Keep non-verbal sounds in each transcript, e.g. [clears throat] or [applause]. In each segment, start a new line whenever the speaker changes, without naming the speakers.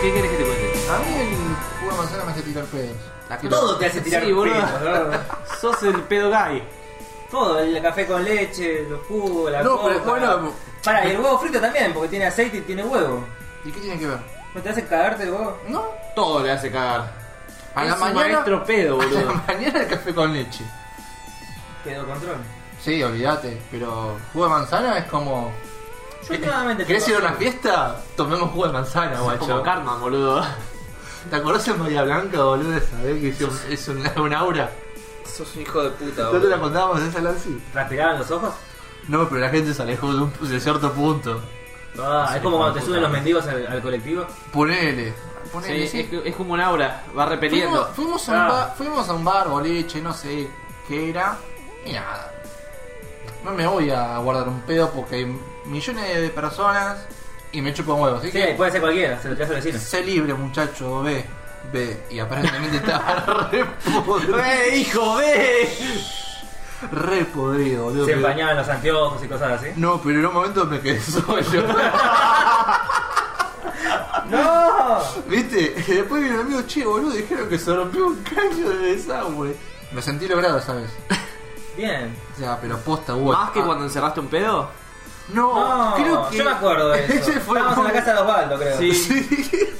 ¿Qué quieres que te cuente?
A mí el jugo de manzana me hace tirar pedos.
Todo te hace tirar
Sí, boludo.
pedos, boludo. [laughs]
Sos el pedo guy.
Todo, el café con leche, los jugos, la
No, pero
coca.
bueno,
Para, y el huevo frito también, porque tiene aceite y tiene huevo.
¿Y qué tiene que ver?
¿No te hace cagarte el huevo?
No.
Todo le hace cagar.
A
es
la
un
mañana.
maestro pedo,
[laughs] A la
boludo.
mañana el café con leche.
Quedó control.
Sí, olvídate, pero jugo de manzana es como.
Yo últimamente
¿Querés ir
tengo
a una
azúcar.
fiesta? Tomemos jugo de manzana,
Es
guacho.
como karma, boludo.
¿Te acordás en Bahía Blanca, boludo? Esa vez que hicimos- es un, un aura.
Sos un hijo de puta,
¿No te la
boludo.
contábamos esa, Lancy?
¿Transpiraban los ojos?
No, pero la gente se alejó de, un, de cierto punto.
Ah, es como
hijo de
cuando te
puta.
suben los mendigos al, al colectivo.
Ponele.
Sí,
Ponele,
es,
sí.
es como un aura, va repeliendo.
Fuimos, fuimos a un
Ah.
bar, fuimos a un bar, boliche, no sé qué era. Y nada. No me voy a guardar un pedo porque hay millones de personas y me chupo un huevo. Así
Sí,
que
puede ser cualquiera, se lo tiras al vecino.
sé libre, muchacho, ve. Ve. Y aparentemente estaba [laughs] re podrido.
¡Eh, hijo de!
Re podrido, boludo.
Se
pero-
empañaban los anteojos y cosas
[laughs]
así.
No, pero en un momento me
[laughs]
quedé solo.
¡No!
¿Viste? Y Después vino el amigo, che, boludo, dijeron que se rompió un caño de desagüe. Me sentí logrado, ¿sabes?
Bien.
O sea, pero posta, güey.
Más que cuando encerraste un pedo.
No,
No,
creo que.
yo me acuerdo
[laughs]
de eso.
Ese fue
Estábamos en la casa de Osvaldo, creo.
Sí.
Sí.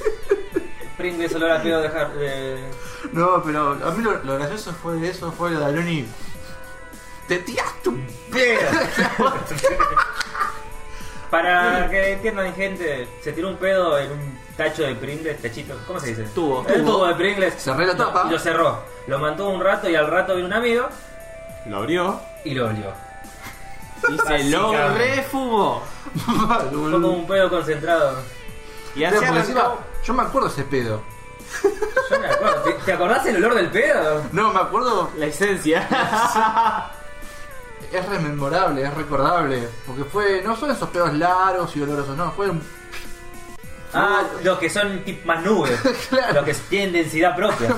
Pringles olor a pedo de Har- de-
No, pero a mí lo, lo gracioso fue de eso, fue lo de Aloni. Te tiraste un
[laughs]
pedo. [laughs]
Para que entiendan, gente, se tiró un pedo en un tacho de Pringles, tachito, ¿cómo se dice?
Tubo.
El
Tubo.
tubo de Pringles.
Cerré la
Lo-
tapa.
Lo cerró. Lo mantuvo un rato y al rato vino un amigo
Lo abrió.
y lo olió.
Y se lo
Básicamente.
refumó.
Mal,
Fue como
boludo.
un pedo concentrado.
Y
Claro,
así
porque
arrancó.
encima, yo me acuerdo ese pedo.
Yo me acuerdo. ¿Te, te acordás el olor del pedo?
No, me acuerdo.
La esencia. [laughs]
Es rememorable, es recordable. Porque fue. No son esos pedos largos y dolorosos, no. Fue un.
Ah, los que son tipo más nubes.
[laughs] Claro.
Los que tienen densidad propia.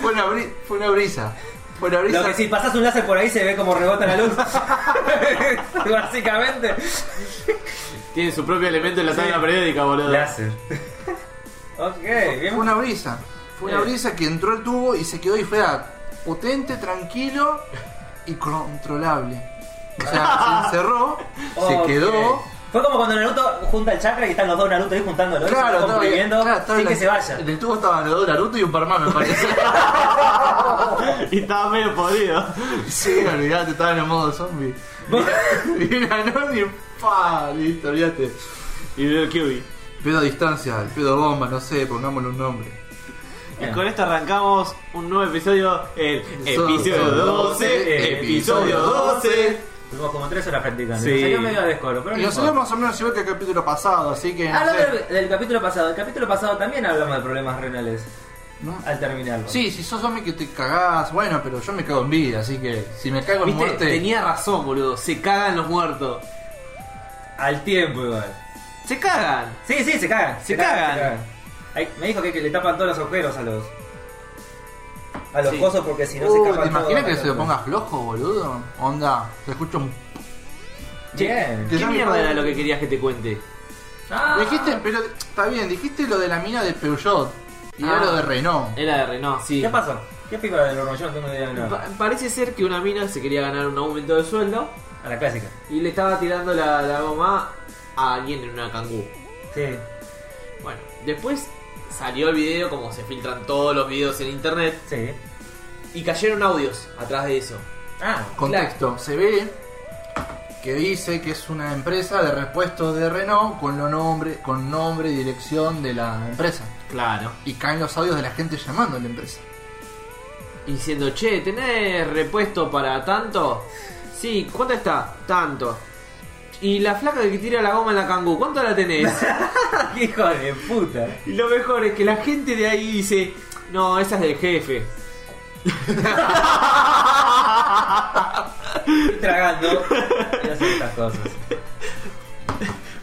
Fue una, bri- fue una brisa. Fue una brisa.
Lo que si pasás un láser por ahí se ve como rebota
[laughs]
la luz. Básicamente.
Tiene su propio elemento en la tabla periódica, boludo.
Láser. Ok, bien.
Fue una brisa. Fue una
Eh.
brisa que entró el tubo y se quedó y fue potente, tranquilo y controlable. O
[laughs]
sea, se encerró, se
Ok.
quedó.
Fue como cuando Naruto junta el chakra y están los dos Naruto ahí juntándolo. y se van
estaba-
comprimiendo
claro, estaba
sin
la-
que
[laughs]
se vaya.
En el tubo estaban los dos Naruto y un par más, me
[laughs]
parece.
[laughs] Y estaba medio podrido.
sí, olvidate, estaban en modo zombie. Mira, no, ni pa, listo, olvídate.
Y vio el Kiwi.
Pedo a distancia, el pedo bomba, no sé, pongámosle un nombre.
Y
Bien.
con esto arrancamos un nuevo episodio. El episodio
Son-
12. Episodio 12.
Tuvimos como tres horas practicando.
Sí.
Y nos salió medio a descoro, pero
Y
no
nos salió
importa.
más o menos igual que el capítulo pasado, así que. No
Hablando
sé.
del, del capítulo pasado, el capítulo pasado también hablamos de problemas renales
¿No?
al terminarlo.
Sí, si sos hombre que te cagás, bueno, pero yo me cago en vida, así que si me cago en
Viste,
muerte.
tenía razón, boludo. Se cagan los muertos.
Al tiempo igual.
Se cagan.
Sí, sí, se cagan.
Se cagan.
Ay, me dijo que, que le tapan todos los agujeros a los. A los
Sí.
cosos porque si no
Uh,
se
¿Te
escapan
imaginas
todos.
que se lo ponga flojo, boludo? Onda, se escucha un.
Bien.
Que
¿Qué
ya me
mierda era
cago.
lo que querías que te cuente?
Ah.
Dijiste, pero está bien, dijiste lo de la mina de Peugeot y ahora
Ah.
lo de Renault.
Era de Renault, sí.
¿Qué pasó? ¿Qué pipa del hormillón? Tengo idea de nada.
Pa- parece ser que una mina se quería ganar un aumento de sueldo
A la clásica.
y le estaba tirando la, la goma a alguien en una cangú.
Sí.
Bueno, después salió el video, como se filtran todos los videos en internet,
Sí.
y cayeron audios atrás de eso.
Ah, [laughs]
Contexto, se ve que dice que es una empresa de repuestos de Renault con, lo nombre, con nombre y dirección de la empresa.
Claro.
Y caen los audios de la gente llamando a la empresa.
Y diciendo, che, ¿tenés repuesto para tanto? Sí, ¿cuánto está? Tanto. Y la flaca que tira la goma en la cangú, ¿cuánto la tenés?
[laughs]
¡Qué hijo de puta!
Y lo mejor es que la gente de ahí dice, no, esa es del jefe. [laughs]
Estoy tragando
[laughs]
y hace estas cosas.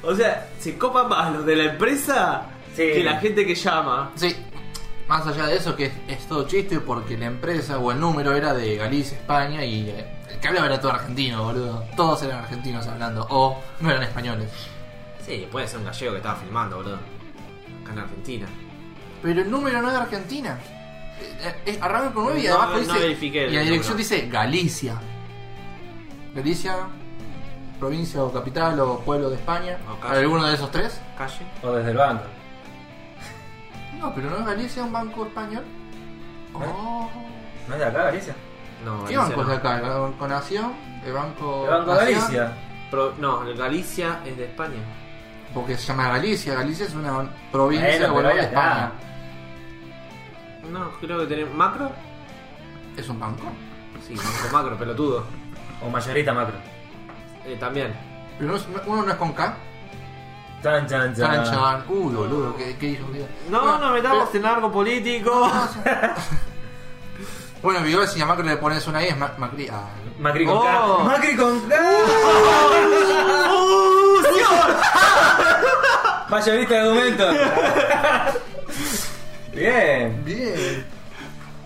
O sea, se copan más los de la empresa
Sí.
que la gente que llama.
Sí, más allá de eso que es, es todo chiste porque la empresa o el número era de Galicia, España y eh, el que hablaba era todo argentino, boludo. Todos eran argentinos hablando o no eran españoles.
Sí, puede ser un gallego que estaba filmando, boludo. Acá en Argentina.
Pero el número no es de Argentina. Eh, eh, Arranca con 9 y
No,
abajo
no
dice.
verifiqué el
y la dirección
número.
dice Galicia. Galicia, provincia o capital o pueblo de España.
O calle.
¿Alguno de esos tres?
Calle.
O desde el banco.
No, pero no es Galicia un banco español. Oh.
¿No es de acá, Galicia?
No,
¿Qué
¿Eh? Galicia
banco es
no.
de acá? ¿El Banco Nación? ¿El Banco,
El Banco
Nación?
Galicia.
Pro- no, Galicia es de España.
Porque se llama Galicia. Galicia es una provincia
Bueno,
o
pero
algo de
hay acá.
España.
No, creo que tenemos. ¿Macro?
¿Es un banco?
Sí, banco macro, pelotudo.
O mayorita macro.
Eh, también.
Pero no es- no- uno no es con K.
Chan, chan, chan.
Chan, chan. Uy, boludo, ¿qué, qué hizo?
No,
Bueno,
no metamos
pero-
en algo político.
Bueno, Vidal, si a Macri le pones una I es Ma- Macri. Ah.
Macri con K.
Oh.
Macri con K.
¡Oh!
Mayorista de argumento. Bien.
Bien.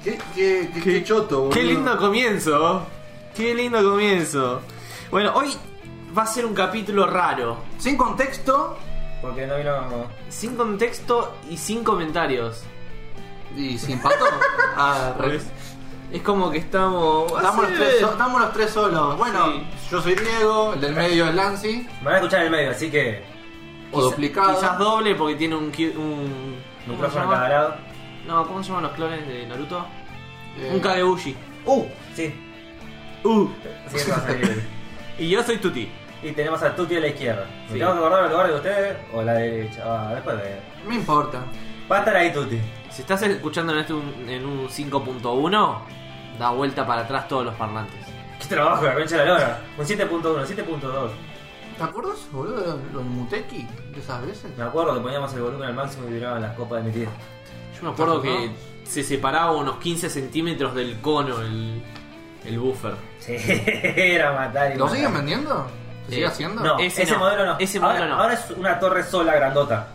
Qué, qué, qué, qué choto, boludo.
Qué lindo comienzo. Qué lindo comienzo. Bueno, hoy va a ser un capítulo raro.
Sin contexto
Porque no vino.
Sin contexto y sin comentarios.
y sin pato.
[laughs]
Ah, re-
Es, es como que estamos.
Estamos los,
así
tres,
es.
so- estamos los tres solos. Bueno,
Sí.
yo soy Diego, el del medio es Lancy,
Me van a escuchar en el medio, así que.
o duplicado.
Quizás doble porque tiene un. ki- un ¿cómo se
Micrófono a
llama?
cada lado.
No, ¿cómo se llaman los clones de Naruto?
Eh,
Un Kagebushi.
Uh, sí.
Uh.
Así que vamos a salir.
Y yo soy Tuti.
Y tenemos a Tuti a la izquierda. ¿Me
Sí.
tengo que acordar el lugar de ustedes o la derecha? Ah, después de.
Me importa.
Va a estar ahí Tuti.
Si estás escuchando en, este un- en un 5.1, da vuelta para atrás todos los parlantes.
Qué trabajo, la concha de la lora. Un 7.1, 7.2.
¿Te acuerdas, boludo, de los- los muteki de esas veces?
Me acuerdo que poníamos el volumen al máximo y vibraban las copas de mi tía.
Yo me acuerdo que
Ajá.
se separaba unos 15 centímetros del cono el, el buffer.
Sí, [laughs] era matar y
¿Lo
matar.
siguen vendiendo? ¿Se
Eh,
sigue haciendo?
No,
Ese
ese,
no.
modelo no.
Ese
ahora,
modelo no.
ahora es una torre sola grandota.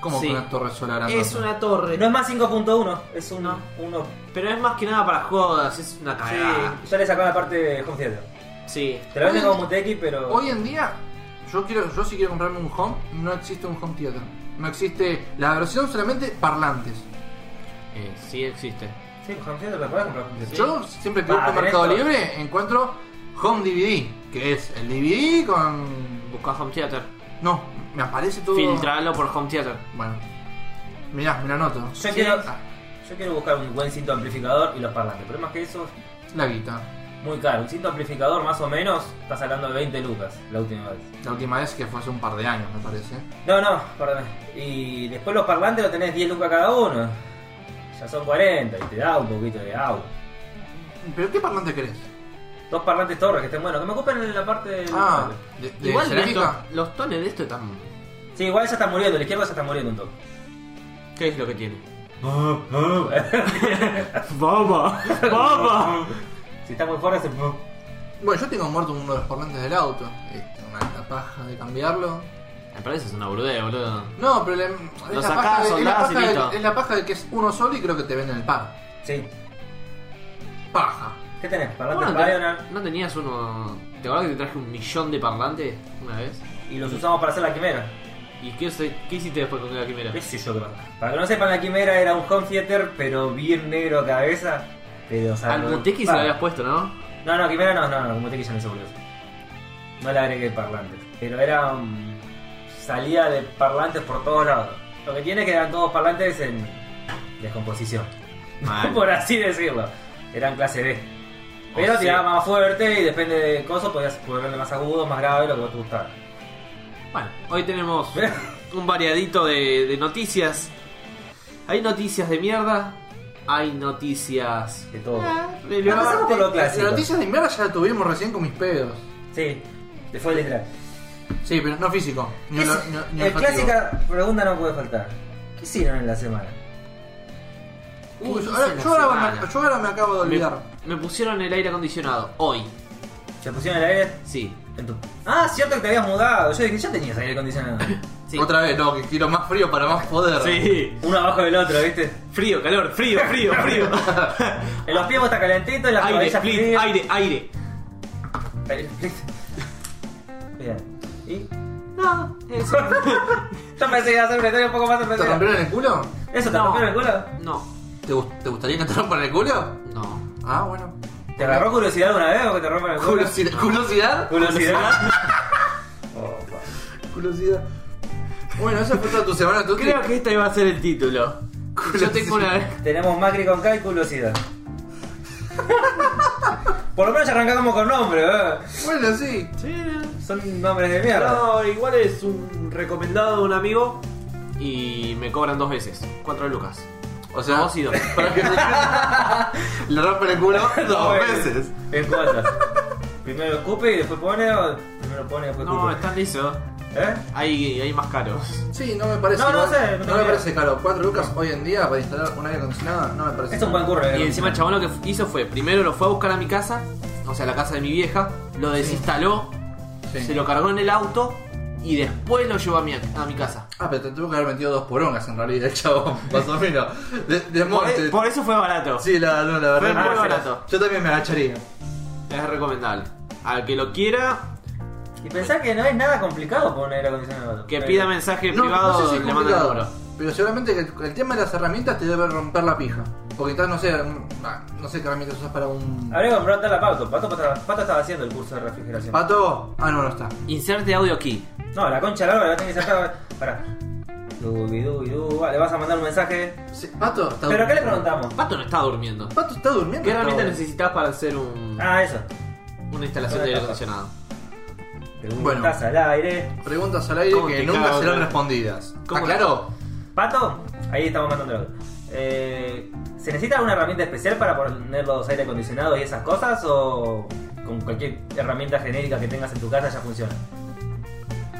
Como
sí.
con una torre solar grandota.
Es una torre,
No es más 5.1, es un,
No.
uno.
pero es más que nada para jodas, es una cagada.
Sí, ya le sacaron la parte de home theater.
Sí.
Te la venden
Hoy en-
como Mutequi, pero.
Hoy en día, yo quiero, yo si quiero comprarme un home, no existe un home theater. No existe la versión solamente parlantes.
Eh, sí existe.
Sí, home theater, la podés comprar home theater.
Yo siempre que busco
Ah,
Mercado
tenés todo.
Libre encuentro home DVD, que es el DVD con
Busca Home Theater.
no, me aparece todo.
Filtralo por Home Theater.
Bueno, mirá, me lo anoto.
Yo quiero-
Ah,
Yo quiero buscar un buen cinto amplificador y los parlantes. Pero más que eso,
la guita.
muy caro. Un cinto amplificador, más o menos, estás hablando de 20 lucas la última vez.
La última vez que fue hace un par de años, me parece.
No, no, perdón. Y después los parlantes lo tenés 10 lucas cada uno. Ya son 40 y te da un poquito de agua.
¿Pero qué parlante querés?
Dos parlantes torres que estén buenos, que me ocupen en la parte del.
Ah, de, de
Igual de
cerámica.
esto- los tones de esto están.
Sí, igual ya está muriendo, el izquierdo ya está muriendo un toque.
¿Qué es lo que tiene?
¡Baba! ¡Baba!
si está muy fuerte, se.
Bueno, yo tengo muerto uno de los parlantes del auto. Eh, Una paja de cambiarlo.
Me parece que es una burdea, boludo.
No, pero le- es, la
sacás,
paja de, es, la
soldás y
paja de-
listo.
es la paja de que es uno solo y creo que te venden el par.
Sí.
Paja.
¿Qué tenés? Parlantes
Bueno, te-
Pioneer.
¿No tenías uno.? ¿Te acuerdas que te traje un millón de parlantes una vez?
Y los usamos para hacer la quimera.
¿Y qué, qué hiciste después con la quimera?
¿Qué sé yo qué pasa? Para que no sepan, la quimera era un home theater, pero bien negro cabeza. Pero, o sea,
Al
Ah, no-
Mutequi se
Para.
lo habías puesto, ¿no?
No, no, quimera no, no, no, Mutequi ya no se volvió. No le agregué parlantes. Pero era. mm, salía de parlantes por todos lados. Lo que tiene es que eran todos parlantes en descomposición. [laughs] por así decirlo. Eran clase D. Pero
O sea-
tiraba más fuerte y depende de cosas, podías ponerle más agudo, más grave, lo que vos te gustara.
Bueno, hoy tenemos [laughs] un variadito de, de noticias. Hay noticias de mierda, hay noticias.
De todo.
Ah,
Empezamos
relevantes.
por lo clásico.
La noticia de mierda ya la tuvimos recién con mis pedos.
Sí, te fue literal.
Sí, pero no físico. Ni
¿Qué
olo-
si-
ni- ni
el
olfativo.
clásica pregunta no puede faltar. ¿Qué hicieron en la semana?
Uy,
¿Qué
yo, ahora,
hice
yo
la
ahora me,
semana?
yo ahora me acabo de olvidar.
me, me pusieron el aire acondicionado hoy,
¿Se pusieron el aire?
sí.
En tu... Ah, cierto que te habías mudado. Yo dije, ya tenías
[laughs]
aire acondicionado.
sí.
Otra vez, no, que quiero más frío para más poder.
Sí.
Uno abajo del otro, ¿viste?
Frío, calor, frío, frío, [laughs] frío.
En los pies está calentito, en las
aire,
cabezas
split,
frías.
aire, aire. [laughs]
Aire, split. Bien. ¿Y?
No, No, eh, eso.
[laughs] Yo pensé que iba a ser una historia un poco más
¿Te
sorprendida.
rompieron el culo?
¿Eso te
No.
rompieron el culo?
No,
¿Te, gu- te gustaría que te rompan el culo?
no.
Ah, bueno.
¿Te agarró curiosidad alguna vez o que te rompan el culo?
Curiosidad. ¿Curiosidad? [laughs]
¿Curiosidad?
Curiosidad. Bueno, esa fue toda tu semana, tú
Creo que este iba a ser el título. Yo tengo una vez.
Tenemos Macri con K y curiosidad. [laughs] Por lo menos ya arrancamos con nombre, ¿eh?
Bueno, sí.
Son nombres de mierda.
No, igual es un recomendado de un amigo y me cobran dos veces. Cuatro lucas.
O sea,
Dos y dos.
para que le rompan el [laughs] culo dos
Bueno,
veces.
En cuotas. Primero escupe y después pone o primero pone y después
No,
escupe.
están lisos.
¿Eh?
Hay, hay más caros.
Sí, no me parece.
No, no
igual-
sé,
No,
no
me
sé.
parece caro. Cuatro lucas hoy en día para instalar un aire acondicionado no me parece.
Es un ¿eh? buen
caro.
curro.
Y encima el chabón lo que f- hizo fue, primero lo fue a buscar a mi casa, o sea, la casa de mi vieja, lo desinstaló,
Sí.
se lo cargó en el auto y después lo llevó a mi, a mi casa.
Ah, pero te tuvo que haber metido dos porongas en realidad, el chabón. [laughs] Más o menos. De, de
Por, e-,
monte.
por eso fue barato.
Sí, la, no, la
eh, Fue
verdad.
muy
no sé.
barato.
Yo también me agacharía.
Es recomendable. Al que lo quiera,
Y pensar que no es nada complicado poner acondicionado. Eh,
que pida mensaje privado,
sé si es
le manda el
complicado,
número.
Pero seguramente que el, el tema de las herramientas te debe romper la pija. Porque tal, no sé, un- ah, no sé qué herramientas usas para un.
Habría que comprar tal a Pato. Pato, Pato, Pato estaba haciendo el curso de refrigeración.
¿Pato? Ah, no, no está.
Inserte audio aquí.
No, la concha larga la tenés acá. Pará. Dubi, dubi, duba. Le vas a mandar un mensaje.
Sí, ¿Pato? Está
¿Pero qué le
durmiendo.
preguntamos?
Pato no está durmiendo.
¿Pato está durmiendo?
¿Qué herramienta
Está-
necesitas para hacer un-
Ah, eso.
una instalación de aire acondicionado?
Preguntas al aire.
Preguntas al aire
¿Cómo
que
te
nunca
cago,
serán
bro?
respondidas. ¿Está
¿Cómo?
claro?
Pato, ahí estamos mandando el audio. Eh, ¿Se necesita alguna herramienta especial para poner los aire acondicionados y esas cosas? ¿O con cualquier herramienta genérica que tengas en tu casa ya funciona?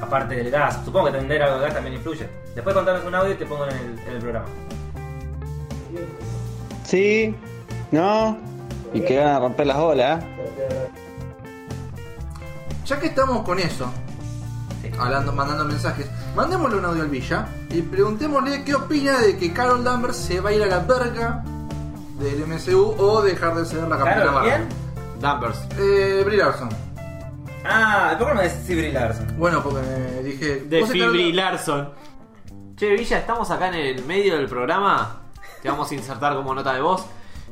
Aparte del gas, supongo que tener algo de gas también influye. Después contanos un audio y te pongo en el, en el programa.
Sí, no, y que van a romper las olas.
Ya que estamos con eso,
Sí.
hablando, mandando mensajes, mandémosle un audio al Villa y preguntémosle qué opina de que Carol Danvers se va a ir a la verga del MCU o dejar de ser la capitana
¿Claro?
Marvel.
¿Bien?
Dampers.
Eh, Brie Larson.
Ah, ¿por qué no me decís Brie Larson?
Bueno, porque eh, dije.
De
¿vos estás-
Fibri Larson. Che, Villa, estamos acá en el medio del programa. Te vamos a insertar como nota de voz.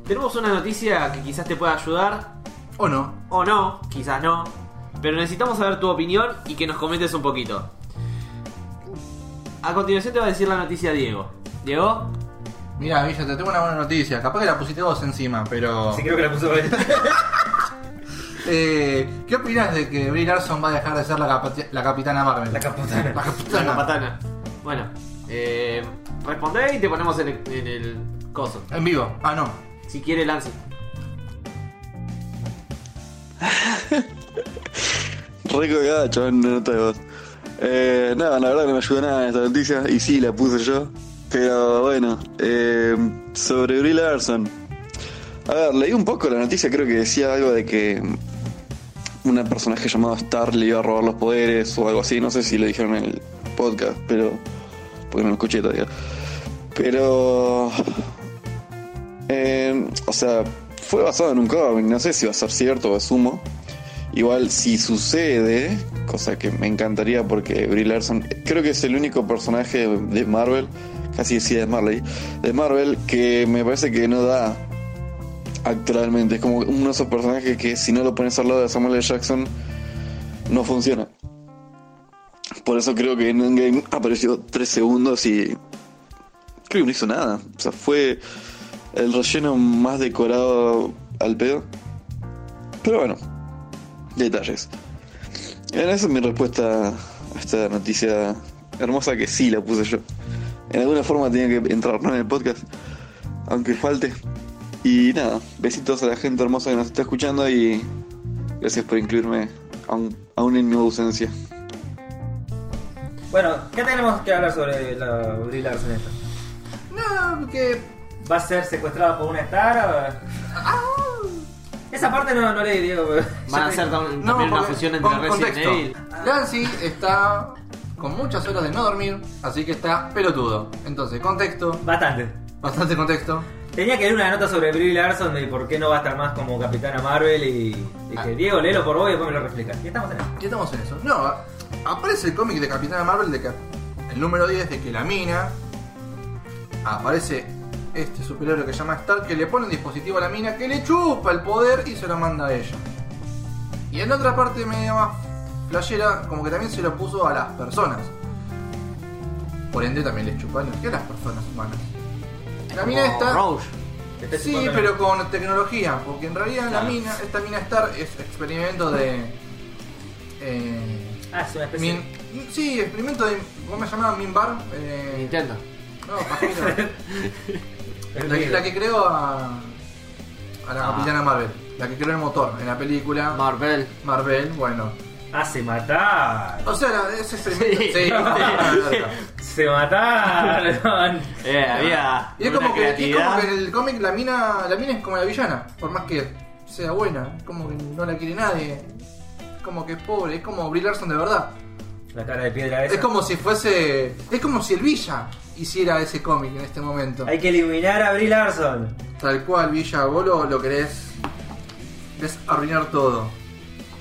Tenemos una noticia que quizás te pueda ayudar,
¿O no?
o no, quizás no. Pero necesitamos saber tu opinión y que nos comentes un poquito. A continuación te va a decir la noticia Diego. Diego,
Mira, Villa, te tengo una buena noticia. Capaz que la pusiste vos encima, pero.
Sí, creo que la puso él.
Eh, ¿Qué opinas de que Brie Larson va a dejar de ser la, capa- la capitana Marvel?
[laughs] La capotana.
[laughs] La
la
capitana.
capatana. Bueno, eh, responde y te ponemos en el, en el coso.
En vivo. Ah, no.
Si quiere, lance.
Re cagada, chabón, no nota de voz. Eh, nada, la verdad que no me ayudó nada en esta noticia, y sí, la puse yo. Pero bueno, eh, sobre Brie Larson. A ver, leí un poco la noticia, creo que decía algo de que una personaje llamado Star le iba a robar los poderes o algo así, no sé si lo dijeron en el podcast, pero... porque no lo escuché todavía. Pero... eh, o sea, fue basado en un cómic, no sé si va a ser cierto o asumo. Igual si sucede, cosa que me encantaría porque Brie Larson creo que es el único personaje de Marvel, casi decía de Marley, de Marvel que me parece que no da actualmente. Es como uno de esos personajes que si no lo pones al lado de Samuel L. Jackson no funciona. Por eso creo que en Endgame apareció tres segundos y creo que no hizo nada. O sea, fue el relleno más decorado al pedo. Pero bueno, detalles. Bueno, esa es mi respuesta a esta noticia hermosa que sí la puse yo. En alguna forma tenía que entrar ¿no? en el podcast, aunque falte. Y nada, besitos a la gente hermosa que nos está escuchando y gracias por incluirme aún, aún en mi ausencia.
Bueno, ¿qué tenemos que hablar sobre la Brie Larson esta?
No, que.
¿Va a ser secuestrada por una star?
Ah.
o- Esa parte no, no leí, Diego.
Van a hacer tam- también una
porque-
fusión entre
con-
Resident
contexto.
Evil.
Lancy está con muchas horas de no dormir, así que está pelotudo. Entonces, contexto,
Bastante.
bastante contexto.
Tenía que leer una nota sobre Brie Larson de por qué no va a estar más como Capitana Marvel y dije,
Ah.
Diego, léelo por vos y después me lo reflejas. Y estamos en eso.
Y estamos en eso. No, aparece el cómic de Capitana Marvel de que el número 10 de que la mina aparece este superhéroe que se llama Stark que le pone un dispositivo a la mina que le chupa el poder y se lo manda a ella. Y en la otra parte media más flashera, como que también se lo puso a las personas. Por ende también les chupa energía a las personas humanas. La mina
Como
está.
Rouge.
Te
Este
está
Sí,
chupando la-
pero con tecnología, porque en realidad
Claro.
la mina, esta mina Star es experimento de. Eh,
Ah, es una especie
min- sí, experimento de. ¿Cómo me llamaba? Minbar. Eh,
Nintendo.
No, pajero.
de...
la, que- la que creó a. A la
Ah.
capitana Marvel. La que creó el motor en la película.
Marvel.
Marvel, bueno.
Ah, se matar.
O sea, la- ese experimento.
Sí.
Sí, Ah, claro.
Se
[laughs]
mataron.
Eh, había.
Y es
una
como, que, y es como
creatividad.
que en el cómic la mina, la mina es como la villana, por más que sea buena, es como que no la quiere nadie. Es como que es pobre, es como Brie Larson de verdad.
La cara de piedra esa.
Es como si fuese. Es como si el Villa hiciera ese cómic en este momento.
Hay que eliminar a Brie Larson.
Tal cual, Villa, vos lo, lo querés. querés arruinar todo.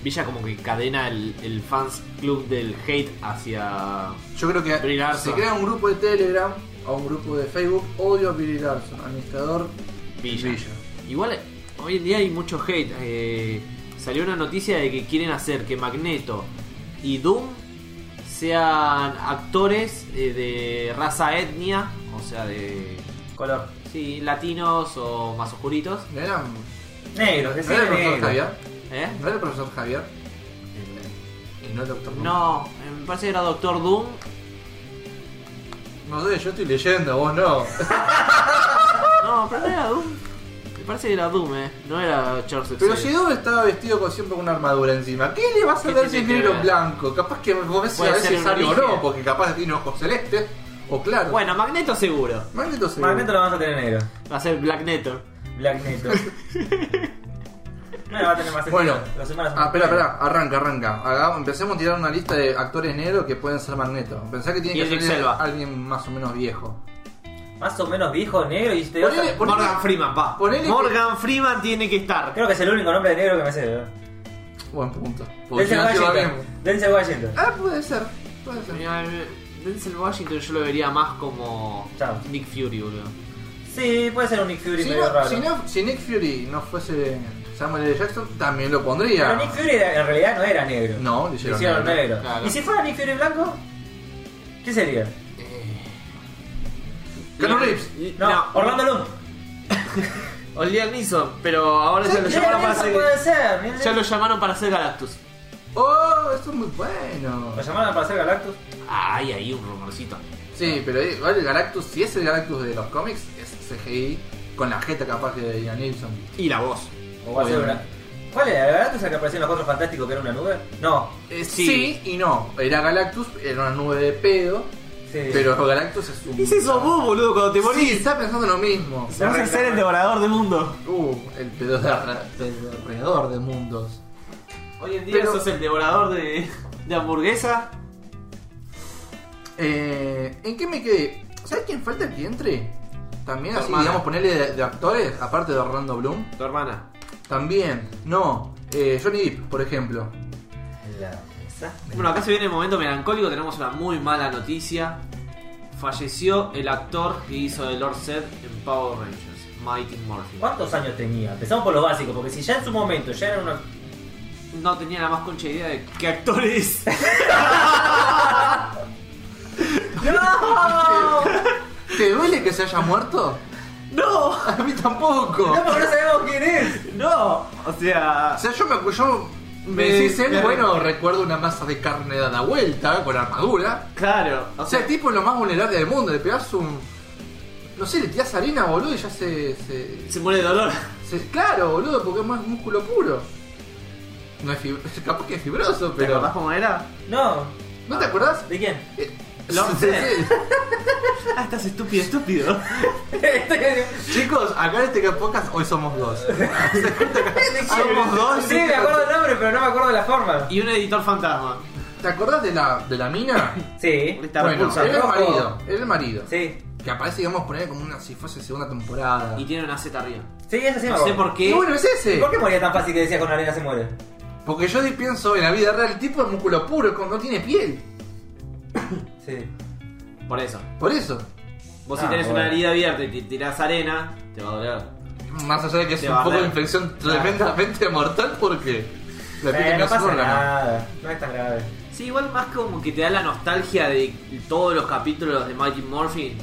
Villa como que cadena el, el fans club del hate hacia.
Yo creo que
Brie Larson.
se crea un grupo de Telegram o un grupo de Facebook, odio a Brie Larson, administrador
Villa.
Villa.
Igual eh, hoy en día hay mucho hate. eh, salió una noticia de que quieren hacer que Magneto y Doom sean actores eh, de raza etnia, o sea, de
Color.
sí, latinos o más oscuritos.
¿No era, no
Negros,
era
decía
el profesor
negro.
Javier?
¿eh?
¿No era el profesor Javier? Y no el doctor Doom.
No, eh, me parece que era Doctor Doom.
No sé, yo estoy leyendo, vos no.
No, pero no era Doom. Me parece que era Doom, eh. No era Charles
Pero si
Xavier.
Doom estaba vestido con siempre con una armadura encima, ¿qué le vas a
¿Qué
ver si es
tiene que
negro o
ver?
blanco? Capaz que vos ves si
Puede
a
ser
veces
un
sale o
origen.
no, porque capaz tiene ojos celestes o claro.
Bueno, Magneto seguro.
Magneto se
Magneto lo vamos a tener negro.
Va a ser Black Neto.
Black Neto.
[laughs]
bueno, va a tener más sentido.
Bueno.
Las semanas son
Ah, espera,
más-
espera, arranca, arranca. Hagamos- empecemos a tirar una lista de actores negros que pueden ser Magneto. Pensá que tiene que
Idris
ser
Elba.
alguien más o menos viejo.
Más o menos viejo, negro y te
Ponele- ponele-
Morgan Freeman, pa.
ponele que-
Morgan Freeman tiene que estar.
Creo que es el único nombre de negro que me sé. ¿verdad?
Buen punto. Porque
Denzel
si no te va
Washington.
bien.
Denzel Washington.
Ah, puede ser, puede ser.
Mira, eh, Denzel Washington yo lo vería más como
Chao.
Nick Fury, boludo.
Sí, puede ser un Nick Fury
Si,
medio raro.
no, si, no- si Nick Fury no fuese Samuel L. Jackson, también lo pondría.
Pero Nick Fury en realidad no era negro.
No, le
Le
hicieron
hicieron
negro.
negro.
Claro.
¿Y si fuera Nick Fury blanco? ¿Qué sería?
Keanu Reeves.
Y-
No, Orlando Bloom.
O Liam Neeson, pero ahora ya lo
Liam
llamaron para
Neeson
hacer.
puede ser. Liam
Ya
Neeson.
lo llamaron para hacer Galactus.
Oh, eso es muy bueno.
Lo llamaron para hacer Galactus.
Ay, ahí un rumorcito.
Sí, pero eh, igual el Galactus, si es el Galactus de los cómics, es CGI con la jeta capaz que de Ian Nilsson.
Y la voz.
O va a ser una...
Obviamente.
¿Cuál era? ¿El Galactus el que apareció en los Cuatro Fantásticos que era una nube? No.
Eh,
Sí.
sí. y no. Era Galactus, era una nube de pedo,
Sí.
pero Galactus es un...
¿Qué es eso vos, boludo, cuando te
Sí,
morís?
está pensando lo mismo.
Vas a ser el devorador del mundo.
Uh, el pedo de arra- pedo alrededor de mundos.
Hoy en día
Pero-
sos el devorador de, de hamburguesa.
Eh, ¿En qué me quedé? ¿Sabes quién falta que entre? También
Tu
así,
hermana.
digamos, ponerle de, de actores, aparte de Orlando Bloom.
Tu hermana.
También, no. eh, Johnny Depp, por ejemplo.
La-
Bueno, acá se viene el momento melancólico, tenemos una muy mala noticia. Falleció el actor que hizo de Lord Zed en Power Rangers, Mighty Morphin.
¿Cuántos años tenía? Empezamos por lo básico, porque si ya en su momento ya era una...
No tenía la más concha idea de qué actor es.
¡No!
¿Te duele que se haya muerto?
¡No!
A mí tampoco.
No, porque no sabemos quién es.
[laughs] ¡No! O sea.
O sea, yo me yo me
Me-
decís él,
me-
bueno, recuerdo una masa de carne dada vuelta con armadura.
Claro.
O sea, el tipo es lo más vulnerable del mundo, le pegás un. No sé, le tirás harina, boludo, y ya se. se,
se muere de dolor.
se- claro, boludo, porque es más músculo puro. No es fib- [laughs] capaz que es fibroso,
¿Te acordás
pero.
cómo era?
No.
¿No te acordás?
¿De quién? [laughs]
Lord
Sí,
Zed.
[laughs] sí.
Ah, estás estúpido, estúpido.
Chicos, acá en este podcast hoy somos dos. Somos dos.
Sí, me acuerdo del nombre, pero no me acuerdo de la forma.
Y un editor fantasma.
¿Te acordás de la, de la mina?
Sí.
Está
bueno,
repulsado.
era el
rojo.
marido. Era el marido.
Sí.
Que aparece, digamos, poner como una si fuese segunda
Ah.
temporada.
Y tiene una Z arriba.
Sí, ese sí me
No sé
acuerdo.
por
Y
qué.
bueno, es
¿Y
ese.
por qué moría tan fácil que decía con arena se muere?
Porque yo di- pienso en la vida real, el tipo es músculo puro, con- no tiene piel.
Sí.
Por eso.
Por eso.
Vos
Ah,
si tenés
bueno.
una herida abierta y te tirás arena, te va a doler.
Más allá de que es
Te
un
va a
poco de
dar.
infección tremendamente mortal porque la piel
Eh,
no
no
es
pasa
un órgano.
nada, no es tan grave.
Sí, igual más como que te da la nostalgia de todos los capítulos de Mighty Morphin.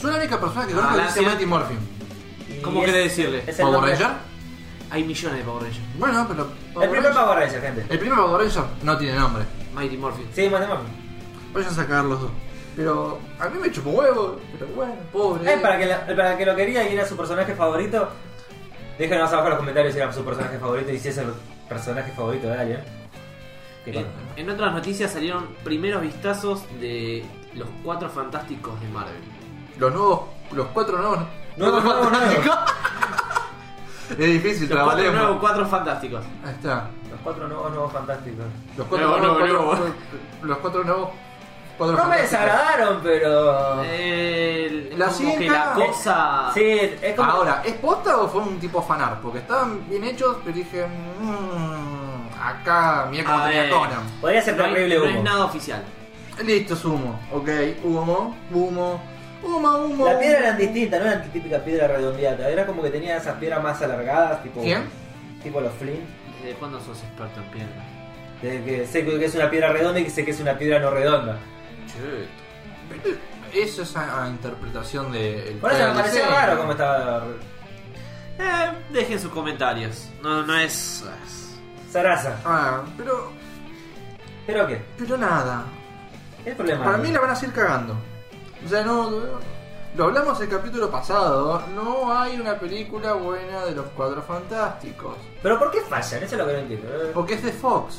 Soy la única persona que
Ah,
conozco que
la
dice
ansiedad.
Mighty Morphin.
Y
¿Cómo
es-
querés decirle?
es el
¿Power
nombre-
Ranger?
Hay millones de Power Rangers.
Bueno, pero.
El
Power
primer
Ranger-
Power Ranger, gente.
el primer Power Ranger no tiene nombre.
Mighty Morphin.
Sí, más de más.
Voy a sacar los dos. Pero a mí me chupó huevo. Pero bueno, pobre.
Eh, para, que la- para que lo quería y era su personaje favorito, déjenos abajo en los comentarios si era su personaje favorito y si es el personaje favorito de Alien. Que
En,
con-
en otras noticias salieron primeros vistazos de los cuatro fantásticos de Marvel.
Los nuevos. Los cuatro nuevos.
Nuevos,
cuatro
nuevos,
[laughs]
nuevos.
fantásticos. es difícil,
Los cuatro
trabajar.
nuevos, cuatro fantásticos.
Ahí está.
Los cuatro nuevos, nuevos fantásticos.
Los cuatro
Nuevo,
nuevos.
nuevo,
cuatro- Los cuatro nuevos. Cuatro
No me
fantásticos.
desagradaron, pero.
Eh, El-
La
como que
cinta-
la cosa.
Ah. Sí, es como.
Ahora, ¿es posta o fue un tipo fanar? Porque estaban bien hechos, pero dije. Mmm, acá, mira cómo
A
tenía
ver.
Conan.
Podría ser
no, hay-
terrible
no
humo.
es nada oficial.
Listo, es humo. Ok, humo, humo, humo, humo.
La piedra eran distinta, no eran típica piedra redondeada, era como que tenía esas piedras más alargadas, tipo.
¿Quién?
Tipo los Flint.
¿Desde cuándo sos experto en piedra?
De que sé que es una piedra redonda y que sé que es una piedra no redonda.
Eso es a, a interpretación de.
Por eso me pareció raro cómo estaba.
Eh, dejen sus comentarios. No, no es. es-
Sarasa.
Ah, pero.
¿Pero qué?
Pero nada.
El problema.
Para mí la van a seguir cagando. O sea, no. no- Lo hablamos el capítulo pasado. No hay una película buena de los cuatro fantásticos.
Pero ¿por qué fallan? Eso es lo que no entiendo. Eh,
Porque es de Fox.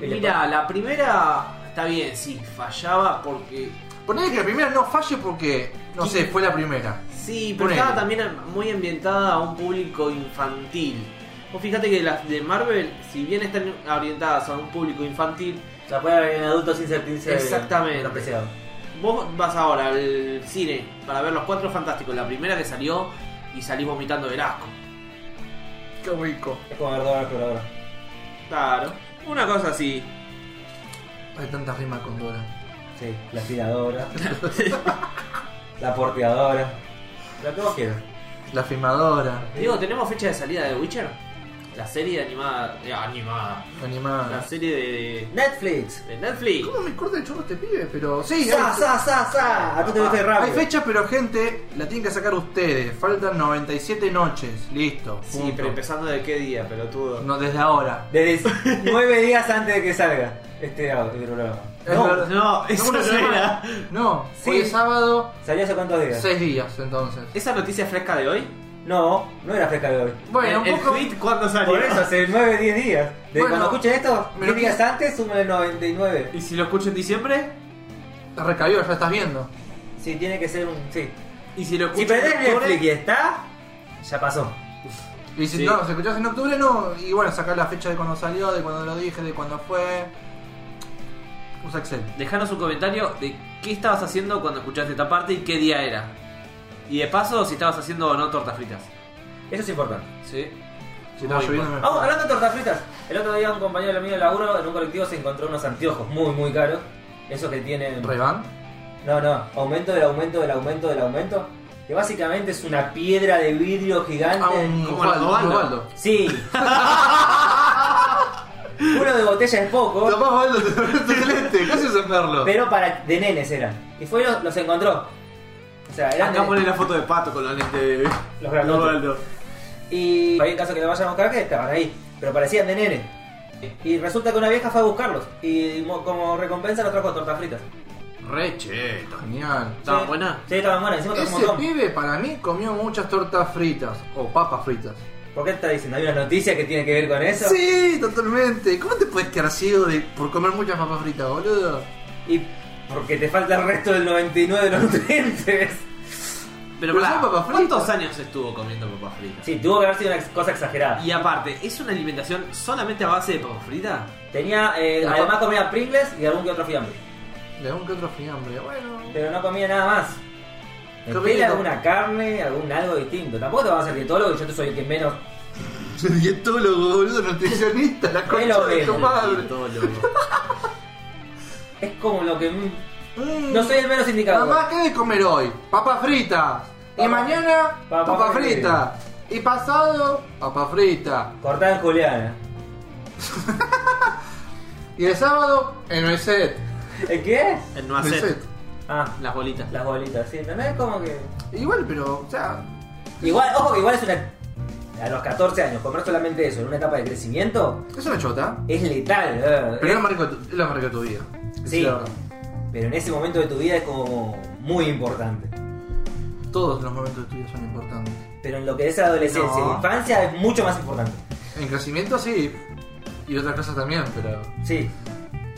y
Mira, la primera está bien, sí, fallaba porque.
Ponele que la primera no falle porque, no sé, fue la primera.
Sí, pero
Ponele.
estaba también muy ambientada a un público infantil. Vos fíjate que las de Marvel, si bien están orientadas a un público infantil,
después- La puede haber en adultos sin sentirse.
Exactamente.
menospreciado.
vos vas ahora al cine para ver Los Cuatro Fantásticos, la primera que salió, y salís vomitando del asco.
Qué rico.
Es como ver Dora por ahora.
Claro, una cosa así.
Hay tantas rimas con Dora.
Sí, la
[laughs]
aspiradora. la porteadora. Lo que vos quieras.
La filmadora,
Digo, ¿tenemos fecha de salida de Witcher? La serie animada. eh, animada. La
animada.
serie de.
Netflix.
de Netflix.
¿Cómo me corta el chorro este pibe? Pero sí,
¡Sa,
hay-
sa, sa, sa! A tú te viste
hay
rápido.
fecha, pero gente, la tienen que sacar ustedes. Faltan 97 noches. Listo.
Sí,
punto.
pero empezando de qué día, pelotudo.
No, desde ahora.
Desde nueve días antes de que salga este audio, este programa.
Es verdad.
no, eso
una
no
semana. No,
Sí.
hoy es sábado,
¿Salió hace cuántos días?
6 días entonces.
¿Esa noticia fresca de hoy?
No, no era fresca de hoy.
Bueno,
¿El,
un poco.
el tweet cuándo salió?
Por eso, hace 9, 10 días. De
Ah, Bueno,
cuando escuchen esto,
me lo
10 días
quise-
antes sumen el 99.
¿Y si lo escucho en diciembre?
Te recabió, ya estás viendo.
Sí, tiene que ser un. Sí.
¿Y si lo escucho
Si
en
prendés
octubre?
Netflix y está, ya pasó.
Y si
Sí.
no, si escuchás en octubre, no. Y bueno, sacar la fecha de cuando salió, de cuando lo dije, de cuando fue. Usa Excel.
Dejanos un comentario de qué estabas haciendo cuando escuchaste esta parte y qué día era. Y de paso, si estabas haciendo o no tortas fritas.
Eso es importante.
Sí.
Si estaba
Muy
lloviendo,
Vamos, hablando de tortas fritas. El otro día un compañero mío de laburo en un colectivo se encontró unos anteojos muy, muy caros. Esos que tienen.
me. ¿Revan?
No, no, aumento del aumento del aumento del aumento. Que básicamente es una piedra de vidrio gigante.
Ah, un
como la
Osvaldo,
Osvaldo.
Osvaldo.
Sí. [laughs] Uno de botella es poco.
Tapás Osvaldo, tu celeste, casi sacarlo.
Pero para de nenes eran. Y fue y los, los encontró. O sea, eran
Acá
de-
ponen la foto de pato con la lente de.
los grandotes.
Osvaldo.
Y para en caso que lo vayan a buscar, que estaban ahí. Pero parecían de nene. Y resulta que una vieja fue a buscarlos. Y mo- como recompensa los trajo tortas fritas.
Re cheto.
Genial.
¿Estaba
Sí.
buena?
Sí, estaban buenas. Encima trajo un
Ese
montón.
pibe para mí comió muchas tortas fritas o papas fritas.
¿Por qué está diciendo? ¿Hay una noticia que tiene que ver con eso?
Sí, totalmente. ¿Cómo te puedes quedar ciego de, por comer muchas papas fritas, boludo?
Y porque te falta el resto del 99 de los nutrientes.
Pero,
Pero
pará,
son papas fritas.
¿cuántos años estuvo comiendo papas fritas?
Sí, tuvo que haber sido una ex- cosa exagerada.
Y aparte, ¿es una alimentación solamente a base de papas fritas?
Tenía, eh,
La
además comía Pringles y algún que otro fiambre.
De algún que otro fiambre. [laughs] Bueno.
Pero no comía nada más.
Qué
Metele
rico.
alguna carne, algún algo distinto. Tampoco te vas a ser dietólogo y yo te soy el que menos
dietólogo, boludo, nutricionista, la
Es lo
concha de tu
mismo,
madre.
Es como lo que. No
Mm.
soy el menos indicado.
Mamá, ¿qué de comer hoy? Papa frita. Y
Papa-
mañana,
Papa
papa, frita. Y pasado, papa frita.
Cortá en ¿eh? Juliana.
Y el sábado, en el set.
¿Eh, ¿Qué?
El no hacer.
Ah,
Las bolitas.
las bolitas, sí, ¿entendés? Como que.
Igual, pero, o sea,
Igual, ojo que igual es una. A los 14 años, comer solamente eso en una etapa de crecimiento
es una chota.
es letal. eh.
Pero es la marca de tu- es la marca de tu vida. Es
Sí.
la-
Pero en ese momento de tu vida es como muy importante.
Todos los momentos de tu vida son importantes.
Pero en lo que es adolescencia
No.
e infancia es mucho más importante.
En crecimiento, sí. Y otras cosas también, pero.
Sí.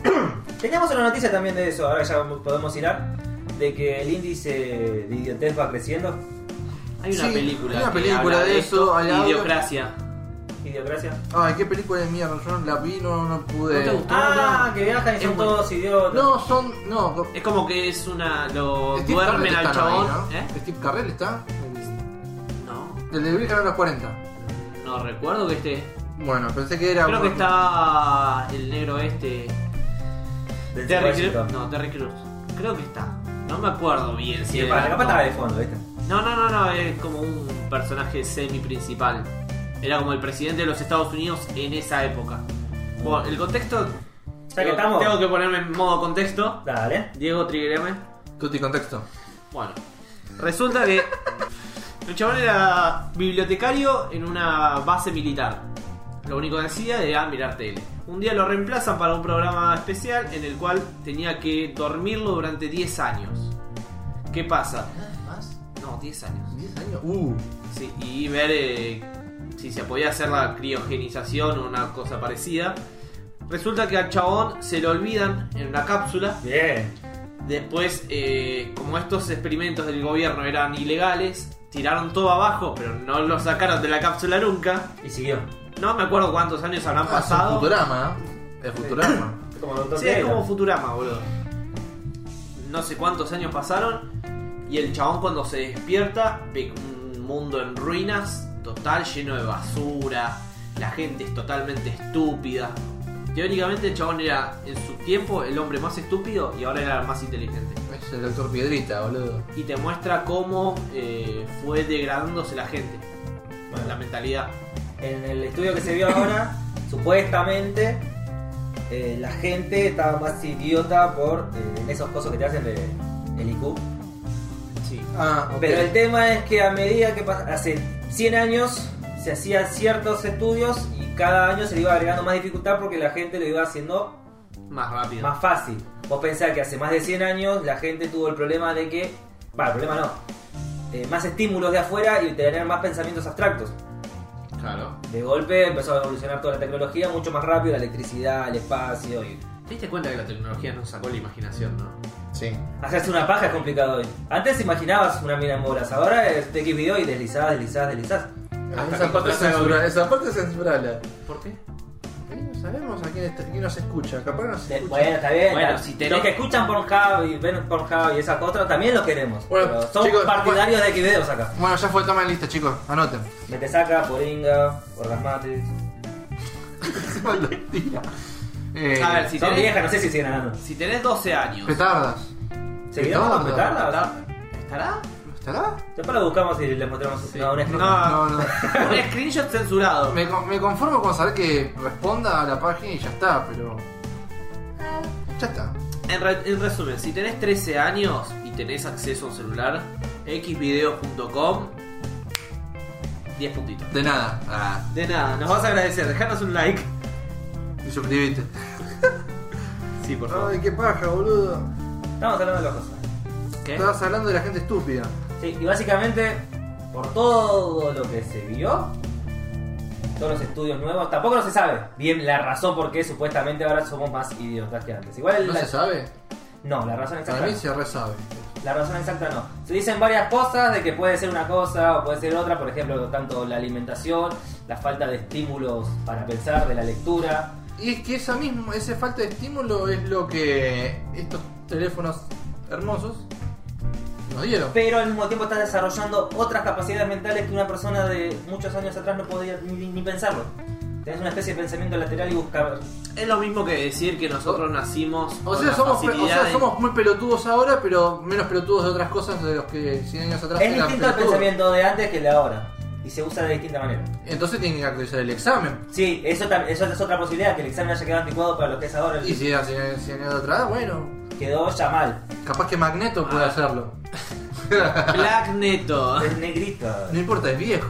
[clears throat] Teníamos una noticia también de eso, ahora ya podemos hilar, de que el índice de idiotez va creciendo.
Hay una
Sí,
película.
hay una
que
película
habla
de eso, hay algo-
Idiocracia.
Idiocracia.
Ay, qué película de mierda. Yo la vi, no, no pude.
¿No te gustó?
Ah, que viajan y
Es
son
muy-
todos idiotas.
No, son. No, no.
Es como que es una. Lo
Steve
duermen
Carrell
al
está, ¿no?
chabón.
Ahí, ¿no?
¿Eh?
Steve Carrell está.
No.
El de Virgen a los 40.
¿Eh? No recuerdo que esté.
Bueno, pensé que era.
Creo que
uno-
está el negro este.
Del
Terry
Super
Crews.
Chico.
No, Terry Crews. Creo que está. No me acuerdo bien si
Sí,
era.
para la capa
no.
estaba de fondo, ¿viste?
no, no, no, no, es como un personaje semi-principal. Era como el presidente de los Estados Unidos en esa época. Bueno, el contexto.
Ya que
tengo-
estamos.
Tengo que ponerme en modo contexto.
Dale.
Diego, triguereme.
Tutti contexto.
Bueno, resulta que el chabón era bibliotecario en una base militar. Lo único que hacía era mirar tele. Un día lo reemplazan para un programa especial en el cual tenía que dormirlo durante 10 años. ¿Qué pasa?
¿Más?
No, 10 años.
¿10 años? Uh.
Sí, y ver eh, si se podía hacer la criogenización o una cosa parecida. Resulta que al chabón se lo olvidan en una cápsula
Bien.
Después, eh, como estos experimentos del gobierno eran ilegales, tiraron todo abajo, pero no lo sacaron de la cápsula nunca.
Y siguió.
No me acuerdo cuántos años habrán
Ah, Es
pasado.
Futurama, ¿eh? Es Futurama.
Como Doctor
Sí, es
Tegra.
como Futurama, boludo. No sé cuántos años pasaron y el chabón cuando se despierta ve un mundo en ruinas, total, lleno de basura, la gente es totalmente estúpida. Teóricamente el chabón era en su tiempo el hombre más estúpido y ahora era el más inteligente.
es el doctor Piedrita, boludo.
y te muestra cómo eh, fue degradándose la gente, la mentalidad.
En el estudio que se vio [laughs] ahora, supuestamente eh, la gente estaba más idiota por eh, esos cosas que te hacen de, el IQ.
Sí.
Ah, ok.
Pero el tema es que a medida que pas- hace 100 años se hacían ciertos estudios y cada año se le iba agregando más dificultad porque la gente lo iba haciendo
Más rápido.
más fácil. Vos pensás que hace más de 100 años la gente tuvo el problema de que. Va, el problema no. eh, más estímulos de afuera y tener más pensamientos abstractos.
Claro.
De golpe empezó a evolucionar toda la tecnología mucho más rápido, la electricidad, el espacio. Y...
¿Te diste cuenta que la tecnología nos sacó la imaginación, no?
Sí.
Hacerse una paja es complicado hoy. Antes imaginabas una mina en bolas, ahora es de X video y deslizás, deslizás, deslizás.
Hasta
esa,
que
parte
encontrás
censura, esa parte censurala.
¿Por qué?
No sabemos a quién, está- quién nos escucha. Capaz nos
De-
escucha.
Bueno, está bien.
Bueno,
está-
si tenés-
Los que escuchan Pornhub y ven Pornhub y esas otras también los queremos.
Bueno,
pero son
chicos,
partidarios de Xvideos acá.
Bueno, ya fue, toma lista, chicos. Anoten.
Me te saca, Poringa, Orgasmatis.
eh,
A ver, si
son
tenés-
viejas, no sé si siguen andando.
Si tenés 12 años,
Petardas.
¿Seguirán con
Petardas.
petardas?
¿estará?
¿Estará?
Después lo buscamos y le mostramos no, un ejemplo.
No,
No, no.
[laughs] un screenshot censurado.
Me, con- me conformo con saber que responda a la página y ya está, pero. Ya está.
En, re- en resumen, si tenés 13 años y tenés acceso a un celular, xvideos.com 10 puntitos.
De nada. Ah,
De nada, nos vas a agradecer, dejanos un like.
y suscribite.
Sí, por
Ay, qué paja, boludo.
Estamos hablando de las cosas.
¿Qué?
Estabas hablando de la gente estúpida.
Sí, y básicamente, por todo lo que se vio, todos los estudios nuevos, tampoco no se sabe bien la razón por qué supuestamente ahora somos más idiotas que antes. Igual
¿No
la,
se sabe?
no, la razón exacta.
Para mí
no.
se re sabe.
La razón exacta no. Se dicen varias cosas de que puede ser una cosa o puede ser otra, por ejemplo, tanto la alimentación, la falta de estímulos para pensar, de la lectura.
Y es que esa misma, esa falta de estímulo es lo que estos teléfonos hermosos Lo dieron.
pero al mismo tiempo estás desarrollando otras capacidades mentales que una persona de muchos años atrás no podía ni, ni pensarlo. Tenés una especie de pensamiento lateral y buscar.
Es lo mismo que decir que nosotros nacimos.
O
con
sea,
la
somos, pe- o
facilidad
sea,
de-
somos muy pelotudos ahora, pero menos pelotudos de otras cosas de los que 100 años atrás
Es
eran
distinto el
pelotudos.
pensamiento de antes que el de ahora. Y se usa de distinta manera.
Entonces tienen que actualizar el examen.
Sí, eso, tam- eso es otra posibilidad, que el examen haya quedado anticuado para lo que es ahora.
Y si era 100 100 años atrás, bueno,
Quedó ya mal.
capaz que Magneto
Ah.
puede hacerlo.
[laughs] Black
[laughs]
Neto.
Es negrita.
No importa, es viejo.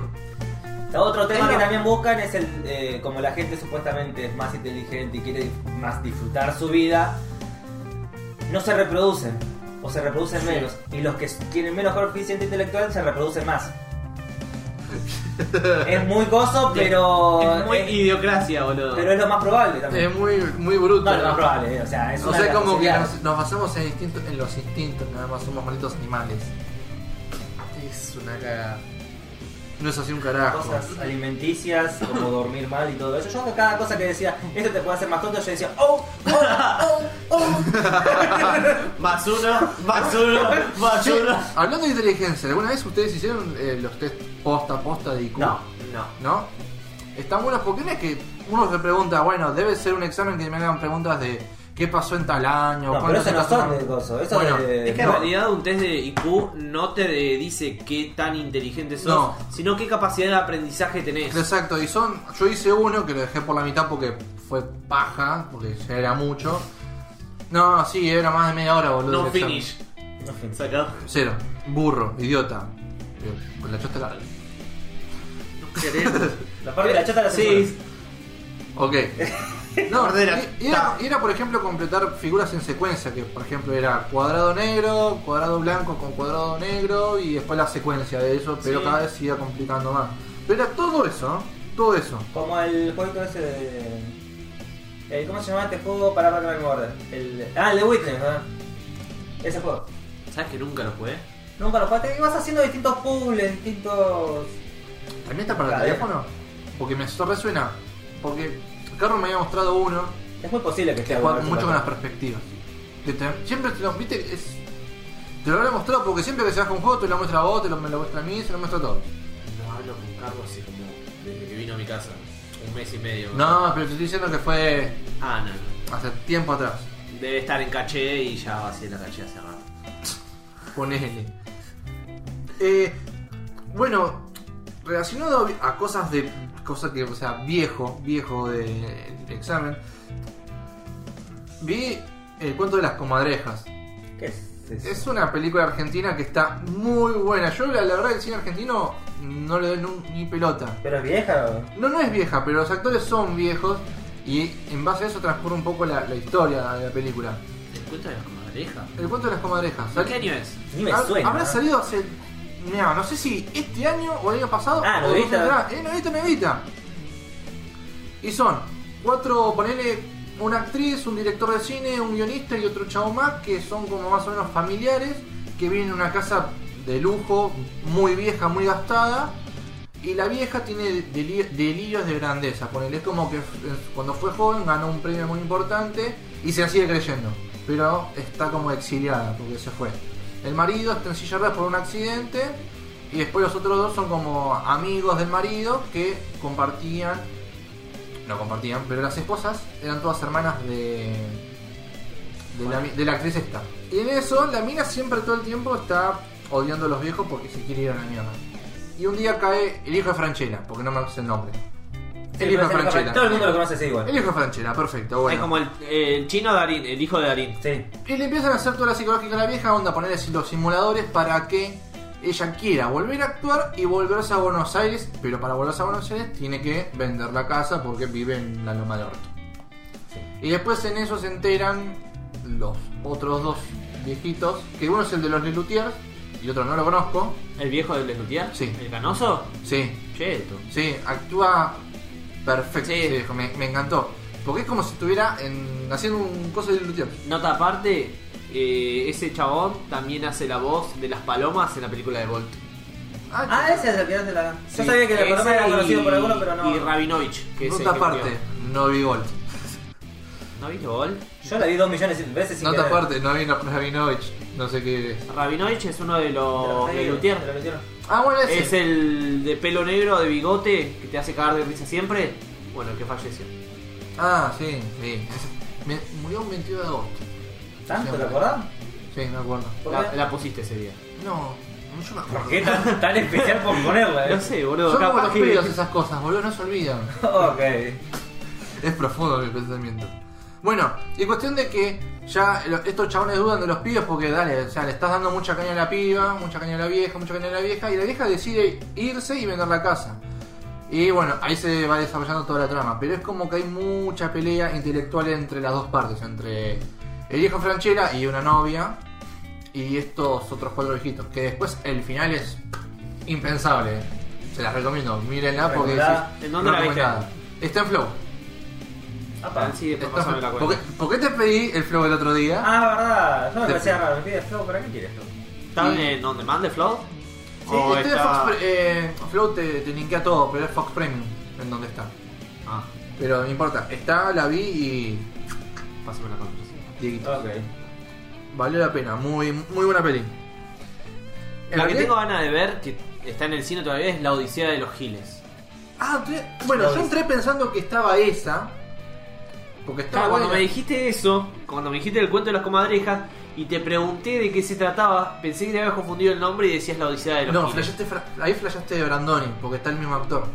Otro tema
Es
que
lo-
también buscan es el eh, como la gente supuestamente es más inteligente y quiere más disfrutar su vida, no se reproducen o se reproducen menos y los que tienen menos coeficiente intelectual se reproducen más. es muy gozo, pero
Es muy idiocracia, boludo.
pero es lo más probable también.
Es muy, muy bruto.
no, lo más probable, eh, o sea, es
O
una de
sea,
las
como que
posibilidades.
nos, nos basamos en, instinto- en los instintos, nada más somos malditos animales. Es una cagada. No es así un carajo.
cosas alimenticias, como dormir mal y todo eso. Yo cada cosa que decía, esto te puede hacer más tonto, yo decía, oh, oh, oh, oh.
Más uno, más
[laughs]
uno, más
[laughs]
Che,
uno.
hablando de inteligencia, ¿alguna vez ustedes hicieron eh, los test posta a posta de IQ?
No,
¿No? Están buenos porque no es que uno se pregunta, bueno, debe ser un examen que me hagan preguntas de qué pasó en tal año,
No,
cuándo
pero eso
se
no
casó-
son de gozo, eso
Bueno,
de...
Es que
No.
en realidad un test de IQ no te de- dice qué tan inteligente sos,
No.
sino qué capacidad de aprendizaje tenés.
Exacto, y son. Yo hice uno que lo dejé por la mitad porque fue paja, porque ya era mucho. No, sí, era más de media hora, boludo.
No
el examen.
finish.
No, en
[laughs]
fin.
Sacado.
Cero. Burro, idiota. Con la chosta larga.
La parte de la chata la
Sí,
censura.
Ok. No,
Cordera.
y- y era, y era, por ejemplo completar figuras en secuencia, que por ejemplo era cuadrado negro, cuadrado blanco con cuadrado negro y después la secuencia de eso, pero
Sí.
cada vez se iba complicando más. Pero era todo eso, ¿no? todo eso.
Como el jueguito ese de... eh, ¿Cómo se llamaba este juego? Para para que me acuerde. El... Ah, el de Witness, ¿verdad? Ese juego.
¿Sabes que nunca lo jugué?
Nunca lo jugaste y vas haciendo distintos puzzles, distintos...
¿También está para el
Cadena.
teléfono? Porque me so- resuena. Porque Carlos me había mostrado uno
Es muy posible que
que
esté
juega
alguno
mucho con
de
las
esos
perspectivas. Que te- siempre te lo, viste, es, te lo habré mostrado porque siempre que se baja un juego te lo muestra a vos, te lo, me lo muestra a mí, se lo muestra a todos.
No hablo con Carlos hace como desde que vino a mi casa. Un mes y medio.
No, pero te estoy diciendo que fue
Ah, no, no.
hace tiempo atrás.
Debe estar en caché y ya va a ser la caché hace rato.
Ponele. Eh, bueno, relacionado a cosas de. Cosa que, o sea, viejo, viejo de, de examen. Vi el cuento de las comadrejas.
juegos. ¿Qué es eso?
Es una película argentina que está muy buena. Yo, la, la verdad, el cine argentino no le doy nun- ni pelota.
¿Pero es vieja o...?
No, no es vieja, pero los actores son viejos. Y en base a eso transcurre un poco la, la historia de la película.
¿Te cuento de las comadrejas?
El cuento de las comadrejas.
¿Qué año es?
Ni me
Hab-
suena.
Habrá salido hace. No, no sé si este año o el año pasado.
Ah,
o dos
Novita.
años atrás. Eh, novita, novita. Y son cuatro, ponele una actriz, un director de cine, un guionista y otro chavo más que son como más o menos familiares que viven en una casa de lujo, muy vieja, muy gastada. Y la vieja tiene deli- delirios de grandeza. Ponele, es como que eh, cuando fue joven ganó un premio muy importante y se la sigue creyendo. Pero está como exiliada porque se fue. El marido está en silla de ruedas por un accidente. Y después los otros dos son como amigos del marido que compartían. No compartían, pero las esposas eran todas hermanas de. de, la, mi- de la actriz esta. Y en eso, la mina siempre todo el tiempo está odiando a los viejos porque se quiere ir a la mierda. Y un día cae el hijo de Franchella, porque no me acuerdo el nombre.
Sí,
El hijo de
pero es vieja,
Franchella.
Todo el mundo lo conoce así igual.
El hijo de Franchella, perfecto,
Es
bueno.
como el, el chino Darín, el hijo de Darín.
Sí.
Y le empiezan a hacer toda la psicológica a la vieja onda, ponerle los simuladores para que ella quiera volver a actuar y volverse a Buenos Aires, pero para volverse a Buenos Aires tiene que vender la casa porque vive en la Loma de Orto. Y después en eso se enteran los otros dos viejitos, que uno es el de los Lelutiers y otro no lo conozco.
¿El viejo del Lelutier?
Sí.
¿El canoso?
Sí,
Cheto.
sí, actúa perfecto,
Sí.
ese viejo, me, me encantó. Porque es como si estuviera en- haciendo un cosa de Lelutiers.
Nota aparte, eh, ese chabón también hace la voz de las palomas en la película de Bolt.
Ah, ese es el que hace la... Yo
Sí.
sabía que la paloma era
Ese
conocido
y-
por alguno, pero no...
Y Rabinovich, que es el
Nota
que
aparte,
murió.
no vi gol.
¿No viste Bolt?
Yo la vi dos millones de veces sin
Nota
querer.
aparte, no vino Rabinovich. No sé qué es.
Rabinovich es uno de los de
Te
Luthier.
lo metieron.
Ah, bueno, ese.
Es el de pelo negro, de bigote, que te hace cagar de risa siempre. Bueno, el que falleció.
Ah, sí, sí. ese. Me- murió un 22 de agosto.
¿Tanto?
Siempre.
¿Te acordás?
Sí, me acuerdo.
La, la pusiste ese día.
No, no, yo me acuerdo.
¿Por qué tan, tan especial por ponerla?
[laughs]
eh?
No sé, boludo.
Son como
capaz
los
que-
pelos esas cosas, boludo, no se olvidan.
Ok.
Es profundo mi pensamiento. Bueno, y cuestión de que ya lo- estos chabones dudan de los pibes porque dale, o sea, le estás dando mucha caña a la piba, mucha caña a la vieja, mucha caña a la vieja, y la vieja decide irse y vender la casa. Y bueno, ahí se va desarrollando toda la trama, pero es como que hay mucha pelea intelectual entre las dos partes, entre el viejo Franchella y una novia, y estos otros cuatro viejitos, que después el final es impensable. ¿eh? Se las recomiendo, mírenla porque...
Recomendada.
decís,
¿En dónde la viste?
recomendada. Está en Flow.
Apa.
Sí, después
Está-
pasame la
¿Por, qué,
cuenta.
por qué te pedí el flow el otro día?
Ah, verdad. Yo me
Te-
parecía raro. Me pide flow. ¿Para qué quieres flow?
¿Están en on demand de Flow?
sí,
¿O
este de
está-
Fox Pre- eh, Flow te, te linkea todo, pero es Fox Premium en donde está.
Ah,
Pero no importa, está, la vi y.
pásame la cuenta.
Dieguito.
Ok.
Valió la pena, muy, muy buena peli. En
La que
realidad-
tengo ganas de ver, que está en el cine todavía, es La Odisea de los Giles.
Ah, te- bueno,
La
yo
vi.
entré pensando que estaba esa. Porque estaba.
Claro, cuando me
buena.
dijiste eso, cuando me dijiste el cuento de las comadrejas, y te pregunté de qué se trataba, pensé que te habías confundido el nombre y decías La Odisea de los
No,
Giles.
flasheaste fra- ahí flasheaste de Brandoni, porque está el mismo actor.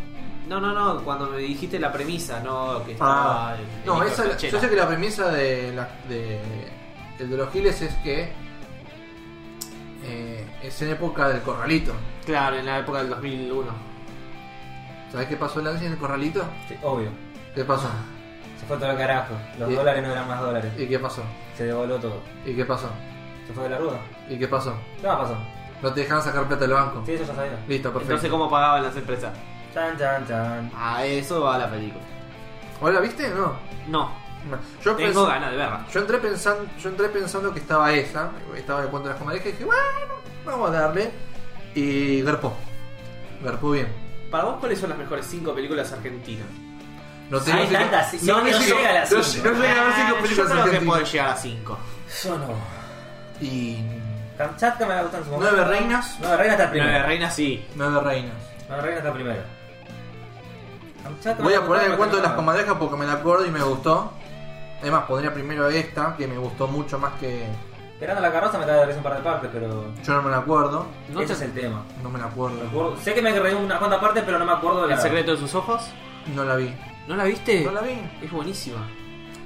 No, no, no, cuando me dijiste la premisa, no, que estaba.
Ah,
el- el
no,
Nico
esa,
Franchella.
yo sé que la premisa de, la, de el de los Giles es que eh, es en época del corralito.
Claro, en la época del 2001.
¿Sabés qué pasó Lance en el corralito?
Sí, obvio.
¿Qué pasó?
Se fue todo el carajo. Los
Sí.
dólares no eran más dólares.
¿Y qué pasó?
Se devolvió todo.
¿Y qué pasó?
Se fue de la ruda.
¿Y qué pasó?
¿Qué más pasó?
No te dejan sacar plata del banco.
Sí, eso ya sabía.
Listo,
Entonces,
perfecto.
¿cómo pagaban las empresas?
Chan, chan, chan.
A eso va la película.
¿Hola viste? No.
No,
Yo, pens-
tengo ganas de verla.
yo entré pensando, yo entré pensando que estaba esa, estaba de cuento de las comadrejas y dije, bueno, vamos a darle. Y garpó. Garpó bien.
Para vos, ¿cuáles son las mejores 5 películas argentinas?
No
Hay
no sé-
tantas, sí,
no,
no
no
llega a las
no
cinco.
No llega a las cinco
Ah,
películas
Yo creo que
argentinas.
pueden llegar a 5.
Yo no.
Y.
Kamchatka me la gustó en su momento.
Nueve reinas.
Nueve reinas está primero.
Nueve Reinas sí.
Nueve reinas.
Nueve reinas está primero. Kamchatka
Voy
me
a
la
poner
gustó,
el cuento de las
no.
comadrejas porque me la acuerdo y me gustó. Además, pondría primero esta, que me gustó mucho más que.
Esperando la carroza me da de risa un par de partes, pero.
Yo no me la acuerdo.
¿No
ese
te-
es el tema.
No me la
Me
acuerdo.
acuerdo- Sé que me reí una cuanta parte, pero no me acuerdo de la.
¿El secreto de sus ojos?
No la vi.
¿No la viste?
No la vi.
Es buenísima.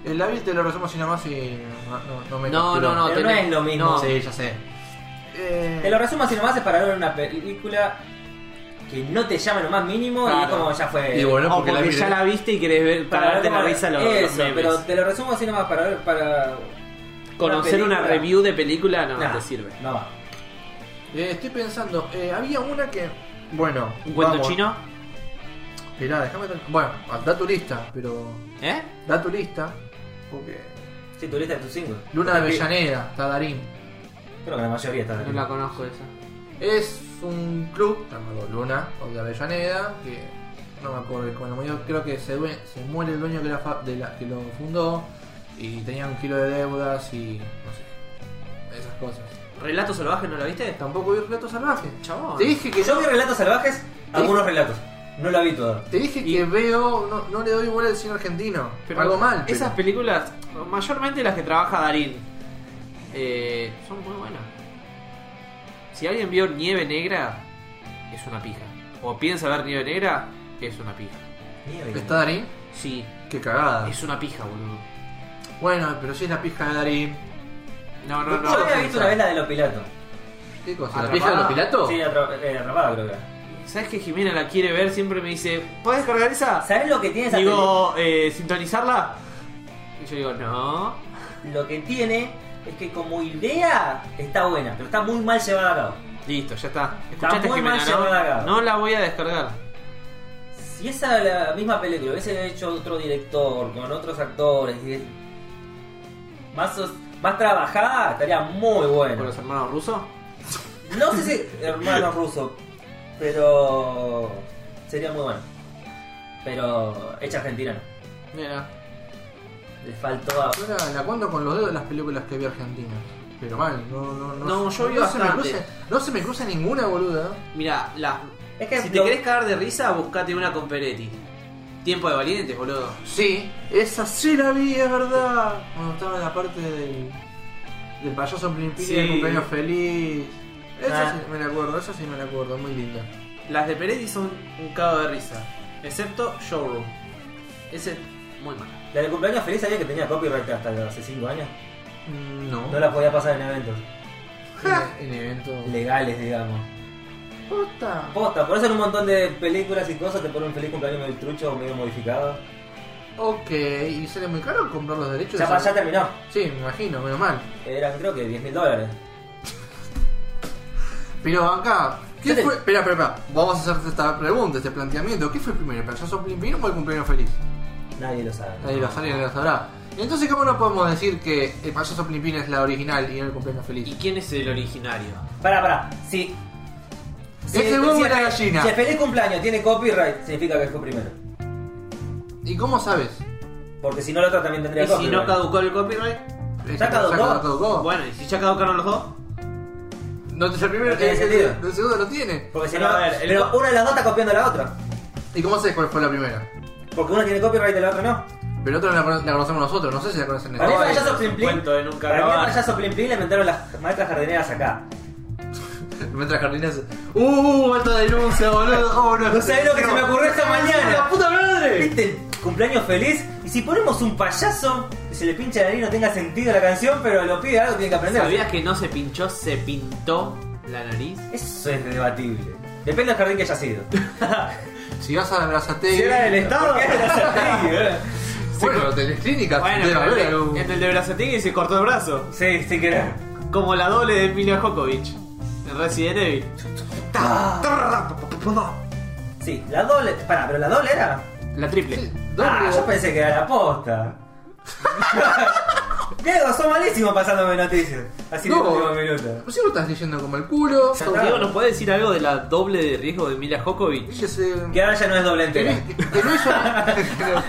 El la vi te lo resumo así nomás y. No, no, no me
No,
capturó.
no, no.
Pero no
tenés-
es lo mismo.
no.
Sí, ya sé. Eh,
Te lo resumo así nomás, es para ver una película que no te llama lo más mínimo y es
Claro.
como ya fue.
Y bueno,
O
porque,
porque,
la vi.
ya la viste y querés ver, para darte la
cómo-
risa los, los
Eso,
memes.
pero te lo resumo así nomás para ver. Para...
Conocer una,
película-
review de película no
Nah,
te sirve.
No va.
Eh, estoy pensando, eh, había una que. Bueno.
¿Un cuento
vamos.
chino?
Mirá, déjame. ter- Bueno, da tu lista, pero.
¿Eh?
Da tu lista, porque.
Sí, turista de tus cinco.
Luna de Avellaneda, Tadarín.
Creo que la mayoría está
No
de
la conozco esa.
Es un club llamado Luna o de Avellaneda, que no me acuerdo cómo lo dio, creo que se, due- se muere el dueño que, la fa- de la- que lo fundó y tenía un kilo de deudas y no sé, esas cosas.
¿Relatos salvajes no la viste?
Tampoco vi Relatos Salvajes.
Chabón.
Te dije que
Yo vi relatos salvajes, algunos relatos. No la vi toda.
Te dije que veo, no, no le doy bola al cine argentino.
Pero
Algo mal. pero-
Esas películas, mayormente las que trabaja Darín, eh, son muy buenas. Si alguien vio Nieve Negra, es una pija. O piensa ver Nieve Negra, es una pija.
Nieve.
¿Está Darín?
Sí,
Qué cagada.
es una pija, boludo.
Bueno, pero si es la pija de Darín.
No, no,
Yo
no.
había visto una vez la de los pilatos.
¿Qué cosa? ¿La
¿Atrapada?
pija de los pilatos?
Sí, atrap- eh, atrapada creo que era.
¿Sabes que Jimena la quiere ver? Siempre me dice, ¿puedes cargar esa?
¿Sabes lo que tiene esa
Digo, eh, ¿sintonizarla? Y yo digo, no.
peli? Lo que tiene es que como idea está buena, pero está muy mal llevada a cabo.
Listo, ya está. ¿Escuchaste,
muy
Jimena?
mal llevada acá.
¿no? no la voy a descargar.
Si esa la misma película hubiese hecho otro director, con otros actores, y- más, os- más trabajada, estaría muy
¿Con
bueno.
los hermanos rusos?
No sé si hermano ruso, pero sería muy bueno. Pero hecha argentina no.
Mira.
Le faltó a...
Yo la, la cuento con los dedos las películas que vi argentinas. Pero mal, no, no, no.
No, yo vi
se me
bastante.
cruza, no se me cruza ninguna, boluda.
Mira, la...
Es que
si te
lo-
querés cagar de risa, buscate una con Peretti. Tiempo de valientes, boludo.
Sí, esa sí la vi, es verdad. Cuando estaba en la parte del, del payaso Plimpini
Sí.
del cumpleaños feliz. Esa
Ah.
sí me la acuerdo, esa sí me la acuerdo, muy linda.
Las de Peretti son un cago de risa. Excepto Showroom. Ese es muy malo.
La de cumpleaños feliz sabía que tenía copyright hasta hace 5 años.
Mm, No,
No la podía pasar en eventos
en, en evento.
legales, digamos.
Posta.
Posta, por eso en un montón de películas y cosas te ponen feliz cumpleaños medio trucho o medio modificado.
Ok, y sale muy caro comprar los derechos. de
Ya, pa-
esa-
ya terminó.
Sí, me imagino, menos mal.
Eran creo que 10 mil dólares.
Pero acá, ¿qué
Yo te-
fue? Espera, espera, espera. Vamos a hacerte esta pregunta, este planteamiento. ¿Qué fue primero, el payaso Plimpini o el cumpleaños feliz?
Nadie lo sabe.
Nadie lo sabe, nadie lo sabrá. Entonces, ¿cómo no podemos decir que el payaso Plimpín es la original y no el cumpleaños
¿Y
feliz?
quién es el originario?
Pará, pará. Si.
Ese huevo
si-
era gallina.
Si el feliz cumpleaños tiene copyright, significa que fue primero.
¿Y cómo sabes?
Porque si no, la otra también tendría
¿Y si
copyright.
no caducó el copyright?
Ese
caducó?
Este, saca, caducó.
Bueno, ¿y si ya caducaron los dos?
No te el primero,
No tiene
el,
sentido.
el segundo no tiene.
Porque si
Pero,
no.
a ver, el-
pero una de las dos está copiando a la otra.
¿Y cómo sé cuál fue la primera?
Porque una tiene copyright y la otra no.
Pero otra la, cono- la conocemos nosotros, no sé si la conocen
Para mí,
ustedes.
payaso
es un
Plim Plim.
cuento de nunca
Para mí,
acabar.
payaso Plim Plim le inventaron las maestras jardineras acá.
Mientras jardinas. ¡Uh! Alta denuncia, boludo. Oh, no.
No sabés lo que se me ocurrió esta mañana.
¡La puta madre!
¿Viste el Este cumpleaños feliz? Y si ponemos un payaso, que se le pincha la nariz, no tenga sentido la canción, pero lo pide algo, tiene que aprender.
¿Sabías que no se pinchó, se pintó la nariz?
Eso es debatible. Depende del jardín que haya sido.
Si vas a Brazate.
del Estado? ¿Por qué era [laughs] del jardín, eh?
Bueno, tenés clínicas.
Bueno,
debe
pero
haber
en el-
algún-
en el de Brazategui se cortó el brazo.
Sí, sí que era.
Como la doble de Emilio Jokovic. En Resident Evil.
Sí, la doble. Pará, pero la doble era.
La triple.
Ah, yo
¿Dónde?
pensé que era la posta. Diego, sos malísimo pasándome noticias. Así de
No.
último minuto.
Pues si lo estás leyendo como el culo.
Santiago, ¿nos puede decir algo de la doble de riesgo de Emilia Jokovic?
Fíjese.
Que ahora ya no es doble
Que [laughs]
entera.
no- que no hizo-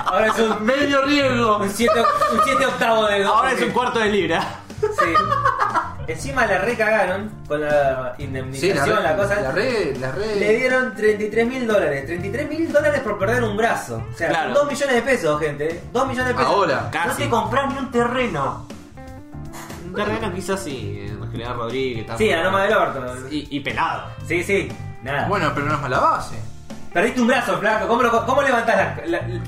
Ahora es un
¡Medio riesgo!
7 un siete octavo de doble.
Ahora es un cuarto de libra.
Sí. Encima la recagaron con la
Sí, la
indemnización,
red,
la, cosa.
la red, la
Le
red.
dieron 33 mil dólares. 33 mil dólares por perder un brazo. O sea,
Claro.
2 millones de pesos, gente. 2 millones de pesos.
Ahora,
casi.
No te compras ni un terreno.
De regalo quizás sí, en General eh, Rodríguez. tal.
Sí, a la Loma del Orto.
Y, y pelado.
Sí, sí. Nada.
Bueno, pero no es mala base.
Perdiste un brazo, flaco. ¿Cómo, lo, cómo levantás la, la- el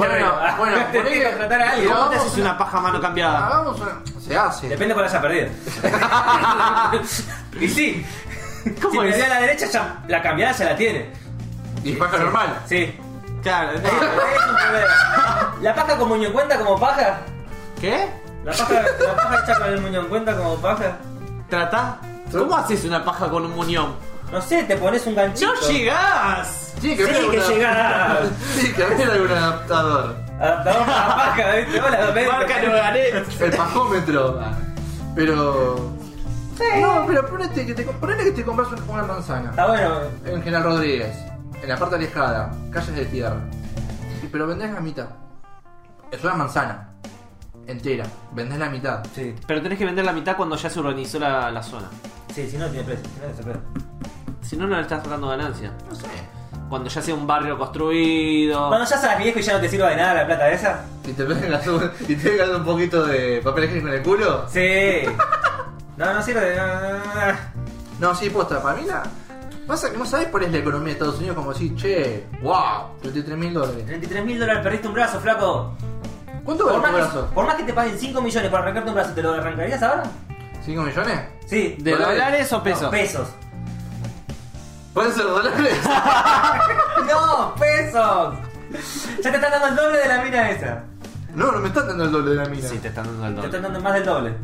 terreno? [laughs]
bueno, ponele-
Tenés que contratar a alguien.
Pero
¿Cómo te
vamos
haces
a-
una paja a mano cambiada?
Hagamos una. Se hace.
Ah. Depende cuál haya perdido.
[laughs]
[laughs] y sí.
¿Cómo
si
es?
perdió a la derecha, ya la cambiada ya la tiene.
Y paja normal.
Sí.
Claro.
Ahí es un problema. [laughs] ¿La paja con muñón cuenta como paja?
¿Qué?
¿La paja, la paja hecha con el muñón cuenta como paja?
¿Tratás? ¿Cómo haces una paja con un muñón?
No sé, te pones un ganchito.
¡No llegás!
Tiene que
Sí,
haber
que
alguna- [laughs]
llegás.
Tiene que haber algún adaptador.
Adaptador para Ah, paja, ¿viste?
[laughs]
Hola, ven.
Marca no gané.
El pajómetro. Pero. No, pero ponete que te, ponele que te compras una, una manzana.
Está bueno.
En General Rodríguez. En la parte alejada. Calles de tierra. Y- Pero vendés la mitad. Es una manzana. Entera. Vendés la mitad.
Sí,
Pero tenés que vender la mitad cuando ya se urbanizó la, la zona.
sí, si no tiene precio. Si no, se puede.
Si no, no le estás dando ganancia.
No sé.
Cuando ya sea un barrio construido.
Cuando ya seas viejo y ya no te sirva de nada la plata esa.
Y te pegas un, y te pegas un poquito de papel higiénico en el culo.
Sí. No, no sirve de nada.
No, sí, posta, para mí la. Pasa que no sabes cuál es la economía de Estados Unidos como decir, che, wow, 33 mil dólares.
33 mil dólares perdiste un brazo, flaco.
¿Cuánto vale
Por más,
un
que,
brazo?
por más que te paguen 5 millones para arrancarte un brazo, ¿te lo arrancarías ahora?
¿5 millones?
Sí.
¿De
¿Dólares?
dólares o
No,
pesos?
pesos.
¿Pueden ser [laughs] dólares?
¡No! ¡Pesos! Ya te están dando el doble de la mina esa.
no, no me están dando el doble de la mina.
Sí, te están dando el
Te están
doble.
dando más del doble.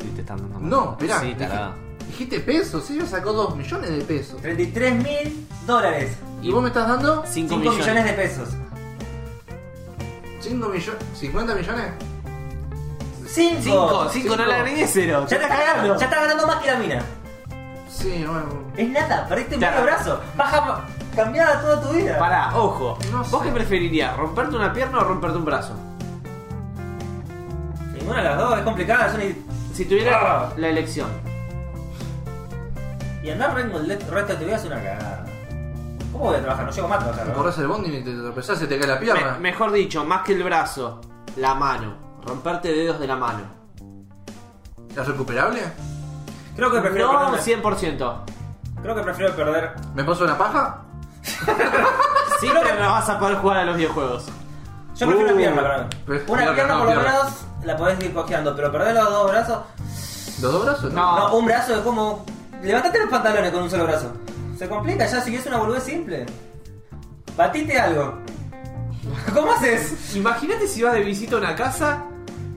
Sí, te están dando.
No, esperá.
Sí,
dij-
tarada.
dijiste pesos, sí, yo sacó 2 millones de pesos.
33 mil dólares.
¿Y vos me estás dando
5
5
millones.
millones. de pesos.
5 millones, 50 millones?
5,
5.
5, no
Cinco.
le agregué cero.
Ya
Te
está cagando. Ya está ganando más que la mina.
Sí, bueno.
Es nada, perdiste un
Ya.
medio brazo. Baja cambiada toda tu vida.
Pará, ojo.
No
¿Vos
sé.
qué preferirías? ¿Romperte una pierna o romperte un brazo?
Ninguna de las dos, es complicada. Son
si tuviera
Ah.
la elección.
Y andar rengo el resto de tu vida es una cagada. ¿Cómo voy a trabajar? No llego más a trabajar. ¿no?
Corres el bondi y te tropezás y te cae la
Me-
pierna.
mejor dicho, más que el brazo, la mano. Romperte dedos de la mano.
¿Es recuperable?
Creo que prefiero
No,
perder.
100%.
Creo que prefiero perder.
¿Me paso una paja?
Sí, pero no vas a poder jugar a los videojuegos.
Yo prefiero
Uh,
pierna para mí.
pues,
Una
pierna,
pierna
no,
por lo
pierna.
menos la podés ir cojeando, pero perder los dos brazos.
¿Los dos brazos?
No.
No, un brazo es como. Levantate los pantalones con un solo brazo. Se complica ya si es una boludez simple. Batiste algo. [laughs]
[laughs]
¿Cómo haces?
Imagínate si vas de visita a una casa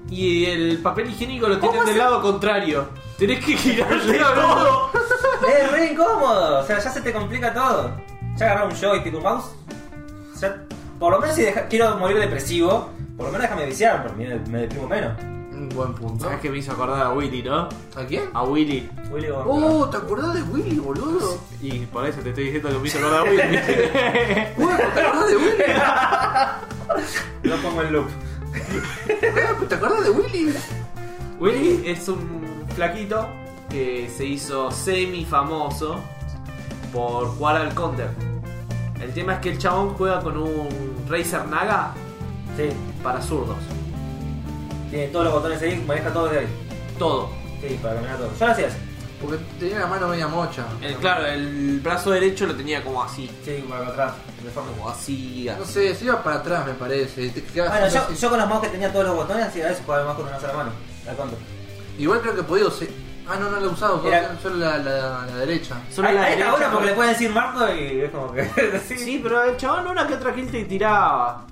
y el papel higiénico lo tienen
¿Cómo
del
se-
lado contrario. Tenés que girarle todo.
Es re incómodo. O sea, ya se te complica todo. Ya agarrar un joystick, un mouse. Ya, por lo menos si deja- quiero morir depresivo, por lo menos déjame viciar, porque me, me deprimo menos.
Un buen punto.
¿Sabes que me hizo acordar a Willy, no?
¿A quién?
A Willy.
Willy Wonka.
Oh, ¿te acordás de Willy, boludo?
Y por eso te estoy diciendo que me hizo acordar a Willy.
Bueno, ¿te acordás de Willy?
Lo pongo en loop.
Ah, ¿Te acordás de Willy?
Willy es un flaquito que se hizo semi famoso por jugar al counter. El tema es que el chabón juega con un Razer Naga
Sí,
para zurdos.
tiene todos los botones ahí, maneja todo desde ahí.
Todo.
Sí, para caminar todo. Yo lo hacía así.
Porque tenía la mano media mocha.
El- claro, el brazo derecho lo tenía como así.
Sí, para atrás, de forma
Como así.
No
así.
sé, se iba para atrás, me parece. Te quedabas
Bueno,
haciendo
yo,
así.
yo con los mouse que tenía todos los botones hacía eso, jugaba más con una sola mano. La contra.
Igual creo que podía usar. Ah, no, no la he usado, solo-
Era-
solo la, la, la derecha.
Solo
Ahí-
la
ahí está
derecha-
bueno porque le pueden decir Marco y es como que. [laughs] sí.
Sí, pero el chabón una que otra kill te tiraba.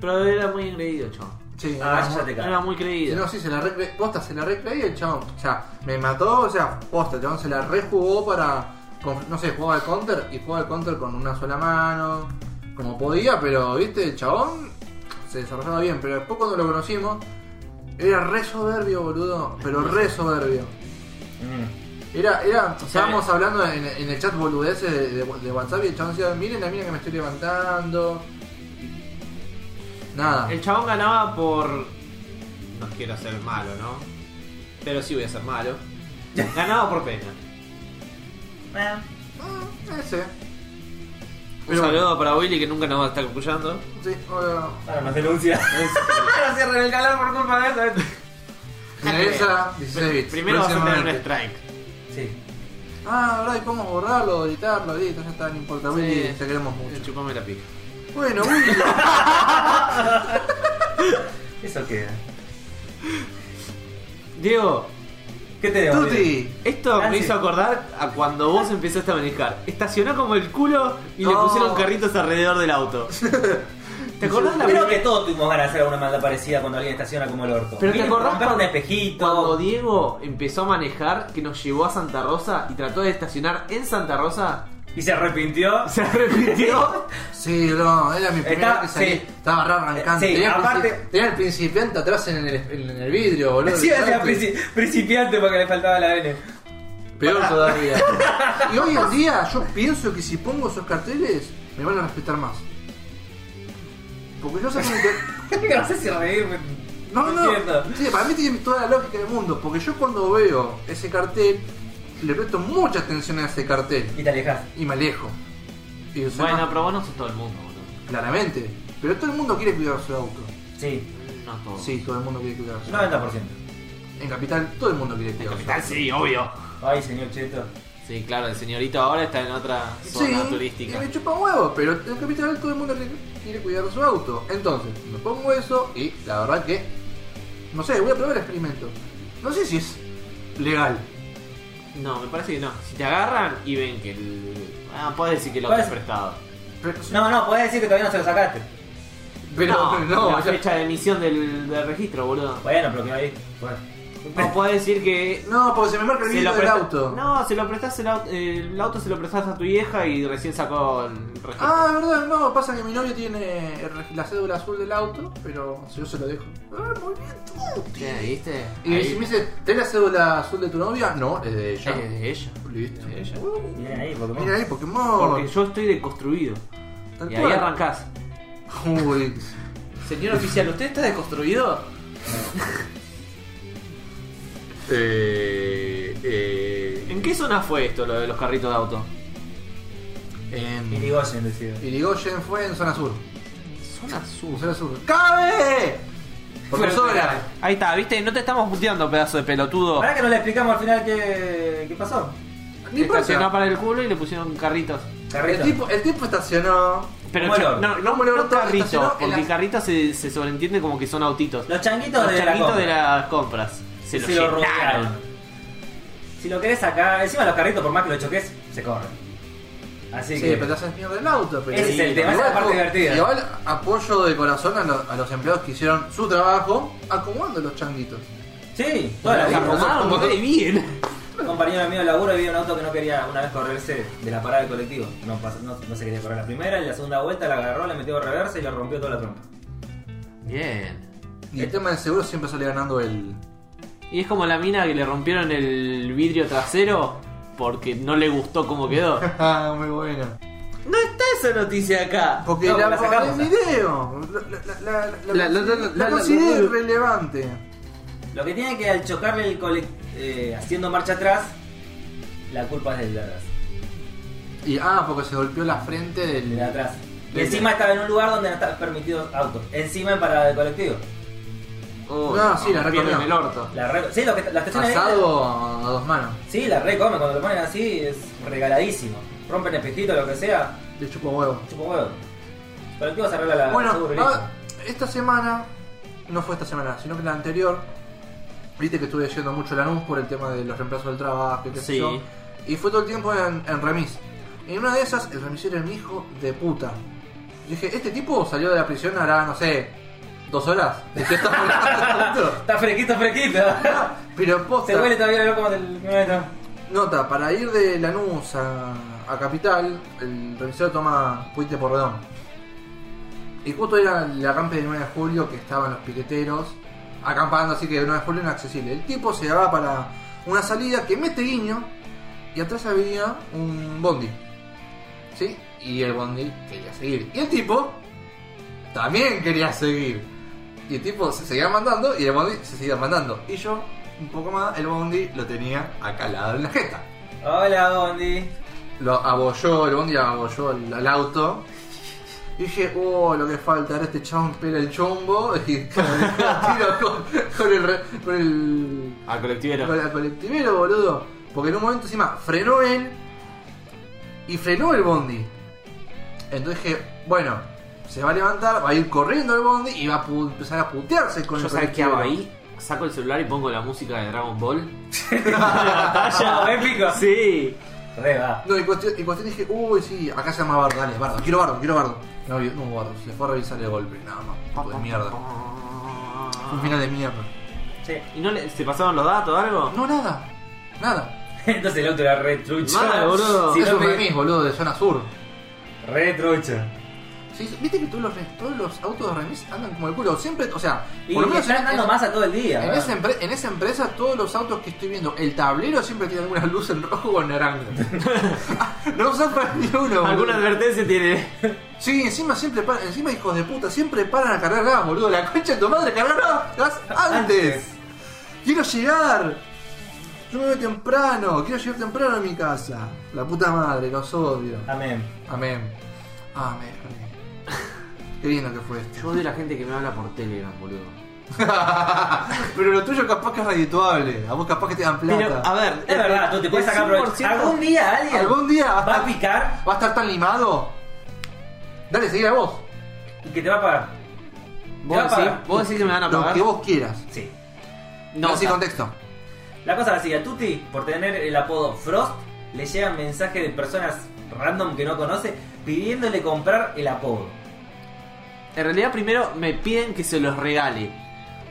Pero era muy creído, el chabón.
Sí,
Ah,
era
ya
muy-
te
Era
cago.
muy
Sí,
creído.
No, sí, se la recre... Posta, se la recreía el chabón. O sea, me mató, o sea, posta, el chabón se la rejugó para... con- no sé, jugaba al counter y jugaba al counter con una sola mano, como podía, pero, viste, el chabón se desarrollaba bien. Pero después cuando lo conocimos, era re soberbio, boludo, pero re soberbio. Era, era, estábamos hablando en, en el chat boludeces de, de- de WhatsApp y el chabón decía, miren la mina que me estoy levantando. Nada.
El chabón ganaba por. No quiero ser malo, ¿no? Pero sí voy a ser malo. Ganaba por pena.
Eh,
Ah, ese.
Un saludo para Willy que nunca nos va a estar escuchando.
Sí, hola.
Ahora nos denuncia. Ahora cierran el canal por culpa de eso. ¿eh?
Finaliza 16 bits.
Primero vas a tener un
próximamente.
strike.
Sí.
Ah, ahora y podemos borrarlo, editarlo, listo, ya está, no importa,
Sí.
Willy, te queremos
Eh,
mucho.
Chupame la pica.
Bueno, Willy,
Eso queda.
Diego,
¿Qué te digo?
Tuti.
esto
Ah,
me
sí.
hizo acordar a cuando vos empezaste a manejar. Estacionó como el culo y le
Oh.
pusieron carritos alrededor del auto. ¿Te acordás la
Creo
primera-
que todos tuvimos ganas de hacer alguna maldad parecida cuando alguien estaciona como el orto.
Pero te
Miren,
acordás
romper un
cuando- Cuando
espejito.
Diego empezó a manejar, que nos llevó a Santa Rosa y trató de estacionar en Santa Rosa,
Y se arrepintió.
se [laughs] arrepintió.
Sí, no, era mi primera
Está-
vez que salí.
sí.
Estaba re arrancante.
Sí,
tenía, el
aparte-
principi- tenía el principiante atrás en el, en el vidrio, boludo.
Sí, era
¿sabes?
princi- principiante porque le faltaba la N. [laughs]
Peor todavía. y hoy en día yo pienso que si pongo esos carteles, me van a respetar más. Porque yo saqué mi car-
no sé si reírme.
No, no,
entiendo.
sí, para mí tiene toda la lógica del mundo, porque yo cuando veo ese cartel, le presto mucha atención a ese cartel
Y te alejas.
y me alejo. Y yo soy
Bueno,
más-
pero vos no sos todo el mundo, boludo.
claramente. Pero todo el mundo quiere cuidar su auto.
Sí.
No todo.
Sí, todo el mundo quiere cuidar su auto.
90%.
En Capital todo el mundo quiere cuidar su
Ah,
auto.
sí, obvio.
Ay, señor Cheto.
Sí, claro, el señorito ahora está en otra zona
y
turística.
me chupa un huevo, pero en Capital todo el mundo quiere, quiere cuidar su auto. Entonces, me pongo eso y la verdad que, no sé, voy a probar el experimento. No sé si es legal.
No, me parece que no. Si te agarran y ven que el. Ah, podés decir que lo
Puede
has
ser.
prestado.
Pero,
No, no, podés decir que todavía no se lo sacaste.
pero [laughs] no,
la
ya-
fecha de emisión del, del registro, boludo.
Bueno, pero que ahí. Bueno.
No podés decir que.
No, porque se me marca Eh, el
se
vidrio
lo
del
presta-
auto.
No, se lo prestás el auto, el auto se lo prestás a tu vieja y recién sacó el registro.
Ah, verdad, no, pasa que mi novio tiene el reg- la cédula azul del auto, pero yo se lo dejo. Ah, muy bien tú.
¿Qué, ¿Viste?
Y
Ahí-
si me dice, ¿tenés la cédula azul de tu novia? No, es de ella.
Es de ella.
Listo.
Es de ella.
Bien ahí,
Mira
Pokémon.
ahí, Pokémon.
Porque yo estoy deconstruido.
Tal
Y ahí
cual.
arrancás. [laughs]
Uy.
Señor oficial, ¿usted está deconstruido?
Eh, eh,
¿En qué zona fue esto, lo de los carritos de auto?
En
Irigoyen decido.
Irigoyen fue en zona sur.
Zona sur.
Zona sur. ¡Cabe! Por
Fue-
sola.
Ahí está, viste, no te estamos puteando, pedazo de pelotudo.
¿Para que no le explicamos al final qué, qué pasó?
Ni
Estacionó
importa.
para el culo y le pusieron carritos.
El
Carrito.
tipo, el tipo estacionó.
Pero
Como el
no,
orto.
no, no,
Como el orto, estacionó
carritos,
en
porque
la-
carritos se, se sobreentiende como que son autitos.
Los changuitos
Los
de la
changuitos de
compra.
las compras. Se
Se,
los
lo
llenaron.
rodearon. Si lo querés acá, encima los carritos, por más que lo choques, se corren. Así
Sí,
que.
pero te haces mierda del auto. Pero
Ese es el tema, esa es la parte divertida.
Igual apoyo de corazón a, lo- a los empleados que hicieron su trabajo acomodando los changuitos.
Sí, toda la
Los
vida.
Arrumaron,
Nosotros-
qué bien.
Un compañero mío de laburo había un auto que no quería una vez correrse de la parada del colectivo. No, pas- no, no se quería correr la primera, en la segunda vuelta la agarró, la metió a reversa y le rompió toda la trompa.
Bien.
Y el tema del seguro siempre sale ganando el.
Y es como la mina que le rompieron el vidrio trasero porque no le gustó cómo quedó.
Ah, muy bueno.
No está esa noticia acá.
Porque
No,
la,
la
el
sacamos, la-
video. La, la, la,
La- la-
la,
la-
la
la- la-
considero
la-
relevante.
Lo que tiene que al chocarle el cole- eh, haciendo marcha atrás, la culpa es del de atrás.
Y, ah, porque se golpeó la frente
El
del.
de atrás. Y encima estaba en un lugar donde no estaba permitido autos. Encima en parada del colectivo.
Oh,
No, sí, la
rompieron
recomiendo.
el orto.
La re- sí, lo que, la estación
Asado a dos manos.
Sí, la re come, cuando lo ponen así es regaladísimo. Rompen espejito, lo que sea,
Le chupo huevo.
chupo huevo. Colectivo se arregla la
Bueno,
seguro, listo.
ah, esta semana, no fue esta semana, sino que la anterior, viste que estuve yendo mucho la Lanús por el tema de los reemplazos del trabajo, y qué sé
Sí.
yo, y fue todo el tiempo en, en remis. Y en una de esas, el remisero era un hijo de puta. Yo dije, este tipo salió de la prisión hará, no sé, dos horas. ¿De qué estás hablando?
[laughs] Está fresquito, fresquito.
Pero
Se
posta,
huele todavía el como del momento.
nota, para ir de Lanús a, a Capital, el remisero toma Puente Porredón. Y justo era la rampa del 9 de julio que estaban los piqueteros acampando, así que el 9 de julio inaccesible. El tipo se va para una salida que mete guiño y atrás había un bondi. ¿Sí? Y el bondi quería seguir. Y el tipo también quería seguir. Y el tipo se seguía mandando y el bondi se seguía mandando. Y yo, un poco más, el bondi lo tenía acá al lado en la jeta.
Hola, Bondi.
Lo abolló, el bondi abolló al, al auto. Y dije, oh, lo que falta, ahora este chabón pela el chombo [laughs] y tiro con, con el, re- con el
Al colectivero.
con el colectivero, boludo. Porque en un momento encima frenó él y frenó el bondi. Entonces dije, bueno, se va a levantar, va a ir corriendo el bondi y va a pu- empezar a putearse con
Yo
el
sabes qué hago
colectivero.
ahí. Saco el celular y pongo la música de Dragon Ball.
Vaya, épico.
Sí.
Re va.
No, y cuestión, y cuestión dije, uy, sí, acá se llama Bardo, dale, Bardo, quiero Bardo, quiero Bardo. No, yo- no, hubo Bardo, se le fue a revisar el golpe, nada más, puto de mierda. Fue Un final de mierda.
Sí. [laughs]
¿Y no le, se pasaron los datos o algo?
No, nada, nada.
Entonces el auto era re trucho.
Mal, boludo.
Si
es
no
un
me-
remis, boludo, de zona sur.
Re trucho.
Sí, Viste que todos los, re- todos los autos de remis andan como el culo, siempre, o sea,
Y le
en-
están dando
en-
masa todo el día.
En
¿verdad?
esa, empre- en esa empresa, todos los autos que estoy viendo, el tablero siempre tiene alguna luz en rojo o en naranja. [laughs] no usan ni uno.
¿Alguna
boludo.
advertencia tiene?
Sí, encima siempre paran, encima hijos de puta, siempre paran a cargar gas, boludo. La concha de tu madre, cargar gas antes. Quiero llegar. Yo me voy temprano, quiero llegar temprano a mi casa. La puta madre, los odio.
Amén.
Amén.
[laughs]
Amén. Qué lindo que fue este. esto.
Yo odio la gente que me habla por Telegram, boludo.
Pero lo tuyo capaz que es redituable. A vos capaz que te dan plata.
Pero, a ver,
Es verdad, tú te puedes sacar provecho. Algún día alguien
Algún día va a,
va a
estar,
picar
va a estar tan limado. Dale, seguí a vos.
y que te va a pagar.
¿Vos
Ya
decís,
para.
¿Vos decís que me van a
Lo
pagar?
que vos quieras.
Sí.
No,
No, sin
o sea,
contexto.
La cosa es así, a Tuti, por tener el apodo Frost, le llegan mensajes de personas random que no conoce pidiéndole comprar el apodo.
en realidad primero me piden que se los regale.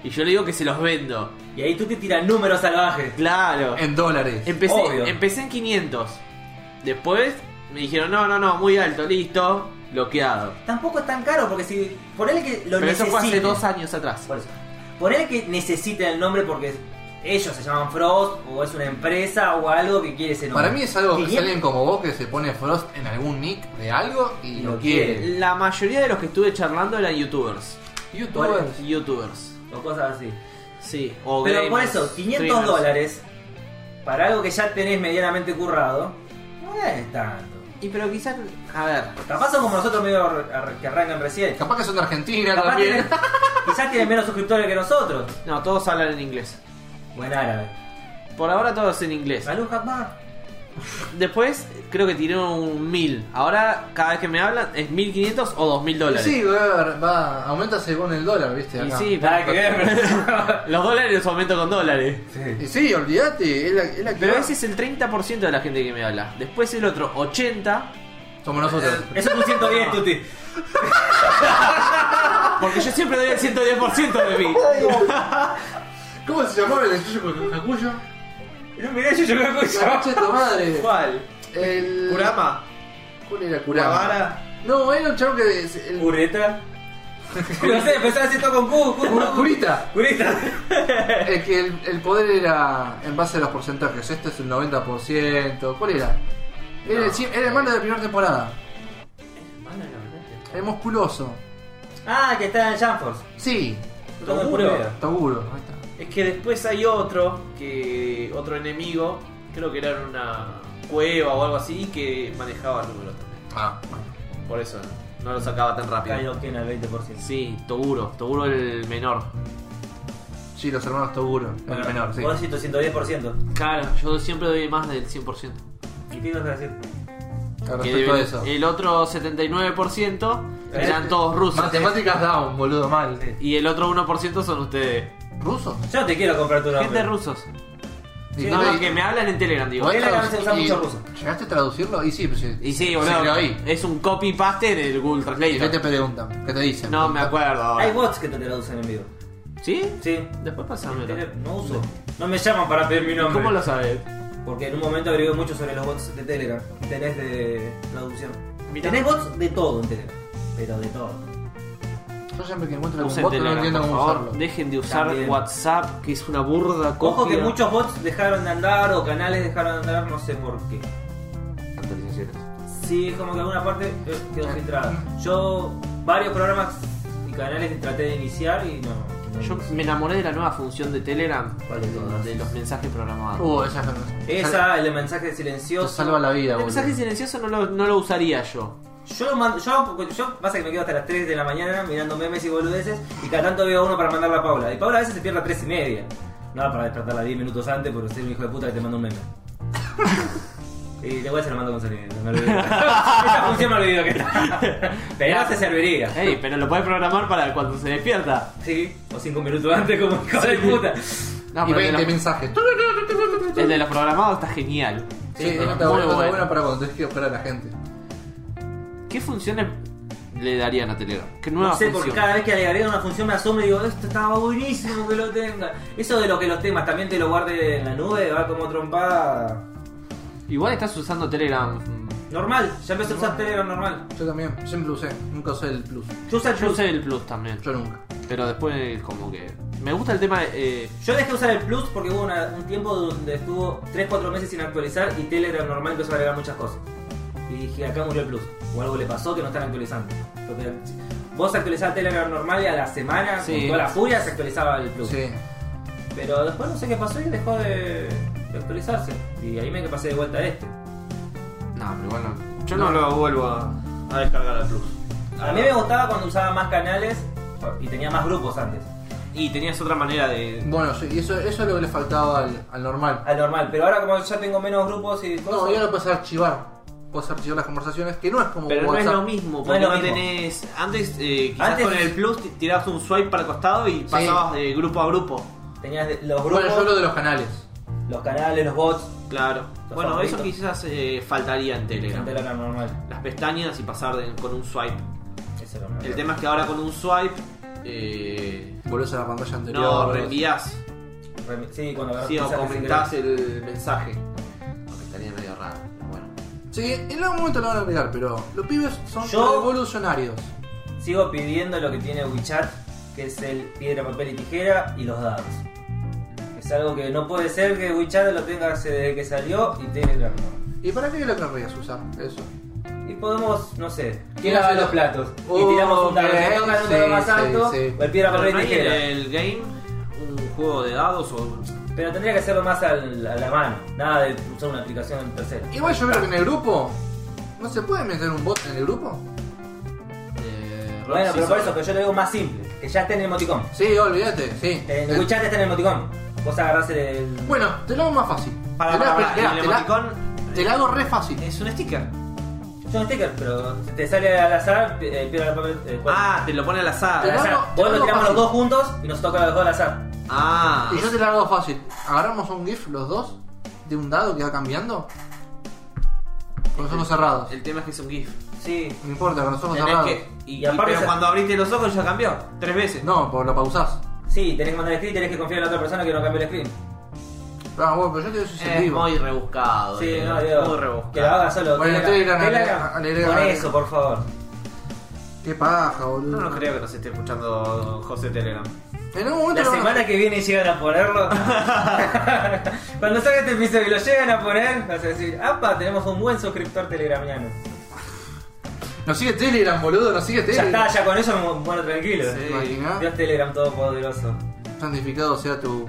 Y yo le digo que se los vendo.
Y ahí Tuti tira números salvajes.
Claro.
En dólares.
Obvio.
Empecé, empecé en 500. Después me dijeron, no, no, no, muy alto, listo, bloqueado.
Tampoco es tan caro porque si. Ponele que lo
Pero eso fue hace
necesite.
dos años atrás.
Por eso. Ponele que necesiten el nombre porque ellos se llaman Frost o es una empresa o algo que quiere ese nombre.
Para mí es algo que
Quinientos-
salen como vos que se pone Frost en algún nick de algo y
Lo
lo quiere.
La mayoría de los que estuve charlando eran youtubers.
Youtubers.
Youtubers.
O cosas así.
Sí, o
Pero
gamers,
por eso, 500
streamers.
dólares para algo que ya tenés medianamente currado, no es tanto.
Y pero quizás, a ver,
Capaz son como nosotros medio ar- ar- que arrancan recién.
Capaz que son de Argentina
Capaz
también.
tienen- quizás tienen menos suscriptores que nosotros.
no, todos hablan en inglés.
Buen árabe.
Por ahora todos en inglés.
Salud, jamás.
Después creo que tiraron un 1000. Ahora cada vez que me hablan es 1500 o 2000 dólares.
Sí, va, va, aumenta según el dólar, viste.
y
Acá.
sí,
Nada que ver, pero-
[laughs] los dólares aumentan con dólares.
Sí.
Y sí, olvídate, es la, es la que
Pero
va.
ese es el 30% de la gente que me habla. Después el otro 80,
Somos nosotros.
Eso es un 110, Tuti.
porque yo siempre doy el 110%
[laughs]
de mí.
¿Cómo se llamaba el estudio con Hakuyo?
No, mirá, yo llegué con
La
eso.
noche de tu [laughs] madre.
¿Cuál?
El...
¿Kurama?
¿Cuál era Kurama? No, era un chavo que... des- [laughs]
[laughs]
El...
Cureta. No sé, empezaba a decir todo con Q. Q,
Kur-
Q.
Kurita.
Curita.
El que el, el poder era en base a los porcentajes. Este es el 90%. ¿Cuál era? Era, el, cien- era el malo de la primera temporada. El musculoso.
Ah, que está en Jamforce.
Sí. Toguro. Ahí está.
Es que después hay otro, que otro enemigo, creo que era en una cueva o algo así, que manejaba números también.
Ah,
Por eso no lo sacaba tan rápido.
Caio Ken al 20%.
Sí, Toguro, Toguro el menor.
sí, los hermanos Toguro.
Bueno,
el menor, sí.
Vos decís tu 110%.
Claro, yo siempre doy más del 100%.
¿Y qué ibas a decir?
Con
Que eh,
Respecto a
deben-
eso.
El otro 79% eran
Eh,
todos rusos.
Matemáticas down, boludo, mal.
Sí.
Y el otro 1% son ustedes.
¿Rusos?
Yo te quiero comprar tu nombre.
Gente rusos.
Sí,
no,
no,
que me hablan en Telegram, digo.
¿Podés
Él acaba de
traducir-
usar mucho
y-
ruso.
¿Llegaste a traducirlo? Y sí, pues sí.
Y sí,
Se quedó
boludo.
ahí.
Es un copy paste del Google
¿Y qué te
Translate.
preguntan? ¿Qué te dicen?
No me acuerdo.
Hay
ahora.
bots que te traducen en vivo.
¿Sí?
Sí.
Después pasámelo.
Tele- No uso. No me llaman para pedir mi nombre.
¿Cómo lo sabes?
Porque en un momento averigué mucho sobre los bots de Telegram. Tenés de traducción.
Mirá.
Tenés bots de todo en Telegram. Pero de todo.
Yo siempre que encuentro algún
Usen
bot no
Telegram,
entiendo
por
cómo
favor.
usarlo.
Dejen de usar
También.
WhatsApp, que es una burda copia.
Ojo que muchos bots dejaron de andar o canales dejaron de andar, no sé por qué.
Actualizaciones. Ah.
Sí, es como que alguna parte eh, quedó filtrada. Yo varios programas y canales que traté de iniciar y no. no
Yo
hice.
me enamoré de la nueva función de Telegram.
¿Cuál de todas?
De los mensajes programados.
Uh, esa
Esa, el de mensaje
Te
silencioso.
salva la vida,
el
boludo.
Este mensaje silencioso no lo, no lo usaría yo.
Yo lo mando, yo, yo pasa que me quedo hasta las 3 de la mañana mirando memes y boludeces y cada tanto veo uno para mandarla a Paula. Y Paula a veces se pierde a 3 y media. Nada para despertarla 10 minutos antes por ser un hijo de puta que te manda un meme. Y igual se lo mando con sonido, me olvidé. [laughs] Esa función me olvidé que está. Pero se serviría.
Ey, pero lo puedes programar para cuando se despierta.
Sí, o 5 minutos antes como hijo de puta.
No,
y
pero el
20
de los-
mensajes.
el de los programados está genial.
Sí,
es
esa
muy
está buena, está
bueno.
buena para cuando tenés que operar a la gente.
¿Qué funciones le darían a Telegram? ¿Qué nueva
No sé, porque
función?
cada vez que le agrega una función me asombro y digo, esto estaba buenísimo que lo tenga. Eso de lo que los temas también te lo guarde en la nube, va como trompada.
Igual estás usando Telegram.
Normal, ya empecé a usar Telegram normal.
Yo también, siempre usé, nunca usé el plus.
Yo usé el
Yo
Plus.
usé el Plus también.
Yo nunca.
Pero después como que... Me gusta el tema de... eh,
Yo dejé de usar el Plus porque hubo una- un tiempo donde estuvo 3-4 meses sin actualizar y Telegram normal empezó a agregar muchas cosas. Y dije, acá murió el Plus. O algo le pasó que no están actualizando. Porque vos actualizabas Telegram normal y a la semana,
Sí.
con toda la furia, se actualizaba el Plus.
Sí.
Pero después no sé qué pasó y dejó de, de actualizarse. Y ahí me que pasé de vuelta a este.
No, pero bueno. Yo no, lo vuelvo a, a descargar al Plus.
A mí me gustaba cuando usaba más canales y tenía más grupos antes.
Y tenías otra manera de...
Bueno, sí, y eso, eso es lo que le faltaba al, al normal.
Al normal, pero ahora como ya tengo menos grupos y cosas.
No, y ahora puedes archivar. Puedes archivar las conversaciones, que no es como
Pero no es
WhatsApp.
lo mismo,
No
porque
es lo
no
mismo.
tenés... Antes, eh, quizás
Antes-
con el Plus ti- tirabas un swipe para el costado y pasabas de grupo a grupo.
Tenías de- los grupos,
Bueno, yo hablo de los canales.
los canales, los bots.
Claro.
Los
Bueno,
favoritos.
eso quizás eh, faltaría en Telegram.
Gente era normal.
Las pestañas y pasar de- con un swipe.
Eso era normal.
El tema es que ahora con un swipe... Eh,
Volvés a la pantalla anterior.
no,
volvés.
reenvías.
Remi- Sí, cuando agarras
Sí, o
pizza,
comentás
sí
el mensaje. Aunque estaría medio raro, pero bueno.
Sí, en algún momento lo van a olvidar, pero los pibes son
Yo-
revolucionarios.
que- Sigo pidiendo lo que tiene WeChat, que es el piedra, papel y tijera y los dados. Es algo que no puede ser que WeChat lo tenga hace- desde que salió y Telegram no.
¿Y para qué lo querrías usar? Eso.
Y podemos, no sé,
¿Quién
¿quién lava
hace
los
lo-
platos?
Oh,
y tiramos un dado,
ok,
que toca el número
sí,
más alto,
sí, sí.
o el piedra,
Pero
papel
no
y
hay en
tijera.
el game un-
juego de dados o.
Pero tendría que hacerlo más al- a la mano. Nada de usar una aplicación tercera.
Igual yo creo que en el grupo. ¿No se puede meter un bot en el grupo?
eh,
Bueno,
sí,
pero por
sí.
eso, pero yo lo digo más simple. Que ya esté en el emoticón.
Sí, olvídate, sí.
En
Eh,
WeChat está en el emoticón. Vos agarrás el...
Bueno, te lo hago más fácil.
Para,
te,
para,
la,
para,
mirá,
el
te la-
emoticón
te la hago re fácil.
es un sticker.
Es un sticker, pero si te sale al azar, pi- eh, pierde el papel. eh, cuatro.
Ah, te lo pone al
al
azar.
Te-
azar.
hago-
Vos
hago
lo tiramos
fácil.
los dos juntos y nos toca a los dos al azar.
Ah,
Y yo te la hago fácil. Agarramos un GIF los dos de un dado que va cambiando. Con los ojos cerrados.
El tema es que es un GIF.
Sí.
No importa, con los ojos
Tenés
cerrados.
que-
Y,
y-
aparte,
pero
se-
cuando abriste los ojos ya cambió. Tres veces.
No, pues lo pausás.
sí, tenés que mandar el screen, tenés que confiar en la otra persona que no cambió el screen.
Ah, bueno, pero yo te doy
Eh,
eso en
Es
vivo.
muy rebuscado.
Sí,
eh,
no, digo,
Muy
que lo
rebuscado.
haga solo.
Bueno,
que
ustedes
la-
irán
que la
a-
haga.
a leer-
Con
a leer.
eso, por favor.
Qué paja, boludo.
No, no creo que nos esté escuchando José Telegram.
En un momento
La
lo van a-
semana que viene llegan a ponerlo. Cuando salga este episodio y lo llegan a poner, vas a decir, ¡apa! Tenemos un buen suscriptor telegramiano.
Nos sigue Telegram, boludo, nos sigue
Ya
Telegram.
está, ya con eso me mu- muero tranquilo.
¿Te imaginas?
Dios Telegram todopoderoso.
Santificado sea tu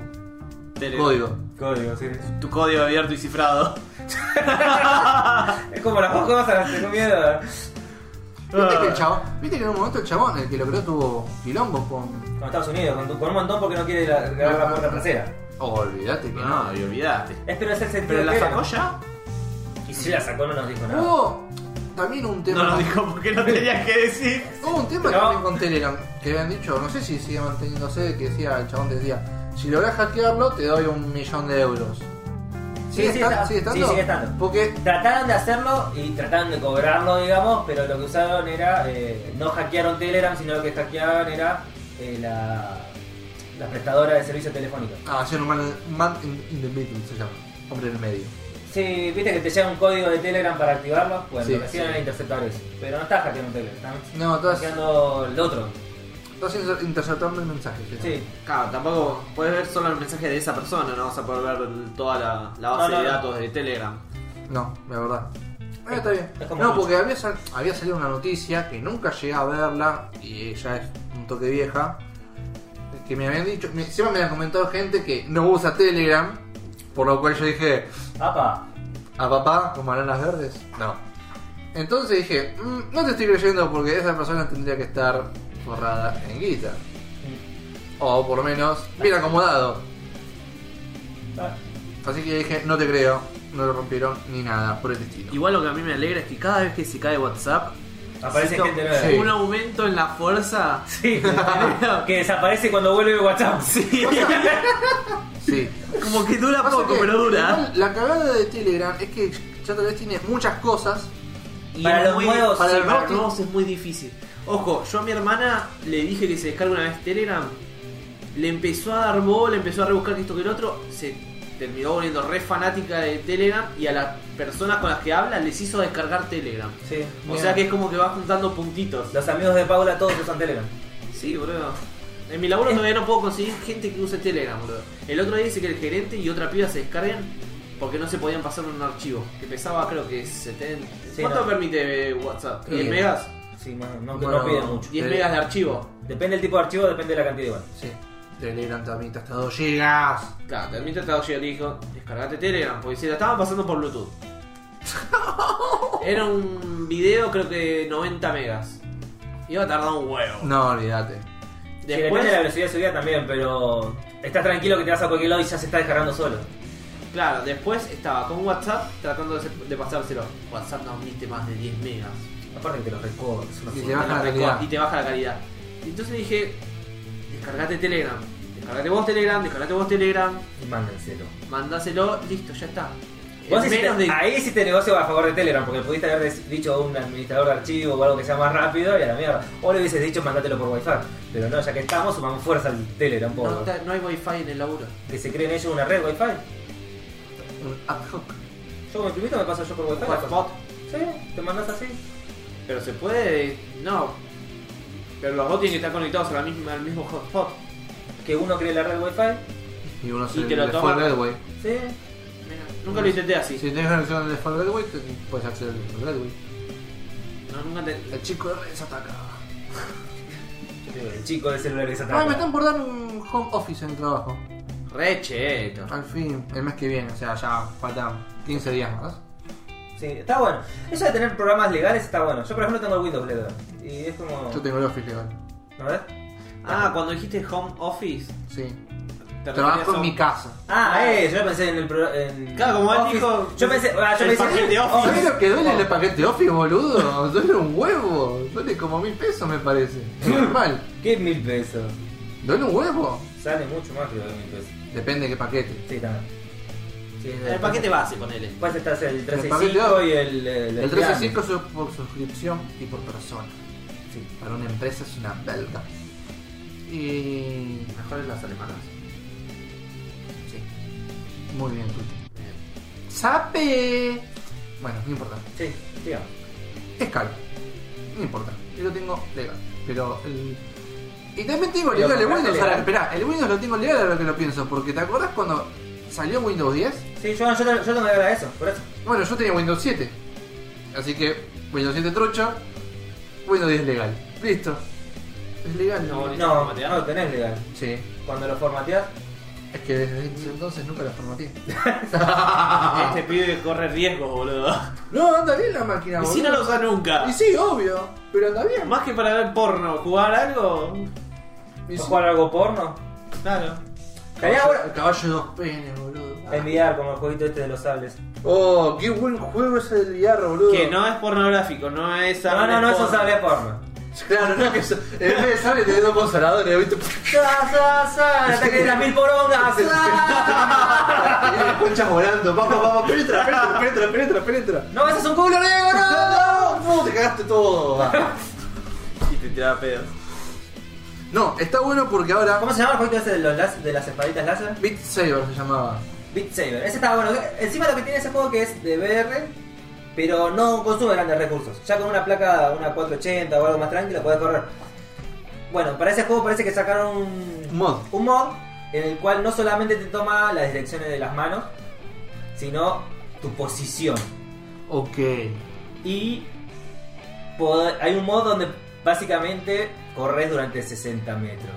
Telegram.
código.
Código, sí.
Tu código abierto y [laughs] cifrado.
Es como las dos cosas, tengo miedo.
¿Viste que
Ah.
el chabón? ¿Viste que en un momento el chabón, el que lo creó, tuvo quilombo con.
Con Estados Unidos, con, tu- con un montón porque no quiere la- grabar la puerta trasera.
Oh,
Ah.
olvídate que no.
No, y olvidaste.
Es pero es el sentido
Pero la
que era.
sacó ya.
Y si la sacó no nos dijo nada.
Hubo también un tema.
No lo dijo porque no tenías que decir.
Hubo un tema
Pero-
también con Telegram que habían dicho, no sé si sigue manteniéndose, que decía el chabón decía, si lográs hackearlo te doy un millón de euros. ¿Sigue,
sí,
estan-
está-
¿sigue estando?
sí, sigue estando.
Porque
Trataron de hacerlo y trataron de cobrarlo, digamos, pero lo que usaron era, eh, no hackearon Telegram, sino lo que hackeaban era eh, la, la prestadora de servicio telefónico.
Ah, sí, un man, man in, in the middle se llama. Hombre en el medio.
Sí, viste que te llega un código de Telegram para activarlo, bueno,
Sí,
lo que hacían
sí.
era interceptar eso. Pero no está hackeando Telegram, están
No, estás,
hackeando el otro.
estás inter- interceptando el mensaje. ¿sí?
Sí.
[laughs] Claro, tampoco puedes ver solo el mensaje de esa persona, no vas a poder ver toda la, la
No,
base
no,
de
no.
datos de Telegram.
No, la verdad. Ah, está bien.
Es como
No,
mucho.
porque había, sal- había salido una noticia que nunca llegué a verla y ya es un toque vieja. Que me habían dicho, me, encima me habían comentado gente que no usa Telegram, por lo cual yo dije,
Apa,
a papá con bananas verdes. No. Entonces dije, "Mm, no te estoy creyendo porque esa persona tendría que estar forrada en guita.
Mm.
O por lo menos, bien acomodado.
Ah,
Así que dije, no te creo, no lo rompieron ni nada por el estilo.
Igual lo que a mí me alegra es que cada vez que se cae WhatsApp,
aparece
siento
gente nueva.
Sí.
un aumento en la fuerza.
[laughs] Sí, que desaparece cuando vuelve
[laughs]
WhatsApp.
Sí,
Sí.
como que dura
Pasa
poco,
que,
pero dura.
igual, La cagada de Telegram es que ya tal vez tiene muchas cosas.
Y
Para
es
los
muy-
nuevos,
para,
sí,
los
para
nuevos
nuevos
es muy difícil. Ojo, yo a mi hermana le dije que se descargue una vez Telegram, le empezó a dar bola, empezó a rebuscar que esto que el otro, se terminó volviendo re fanática de Telegram y a las personas con las que habla les hizo descargar Telegram.
Sí.
O sea que es como que va juntando puntitos.
Los amigos de Paula todos usan Telegram.
Sí, boludo. En mi laburo todavía no puedo conseguir gente que use Telegram, boludo. El otro día dice que el gerente y otra piba se descargan porque no se podían pasar un archivo. Que pesaba creo que 70...
Sí,
¿Cuánto
no.
permite eh, WhatsApp?
Creo
¿10
que-
megas?
Sí, no, no, no
Bueno,
piden mucho.
10
Eh,
megas de archivo.
Depende del tipo de archivo, depende de la cantidad igual.
Sí. Telegram también está hasta 2 gigas.
Claro, también te estaba llegando y dijo, descargate Telegram, porque se la estaban pasando por
[laughs]
Bluetooth. Era un video creo que 90 megas. Iba a tardar un huevo.
No, olvídate.
Sí, depende
Después,
de la velocidad de subida también, pero estás tranquilo que te vas a cualquier lado y ya se está descargando solo.
claro, después estaba con WhatsApp tratando de, se- de pasárselo. WhatsApp no admite más de 10 megas.
Aparte que te lo recorro, es una
Sí,
puta.
te baja la
recorta
calidad.
Y te baja la calidad. Entonces dije, descargate Telegram. Descargate vos Telegram, descargate vos Telegram,
Y mándenselo.
mandáselo, listo, ya está.
Vos
En
hiciste-
menos de
Ahí hiciste negocio a favor de Telegram, porque pudiste haber des- dicho a un administrador de archivo o algo que sea más rápido y a la mierda. O le hubieses dicho mandátelo por wifi. Pero no, ya que estamos, sumamos fuerza al Telegram,
no,
pobre.
está- no hay wifi en el laburo.
Que se creen ellos una red wifi.
Un ad hoc.
Yo con mi primito me paso yo por wifi.
Por favor.
Sí, te mandas así.
Pero se puede. No. Pero los dos tienen que estar conectados a la misma, al mismo hotspot.
Que uno cree la red wifi.
Y uno se
te lo
le
toma-
fue el gateway.
Sí.
Mira, nunca lo intenté así.
Si tenés conexión al default gateway, te- puedes acceder al default gateway.
No, nunca te-
El chico de redes ataca.
El chico del celular que se
Ah,
atrapa.
me están por dar un home office en el trabajo.
Recheto.
Al fin, el mes que viene, o sea, ya faltan 15 días más.
Sí, está bueno. Eso de tener programas legales está bueno. Yo, por ejemplo, tengo el Windows Legal. Y es como.
Yo tengo el office legal.
¿No ves?
Ah, cuando dijiste home office.
Sí.
te referías
Trabajo
a
en
un-
mi casa.
Ah, eh, yo pensé en el pro- en
Claro, como él
Office.
dijo,
Yo pensé. Ah, yo
el
pensé.
paquete Office.
¿Sabés lo que duele el paquete office, boludo? Duele un huevo. Duele como mil pesos, me parece. Es normal.
Oh, ¿Qué es mil pesos?
¿Duele un huevo?
Sale mucho más que lo de mil pesos.
Depende de qué paquete.
Sí, está. Sí,
Eh,
es
El
verdad.
paquete base, ponele.
Después estás el
paquete
365
Office.
y el. El,
El
el
13.5 es por suscripción y por persona.
Sí.
Para una empresa es una belga. Y.
Mejor es las alemanas.
Sí. Muy bien, Tuti. ¡Sape! Bueno, no importa.
Sí, digamos.
Es caro. No importa. Yo lo tengo legal. Pero el. Y también tengo
Pero
legal el
compraste
Windows.
legal.
Ahora, esperá, el Windows lo tengo legal ahora que lo pienso. Porque ¿te acordás cuando salió Windows 10?
Sí, yo, yo, yo tengo que hablar de eso, por eso.
Bueno, yo tenía Windows 7. Así que Windows 7 trucho, Windows 10 legal. Listo. Es legal.
No, no, lo tenés legal.
Sí.
Cuando lo formateas,
Es que desde ese entonces nunca la formateé. Ah,
Este pibe corre riesgos, boludo.
No, anda bien la máquina,
Y
boludo.
si no lo usa nunca.
Y sí, obvio. Pero anda bien.
Más que para ver porno, jugar algo.
Y
¿vas a
sí.
jugar algo porno?
Claro.
Estaría bueno
El caballo de dos penes, boludo.
enviar como el jueguito este de los sables.
Oh, qué buen juego ese del VR, boludo.
Que no es pornográfico, no es
No, no, no, eso sale porno.
Claro, no es que eso. En vez de sable tenés dos consoladores, ¿viste?
¡Sa, sa, sa! ¡Ataque de las mil porongas! ¡Sa!
Tenés conchas volando. Vamos, vamos, penetra, penetra, penetra, penetra, penetra.
[laughs] ¡No, eso es un culo negro!
No, no, te cagaste todo.
Y te tiraba pedos.
No, está bueno porque ahora
¿Cómo se llama el jueguito ese de, los las- de las espaditas láser?
Beat Saber se llamaba.
Beat Saber. Ese está bueno. Encima lo que tiene ese juego que es de VR, pero no consume grandes recursos. Ya con una placa, una 480 o algo más tranquilo, puedes correr. Bueno, para ese juego parece que sacaron un
Mod.
un mod en el cual no solamente te toma las direcciones de las manos, sino tu posición.
Ok.
Y pod- hay un mod donde básicamente corres durante 60 metros.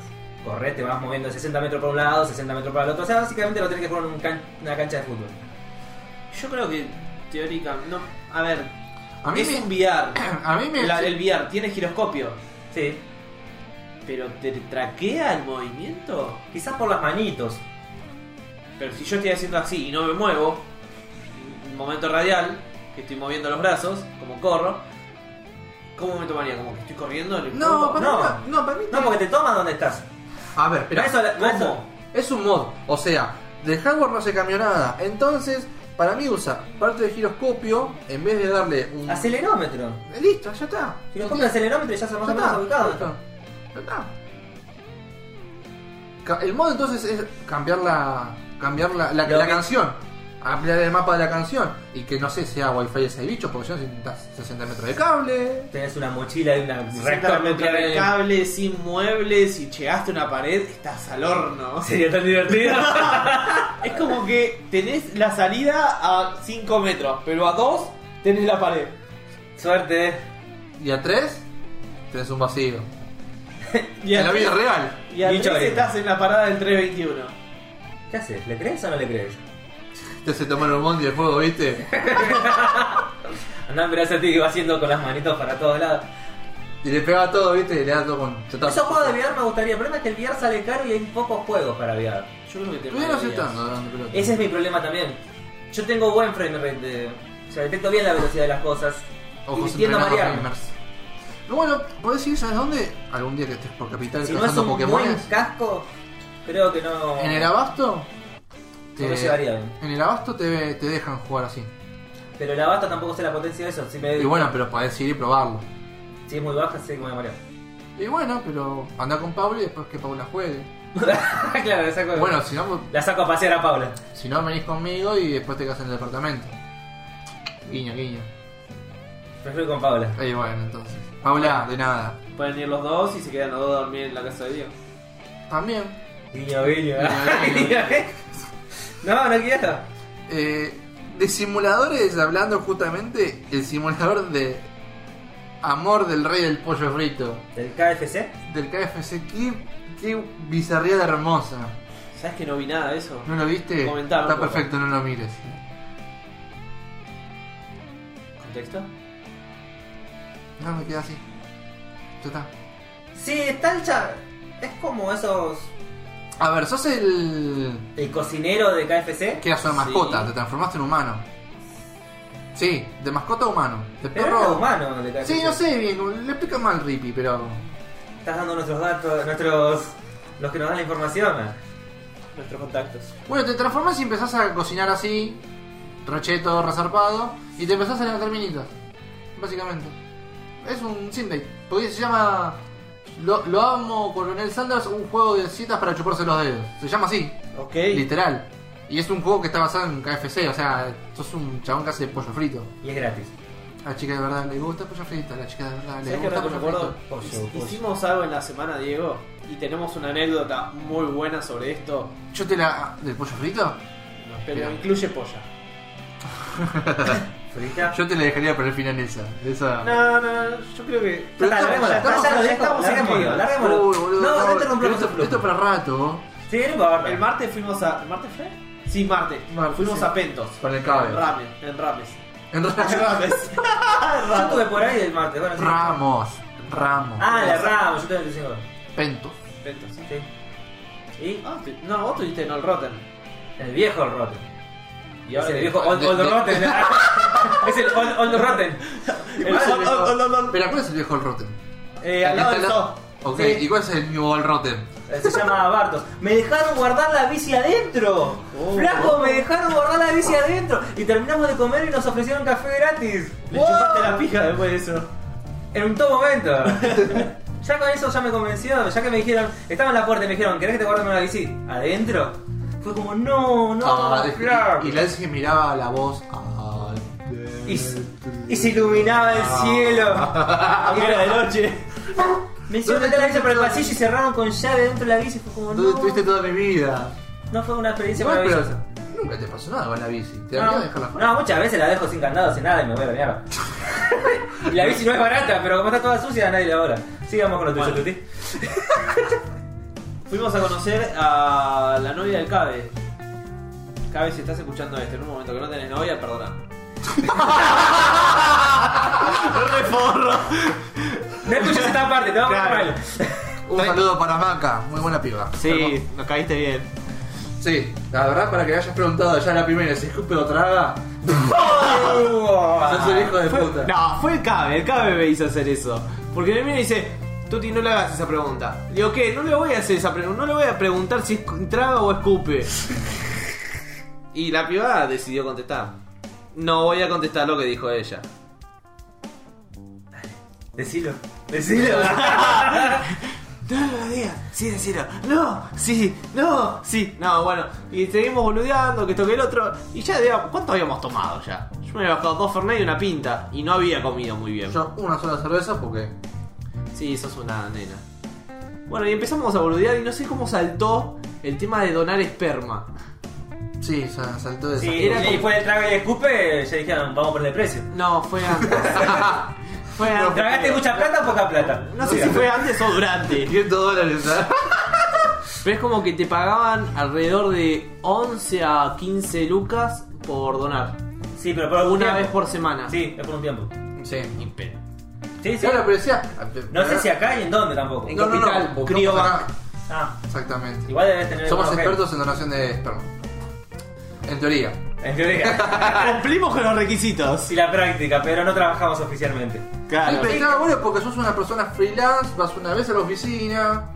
Corres, te vas moviendo 60 metros por un lado, 60 metros para el otro. O sea, básicamente lo tenés que jugar en un can- una cancha de fútbol.
Yo creo que teóricamente. No, a ver.
A mí
es
me.
un VR.
[coughs] A mí me.
La- el VR tiene giroscopio.
Sí.
Pero te traquea el movimiento.
Quizás por las manitos.
Pero si yo estoy haciendo así y no me muevo, un momento radial, que estoy moviendo los brazos, como corro, ¿cómo me tomaría? ¿Como que estoy corriendo? en el
No,
cuerpo?
para
No.
mí. No, para mí.
No, porque te toma donde estás.
A ver, pero.
Para eso, para eso-
Es un mod, o sea, del hardware no se cambió nada. Entonces, para mí usa parte de giroscopio en vez de darle un.
acelerómetro.
Eh, Listo, ya está.
Si lo compras acelerómetro ya sabes más
Ya
o menos
está.
ubicado.
Ya está. Ya está. Ca- El mod entonces es cambiar la. cambiar la, la,
Lo
la
que-
canción. Ampliar el mapa de la canción. Y que no sé, sea wifi ese bicho, porque si no necesitas 60 metros de cable.
Tenés una mochila y una
Recta
reactor
metro
nuclear en
de
el-
cable, sin muebles, si llegaste a una pared, estás al [laughs] horno.
Sería tan divertido.
Es como que tenés la salida a 5 metros, pero a 2 tenés la pared.
Suerte.
Y a 3, tenés un vacío.
Y
en la
a
vida
3
real.
y a
Dicho
tres
bien.
estás en la parada del 321.
¿Qué haces? ¿Le crees o no le crees?
Te hace tomar un montón de fuego, ¿viste?
Andá, mirá ese tío que va haciendo con las manitos para todos lados.
Y le pega todo, ¿viste? Y le da todo con. chatazo.
Esos juegos de VR me gustaría. El problema es que el VR sale caro y hay pocos juegos para VR.
Yo creo que te
Estuvieron
matarías.
aceptando, dando pelota.
Ese es mi problema también. Yo tengo buen frame rate. de- o sea, detecto bien la velocidad de las cosas.
Ojos
y tiendo a
entrenados
marearme.
gamers. No, bueno, podés ir, ¿sabes dónde? Algún día que estés por Capital
Si no es
cazando
un
Pokémon.
buen casco, creo que no.
En el abasto.
lo llevaría bien.
En el abasto te, te dejan jugar así.
Pero la basta tampoco sé la potencia de eso. Si, me,
Y bueno, pero podés ir y probarlo.
si es muy baja, sé que me voy a marear.
Y bueno, pero anda con Paula y después que Paula juegue.
[laughs] claro, esa cosa.
Bueno, si no,
la saco a pasear a Paula.
si no venís conmigo y después te casas en el departamento. Guiño, guiño.
Prefiero ir con Paula.
Y bueno, entonces. Paula, de nada.
Pueden ir los dos y se quedan los dos a dormir en la casa de Dios.
[laughs]
También. [laughs]
Guiño, guiño. [laughs]
Guiño, guiño.
no, no quiero.
Eh, de simuladores, hablando justamente, el simulador de Amor del Rey del Pollo Frito,
¿Del KFC?
del KFC, qué, qué bizarría hermosa.
¿Sabes que no vi nada de eso?
¿No lo viste?
Comentá un
Está
poco.
perfecto, no lo mires.
¿Contexto?
No, me queda así. Ya está.
Sí, está el cha- Es como esos.
A ver, sos el.
El cocinero de KFC.
que era su mascota, te transformaste en humano. Sí, de mascota a humano. De
Pero no era
perro.
humano de KFC.
Sí, no sé bien, le explica mal Rippy, pero.
Estás dando nuestros datos, nuestros. los que nos dan la información.
Nuestros contactos.
Bueno, te transformas y empezás a cocinar así, rocheto, resarpado, y te empezás a levantar minitas. Básicamente. Es un Sinbait. Porque se llama. Lo, lo amo, Coronel Sanders, un juego de citas para chuparse los dedos. Se llama así.
Ok.
Literal. Y es un juego que está basado en KFC, o sea, sos un chabón que hace pollo frito.
Y es gratis.
A la chica de verdad le gusta el pollo frito, a la chica de verdad le
¿Sabes que
gusta
ahora
el
que me
pollo
acuerdo?
frito.
Pollo,
Hic-
pollo.
Hicimos algo en la semana, Diego, y tenemos una anécdota muy buena sobre esto.
Yo te la... ah, ¿Del pollo frito?
Pero
Bien.
incluye polla.
Frita.
Yo te la dejaría para el final esa. esa...
No, no, no, yo creo que.
Pero
Ya
estamos-
está,
estamos-
ya lo dijo,
estamos
larguémoslo,
arriba.
larguémoslo.
Uy, boludo,
No, no
estamos-
te rompamos
esto,
el
esto es
flujo.
para rato,
Sí, no importa.
El martes fuimos a. ¿El martes fue? Sí, martes.
Martes,
fuimos
sí.
a Pentos.
Con el
En
cabello.
ramen, en rames.
En
En
ra-
rames.
Yo estuve por ahí el martes, bueno, sí.
Ramos. Ramos.
Ah, la Ramos, yo te lo digo.
Pentos.
Pentos, sí.
Y
Ah, te- no, vos tuviste en el Rotten.
el viejo Rotten. Y
ahora
ahora el
de-
viejo Old,
de-
old
de-
Rotten. [laughs] es el Old, old Rotten.
El
¿Cuál es el
Old-
viejo-
Old- Old- Old-
Pero ¿cuál es el viejo el Rotten?
Eh, al
El
lado
que
del
está
zoo.
Ok,
Sí.
¿y cuál es el New Old Rotten?
Este Se llama Bartos. Me dejaron guardar la bici adentro.
Oh.
Flaco, me dejaron guardar la bici adentro. Y terminamos de comer y nos ofrecieron café gratis.
Le
¡Wow!
chupaste la pija después de eso.
En un todo momento.
[laughs]
ya con eso ya me convenció. Ya que me dijeron, estaba en la puerta y me dijeron, ¿querés que te guardemos la bici? ¿Adentro? Fue como, no, no,
Ah, de-
flaco.
y, y la vez que miraba la voz. ah,
Y, se- y se iluminaba el cielo.
[laughs]
Aunque era de noche.
Me hicieron meter la bici por el pasillo y cerraron con llave dentro de la bici. Fue como,
¿Dónde
no.
estuviste toda mi vida?
No fue una experiencia
Igual, pero
maravillosa.
nunca te pasó nada con la bici. Te
No,
habría de dejarla fuera.
no, muchas veces la dejo sin candado, sin nada y me voy a
[laughs]
la mierda. Y la bici no es barata, pero como está toda sucia, nadie la ahora. Sigamos con lo tuyo,
Bueno.
Tuti.
Fuimos a conocer a la novia del Cabe. Cabe, si estás escuchando esto en un momento que no tenés novia, perdona.
No escuches esta parte, te vamos a
Claro.
mal.
Un saludo para Maca, muy buena piba.
Sí, nos caíste bien.
Sí, la verdad para que hayas preguntado ya la primera si escupe o
[laughs]
traga, sos un hijo de puta.
No, fue el Cabe, el Cabe me hizo hacer eso. Porque me mira y dice, Tuti, no le hagas esa pregunta. Le digo, ¿qué? No le voy a hacer esa pregunta, no le voy a preguntar si escu- traga o escupe.
[laughs] Y la privada decidió contestar. No voy a contestar lo que dijo ella.
Decilo, decilo.
No lo digas, sí, decilo, no, sí, no, sí, no, bueno, y seguimos boludeando, que esto que el otro, y ya, digamos, ¿cuánto habíamos tomado ya? Yo me había bajado dos Fernet y una pinta, y no había comido muy bien.
Yo una sola cerveza porque
Sí, sos una nena. Bueno, y empezamos a boludear, y no sé cómo saltó el tema de donar esperma.
sí, sa- saltó de
[laughs] Sí,
Era
y
como-
fue el trago y escupe, ya dijeron, vamos a ponerle precio.
No, fue [laughs] antes. fue antes.
¿Tragaste mucha plata o poca plata?
No sé si fue antes o durante.
500 dólares. ¿eh? ¿sabes?
Pero es como que te pagaban alrededor de 11 a 15 lucas por donar.
Sí, pero por algún
Una
tiempo.
vez por semana.
Sí, es por un tiempo.
Sí.
Sí, sí.
Claro, pero decía.
No sé si acá y en dónde tampoco.
En
No, no,
Capital,
no,
Criobank.
no, acá.
Ah,
Exactamente.
igual debes tener.
Somos
algunos
expertos en donación de esperma. En teoría.
genes. En teoría.
[laughs] Cumplimos con los requisitos.
y la práctica, pero no trabajamos oficialmente.
Sí,
Claro.
pero está bueno porque sos una persona freelance, vas una vez a la oficina.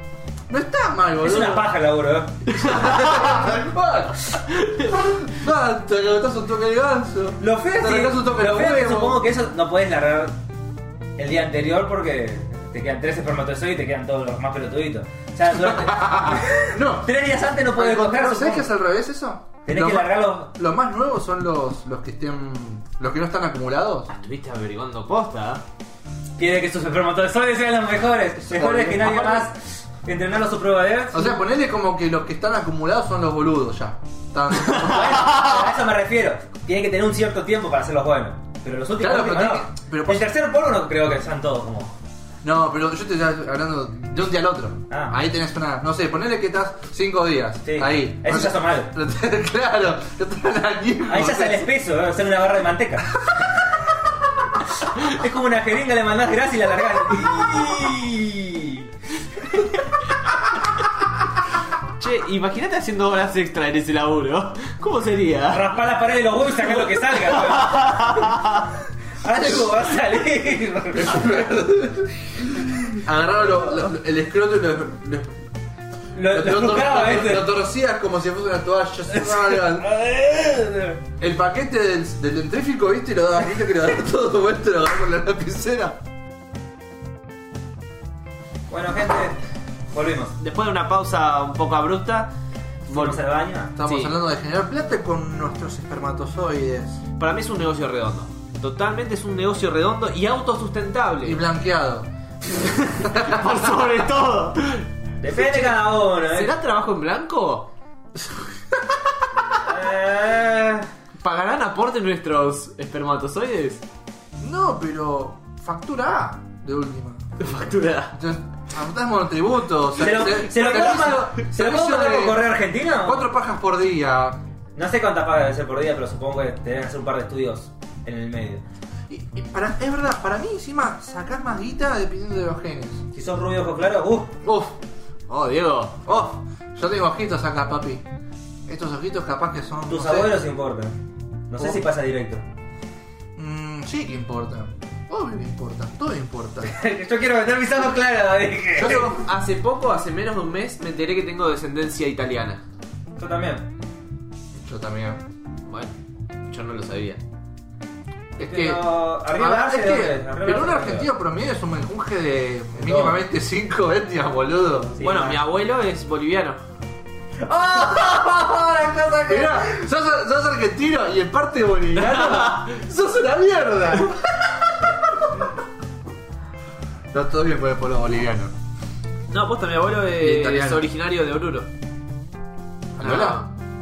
No está mal,
Es
boludo.
una paja el laburo, ¿eh?
Tal cual. Ah, Te levantás un toque de ganso.
Lo feo,
Te
sí,
arrancás un toque de
lo feo es que
huevo.
supongo que eso no podés largar el día anterior porque te quedan tres espermatozoides y te quedan todos los más pelotuditos. O
[laughs]
sea, durante-
No,
tres días antes no
Al
podés coger.
contrario, ¿Sabés
supongo.
que es al revés eso?
Tenés
Los
que
ma-
largarlos.
Los más nuevos son los, los que estén. los que no están acumulados.
Estuviste averiguando posta. ¿eh?
Quiere que sus espermatozoides sean los mejores. Mejores que nadie más. Entrenarlos a su prueba de
O sea, ponele como que los que están acumulados son los boludos ya.
[laughs]
Están- [laughs]
A eso me refiero. Tiene que tener un cierto tiempo para hacerlos buenos. Pero los últimos.
Claro, pero
últimos
tiene
no.
que- pero por-
El tercer polvo no creo que sean todos como.
No, pero yo te estoy hablando de un día al otro.
Ah.
Ahí tenés una. No sé, ponele que estás cinco días.
Sí.
Ahí.
Eso
No
ya
sé-
está mal.
[laughs] claro, estás ahí.
Ahí ya sale espeso, va a ser una barra de manteca. es como una jeringa, le mandás grasa y la largás. Y-
Che, imagínate haciendo horas extra en ese laburo. ¿Cómo sería?
Raspá la pared de los huevos y sacá lo que salga. güey. Algo va a salir.
[laughs] Agarraba lo- lo- el escroto y lo, lo,
Lo,
lo-
lo
lo-
tocaba,
lo-
¿viste?
lo torcías como si fuese una toalla. Salgan. el paquete del, del dentrífico, viste, y lo dabas, viste que lo dabas todo vuelto y lo dabas con la lapicera.
Bueno, gente, volvimos.
Después de una pausa un poco abrupta,
Volvimos al
vol-
baño.
Estamos
Sí.
hablando de generar plata con nuestros espermatozoides.
para mí es un negocio redondo. Totalmente es un negocio redondo y autosustentable.
Y blanqueado.
[laughs] por sobre todo.
Depende de cada uno, ¿eh?
¿Será trabajo en blanco?
Eh,
¿Pagarán aporte nuestros espermatozoides? [laughs]
No, pero factura A, de última.
Factura.
Entonces, Aportamos los tributos.
¿Se lo, se lo puedo pagar- se lo puedo pagar por correo argentino?
Cuatro pajas por día.
No sé cuántas pagas debe ser por día, pero supongo que deben hacer un par de estudios en el medio.
Y, y para, es verdad, para mí encima sacás más guita dependiendo de los genes.
Si sos rubio ojo claro, uh,
Uf,
Oh, Diego.
uf. Yo tengo ojitos acá, papi. Estos ojitos capaz que son.
tus
no sé.
abuelos importan. No sé
Oh.
si pasa directo.
Mm, sí que importan. Obvio que importan, todo
[laughs]
importa.
[laughs] Yo quiero meter mis ojos claros, dije.
Yo tengo- hace poco, hace menos de un mes, me enteré que tengo descendencia italiana.
Yo también.
Yo también.
Bueno, yo no lo sabía.
Es que.
Pero arriba
Ahora, Ah,
Arce,
es
¿dónde
que
es? Arriba
pero un
Arce,
argentino promedio es un menjunje de mínimamente cinco [laughs] etnias, boludo.
Sí,
bueno,
mal.
mi abuelo es boliviano.
[laughs] Mirá, ¡Oh! sos, sos argentino y en parte
[laughs]
boliviano. sos una mierda. Está todo bien por el pueblo boliviano.
No, aposta, mi abuelo
Y
es,
italiano.
originario de Oruro.
Ah.
¿Hola?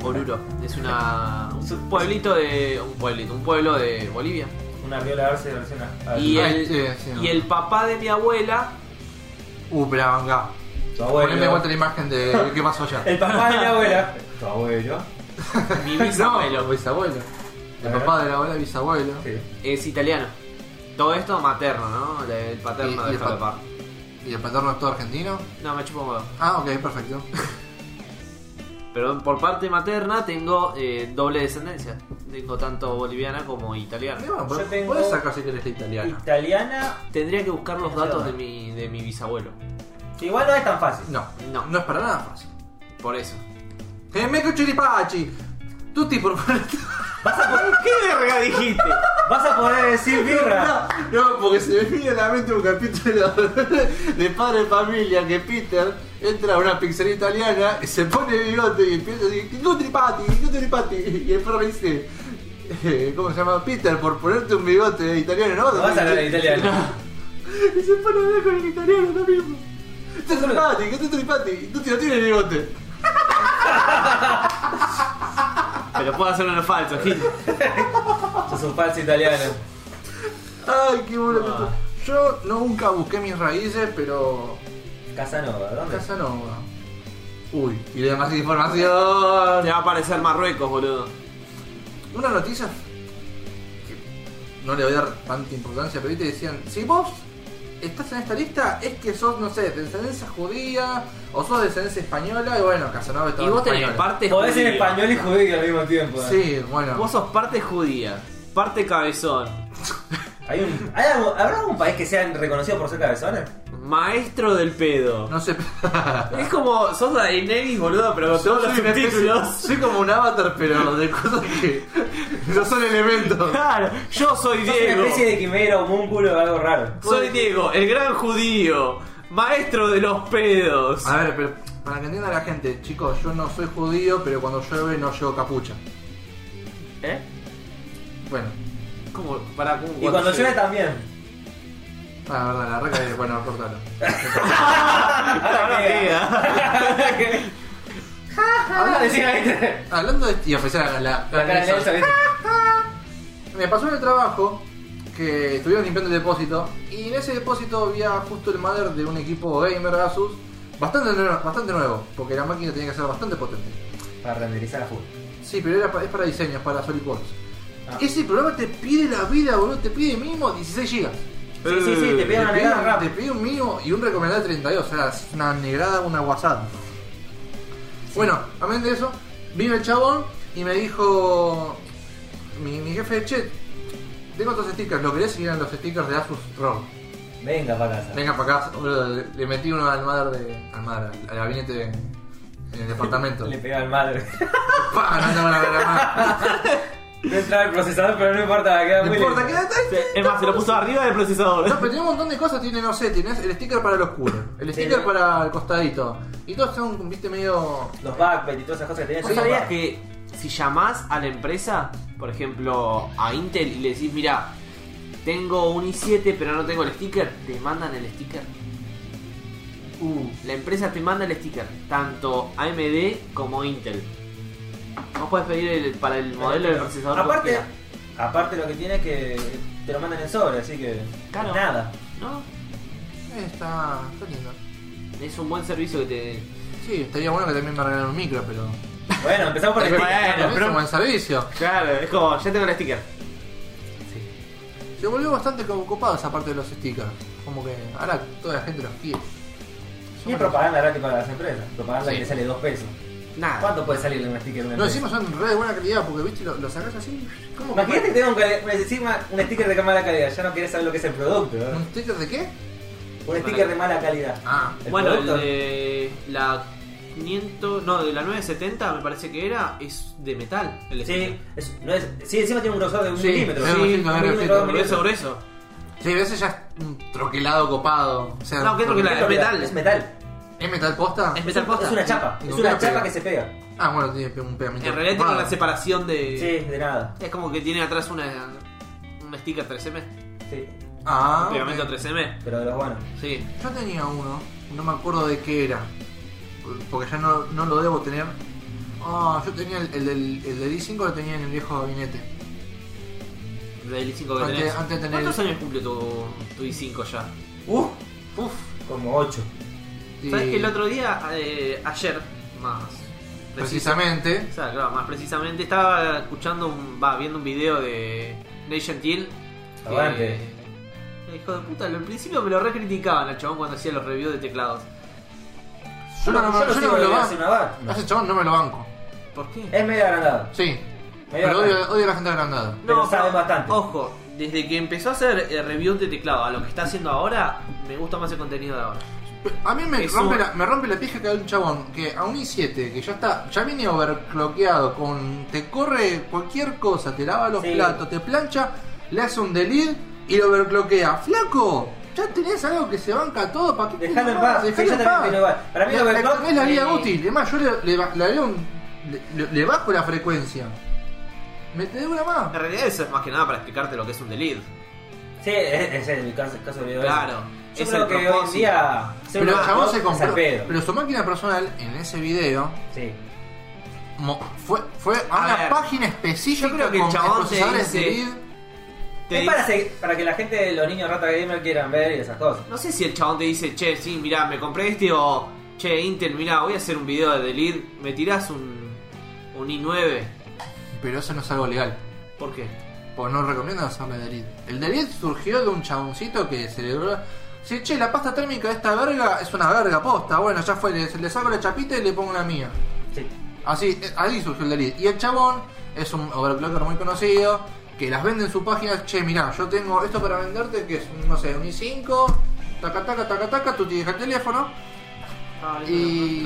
Una- Oruro. Es una, un pueblito de. un pueblito, un pueblo de Bolivia.
Una riola Arce de versión a- a-
Y
Ah,
el,
sí, sí, no.
y el papá de mi abuela
[laughs] Uh, pero venga.
Tu
Poneme de
abuelo.
vuelta la imagen de qué pasó allá.
El papá [laughs] de mi abuela. Tu abuelo.
Mi
No,
bisabuelo
bisabuelo. El
Ajá.
papá de la abuela bisabuelo.
Sí.
es italiano. Todo esto materno, ¿no? El paterno
Y- y
de
el
par.
pa- ¿Y el paterno es todo argentino?
No, me chupo un huevo.
Ah, ok, perfecto.
Pero por parte materna tengo eh, doble descendencia. Tengo tanto boliviana como italiana.
Bueno, podés-
tengo-
podés sacar si querés la italiana.
Italiana.
Tendría que buscar los datos de mi, de mi bisabuelo.
que Igual no es tan fácil.
No,
No.
no, no es para nada fácil.
Por eso.
¡Que me cuchiripachi! Tutti, por favor.
Vas a [laughs] poder.
¿Qué verga dijiste?
Vas a poder decir birra.
No, porque se me viene a la mente un capítulo [laughs] de padre de familia que Peter entra a una pizzería italiana y se pone bigote y empieza a decir "Incontri pati, incontri pati", [laughs] Y el perro le dice, eh, ¿cómo se llama? Peter, por ponerte un bigote italiano, ¿no?
No vas a hablar en
[laughs]
italiano.
Y se pone a hablar con el italiano, lo mismo. Incontri pati, incontri pati, y tú no tienes bigote.
Pero puedo hacer uno falso, gente.
Sos un falso italiano.
Ay, qué
Ah.
bueno. que tú- Yo nunca busqué mis raíces, pero
Casanova, ¿dónde?
Casanova. Uy, y le da más información.
Te va a aparecer Marruecos, boludo.
Una noticia que no le voy a dar tanta importancia, pero ahorita decían, si vos estás en esta lista es que sos, no sé, de descendencia judía o sos de descendencia española y bueno, Casanova está
Y vos tenés parte
Podés ser
judía.
español y judío al mismo tiempo. ¿eh?
Sí, bueno.
Vos sos parte judía, parte cabezón,
Hay un, ¿hay algo- ¿Habrá algún país que sea reconocido por ser cabezones?
maestro del pedo.
No sé.
Es como, [laughs] sos Daenerys, boludo, pero con todos los
Soy una especie-
subtítulos.
Soy como un avatar, pero de cosas que [laughs] no son elementos.
Claro, yo soy
Sos una
Diego.
especie de quimera, un múnculo o algo raro.
Soy Diego, el gran judío, maestro de los pedos.
Ah.
A ver, pero para que entienda la gente, chicos, yo no soy judío, pero cuando llueve no llevo capucha.
¿Eh?
Bueno,
¿Cómo? Para, ¿cómo?
Y cuando llueve también.
ah, la verdad, la reca es. Bueno, cortalo.
Ahora queda.
Ah, decía, ¿viste?
Hablando de. Y ofrecer a la.
La cara de Nelson, ¿viste?
Me pasó en el trabajo que estuvieron limpiando el depósito y en ese depósito había justo el mother de un equipo gamer Asus bastante nuevo, bastante nuevo porque la máquina tenía que ser bastante potente.
Para renderizar a full.
Sí, pero era pa- es para diseños, para SolidWorks. Ese programa te pide la vida, boludo, te pide mínimo 16 gigas.
Sí, sí, sí, te pegan
Te
a
pide,
negar
te
rápido.
pide un mínimo y un recomendado de 32, o sea, es una negrada, una WhatsApp. Bueno, amén de eso, vino el chabón y me dijo mi, mi jefe, che, tengo estos stickers, ¿lo querés? Y eran los stickers de Asus ROG.
Venga para casa.
Venga para acá, boludo, le, le metí uno al madre de. al madre, al, al gabinete de- en el departamento.
Le pega al madre. [laughs]
¡Pah! No, no, no, no, no.
No entraba el procesador, pero no importa, queda
No
muy
importa,
lindo.
queda tal.
Es más, se lo puso arriba del procesador.
No, pero tiene un montón de cosas, tiene, no sé, tiene el sticker para el oscuro, el sticker
Sí.
para el costadito. Y todos son, viste, medio.
Los backpacks y todas esas cosas que
¿Vos
tenías.
sabías que si llamás a la empresa, por ejemplo a Intel, y le decís, mira, tengo un i7 pero no tengo el sticker, te mandan el sticker? La empresa te manda el sticker, tanto AMD como Intel. Vos podés pedir el- para el modelo del procesador. que vos
Aparte,
quieras.
aparte lo que tiene es que te lo mandan en sobre, así que
Claro.
nada.
¿no?
Eh, está, está lindo.
Es un buen servicio que te.
Sí, estaría bueno que también me regalen un micro, pero.
Bueno, empezamos
[laughs]
por el
Bueno,
sticker.
También
pero-
es un buen servicio.
Claro, es como, ya tengo el sticker.
Se volvió bastante como copado esa parte de los stickers. Como que ahora toda la gente los quiere.
Y propaganda gratis para las empresas. Propaganda
Sí.
que sale 2 pesos.
Nada.
¿Cuánto puede salirle un sticker de una
No,
empresa?
encima son re de buena calidad porque, viste, lo, lo sacás así. ¿Cómo?
Imagínate que tenga un, cali- encima un sticker de mala calidad. Ya no querés saber lo que es el producto. ¿eh?
¿Un sticker de qué?
Un sticker de mala calidad.
Ah,
El
Bueno, el
producto-
de la 500. No, de la 970 me parece que era, es de metal. El
Sí,
sticker.
es- no es- sí, encima tiene un grosor de un
Sí,
milímetro.
es grosito,
un
es
milímetro, dos
grosito,
Grueso,
milímetros.
grueso.
sí, a veces ya es un troquelado copado. O sea,
No, ¿qué troquelado?
Es metal.
metal.
Es metal.
¿Es metal posta?
Es metal posta.
Es una chapa. Es
No
una
creo
chapa
que-
que se pega.
Ah, bueno, tiene pe- un pegamento.
En realidad tiene
copado.
una separación de.
Sí, de nada.
Es como que tiene atrás una. Un sticker 3M.
Sí,
Ah,
un pegamento
ok.
3M.
pero de los buenos.
Sí.
Yo tenía uno, no me acuerdo de qué era, porque ya no, no lo debo tener. Ah, yo tenía el, el del, el del i5, lo tenía en el viejo gabinete.
Del i5 que
Antes-
tenés.
antes de tener-
¿Cuántos años cumple tu, tu i5 ya?
Uh,
Uf.
como 8.
Y
¿Sabes que el otro día, eh, ayer, más. precisamente
Precisamente.
O sea, claro, más precisamente estaba escuchando un. va, viendo un video de Nation Till.
Aguante.
Hijo de puta, al principio me lo recriticaban al chabón cuando hacía los reviews de teclados.
Yo no, no- yo no me lo banco.
hace una bat.
A ese chabón no me lo banco.
¿Por qué?
Es medio agrandado.
Sí.
Medio
Pero
agrandado.
odio, odio a la gente agrandada.
pero sabe bastante.
Ojo, desde que empezó a hacer eh, reviews de teclado a lo que está haciendo ahora, me gusta más el contenido de ahora.
A mí me
Eso-
rompe, la, me rompe la pija que hay un chabón que a un i7 que ya está, ya viene overcloqueado, con, te corre cualquier cosa, te lava los
Sí.
platos, te plancha, le hace un delete y lo overcloquea. ¡Flaco! Ya tenés algo que se banca todo, ¿para qué?
Dejalo en
más?
paz,
Dejalo
sí,
en
yo también
paz.
opino igual. Para mí el
Le- le
overclock-
cambiás la vida
sí.
útil, es más, yo le, le, ba- le haría un- le- le bajo la frecuencia. Me te doy una más.
En realidad, eso es más que nada para explicarte lo que es un delete.
Sí, ese es el caso, caso de video.
Claro,
Yo
es
creo
el
que hoy en
propósito.
día.
Pero el chabón se compró.
Pero...
Pero su máquina personal en ese video
Sí.
Mo- fue, fue a,
A
una
ver,
página específica
yo creo que el
con
chabón
procesadores
te dice-
Nvidia.
Te
es
di-
para, se- para que la gente, los niños rata gamer quieran ver y esas cosas.
No sé si el chabón te dice, che, sí, mirá, me compré este o, che, Intel, mirá, voy a hacer un video de delete, me tirás un, un i9.
Pero eso no es algo legal.
¿Por qué?
Pues no recomiendo hacerle delete. El delete surgió de un chaboncito que celebró. Sí, che, la pasta térmica de esta verga es una verga posta. Bueno, ya fue, le, le saco la chapita y le pongo una mía.
Sí.
Así, eh, ahí surgió el delete. Y el chabón es un overclocker muy conocido. Que las vende en su página. Che, mirá, yo tengo esto para venderte que es, no sé, un i5. Taca, taca, taca, taca. Tú te dejas el teléfono. Y-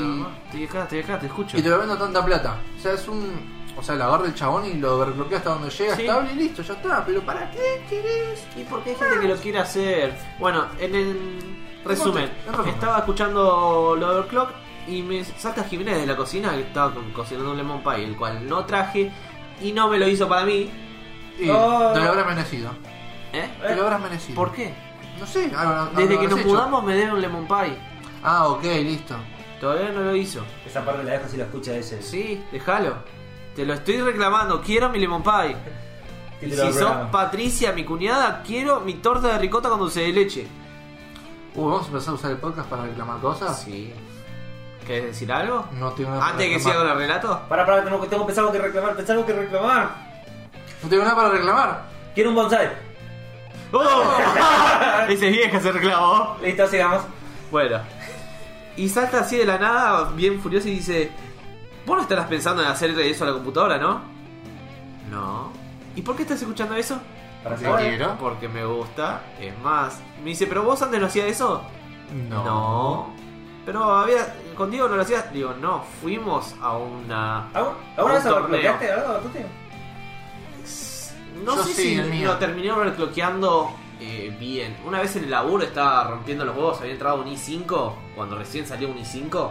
Te dejás, te dejás, te escucho.
Y te lo vendo a tanta plata. O sea, es un. O sea, lo agarra el chabón y lo bloquea hasta donde llega
Sí.
estable y listo, ya está. Pero ¿para qué querés?
¿Y por qué hay gente que lo quiere hacer? Bueno, en el resumen,
En resumen.
estaba escuchando lo de Overclock y me saca Jiménez de la cocina que estaba co- cocinando un lemon pie, el cual no traje y no me lo hizo para mí.
Y
No.
te lo habrás merecido.
¿Eh?
Te lo habrás merecido.
¿Por qué?
No sé, algo- algo
Desde que
habrás
nos
hecho.
mudamos me dieron un lemon pie.
Ah, ok, listo.
Todavía no lo hizo.
Esa parte la dejo si la escucha ese.
Sí, déjalo. Te lo estoy reclamando, quiero mi lemon pie.
Y
Título
si
del
sos
programa.
Patricia, mi cuñada, quiero mi torta de ricota con dulce de leche.
Uh, vamos a empezar a usar el podcast para reclamar cosas.
Sí. ¿Querés decir algo?
Ah. No tengo nada
Antes de que siga
reclamar.
con el relato.
Pará, pará, tengo, que- tengo que pensar algo que reclamar, pensar algo que reclamar.
No tengo nada para reclamar.
Quiero un bonsai.
¡Oh!
[laughs]
Ese vieja se reclamó.
Listo, sigamos.
Bueno.
Y salta así de la nada, bien furioso, y dice: Vos no estarás pensando en hacer eso a la computadora, ¿no?
No.
¿Y por qué estás escuchando eso?
Para
¿Te quiero?
Porque me gusta, es más. Me dice: ¿Pero vos antes no hacías eso?
No.
No. Pero había. Con Diego no lo hacías. Digo, no, fuimos a una.
¿Alguna alguna vez
Un
lo
torneo.
bloqueaste algo, Tuti?
No
Yo
sé
sí,
si
el mío.
lo terminé overclockeando eh, bien. Una vez en el laburo estaba rompiendo los huevos, había entrado un i5, cuando recién salió un i5.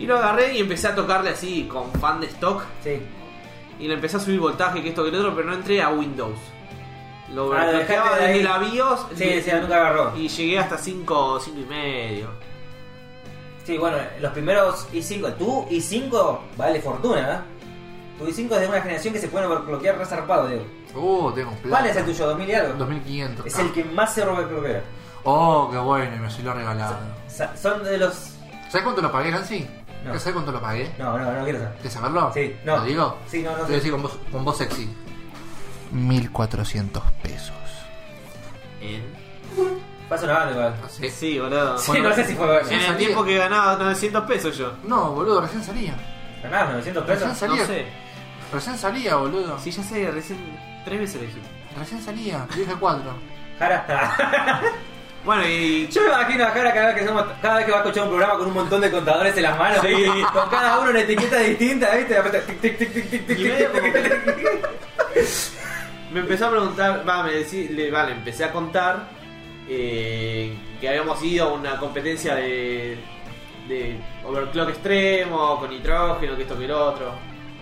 Y lo agarré y empecé a tocarle así con fan de stock.
Sí.
Y le empecé a subir voltaje, que esto que el otro, pero no entré a Windows. Lo
Ah, lo
overclockeaba
dejaste
desde
ahí.
la BIOS
Sí, sí, nunca agarró.
y llegué hasta 5, 5 y medio.
Sí, bueno, los primeros i5, tú i5 vale fortuna, ¿eh? Tu i5 es de una generación que se puede bloquear resarpado, Diego.
Uh, tengo un plan.
¿Cuál es el tuyo? ¿2000 y algo?
2500.
Es el que más se roba bloquea.
Oh, qué bueno, y me se lo ha regalado.
Son de los.
¿Sabes cuánto lo pagué, Nancy?
No.
¿Sabes cuánto lo pagué?
No, no, no quiero saber.
¿Quieres saberlo?
Sí, no.
¿Lo digo?
Sí, no,
Te
no
voy a
sé.
decir con voz, con voz sexy. 1400 pesos.
Fue hace una banda igual.
Así.
Sí, boludo.
Sí, no sé si fue bueno.
En el tiempo que ganaba 900 pesos yo.
No, boludo, recién salía.
Ganás 900
Recién
pesos.
salía.
No sé.
Recién salía, boludo.
Sí, ya sé, recién tres veces elegí.
Recién salía. Dije 4.
Jara.
Bueno, y
[laughs] Yo me imagino a Jara cada vez que, somos, cada vez que va a escuchar un programa con un montón de contadores en las manos. Con cada uno una etiqueta distinta, ¿viste? Y aparte, tic, tic, tic, tic, tic, tic,
Y medio
tic, tic,
como-
tic, tic, tic.
[laughs] me empezó a preguntar, va, me decí- le, va, le empecé a contar eh, que habíamos ido a una competencia de, de overclock extremo, con nitrógeno, que esto que el otro.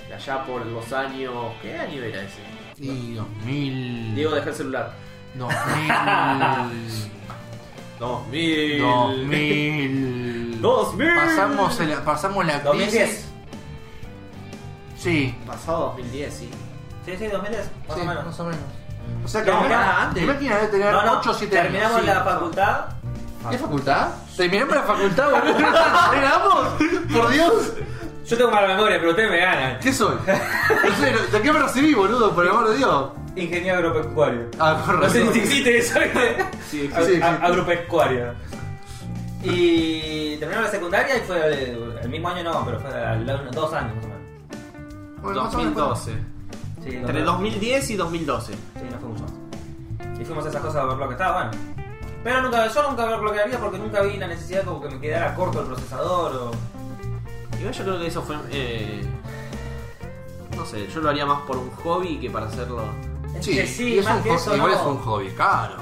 De allá por los años. ¿Qué año era ese?
Y 2000.
Diego dejé el celular.
[laughs]
2000.
2000.
2000.
2000.
Pasamos, el- pasamos la crisis.
2010.
Sí.
Pasado 2010, sí.
Sí, sí, 2010, más
sí,
o menos.
Más o menos. O sea
No,
mirá,
nada,
antes.
Imagina de tener
No, no,
8 o 7 años.
terminamos
sí.
la facultad.
¿Es facultad? Terminamos la facultad, boludo.
[laughs]
¿Terminamos? Por Dios.
Yo tengo mala memoria, pero ustedes me ganan.
¿Qué soy? No sé, no- ¿De qué me recibí, boludo? Por el amor de Dios.
Ingeniero agropecuario.
Ah, por
No sé
razón.
si existe eso. Ah, ¿viste?
Sí,
Ag-
sí,
ag-
sí.
Agropecuario. Y terminó la secundaria y fue el, el mismo año, no, pero fue al lado- dos años más o menos.
Bueno, más o menos,
2012.
Sí,
Entre
no,
2010 y 2012.
Sí, no fue mucho más. Y fuimos a esas cosas de overclock, estaba bueno. Pero nunca, yo nunca overclockearía porque nunca vi la necesidad como que me quedara corto el procesador o.
Igual yo creo que eso fue. eh, no sé, yo lo haría más por un hobby que para hacerlo.
Es
Sí,
que
y
sí,
es
más
un
que
jo-
eso.
igual
no.
es un hobby caro.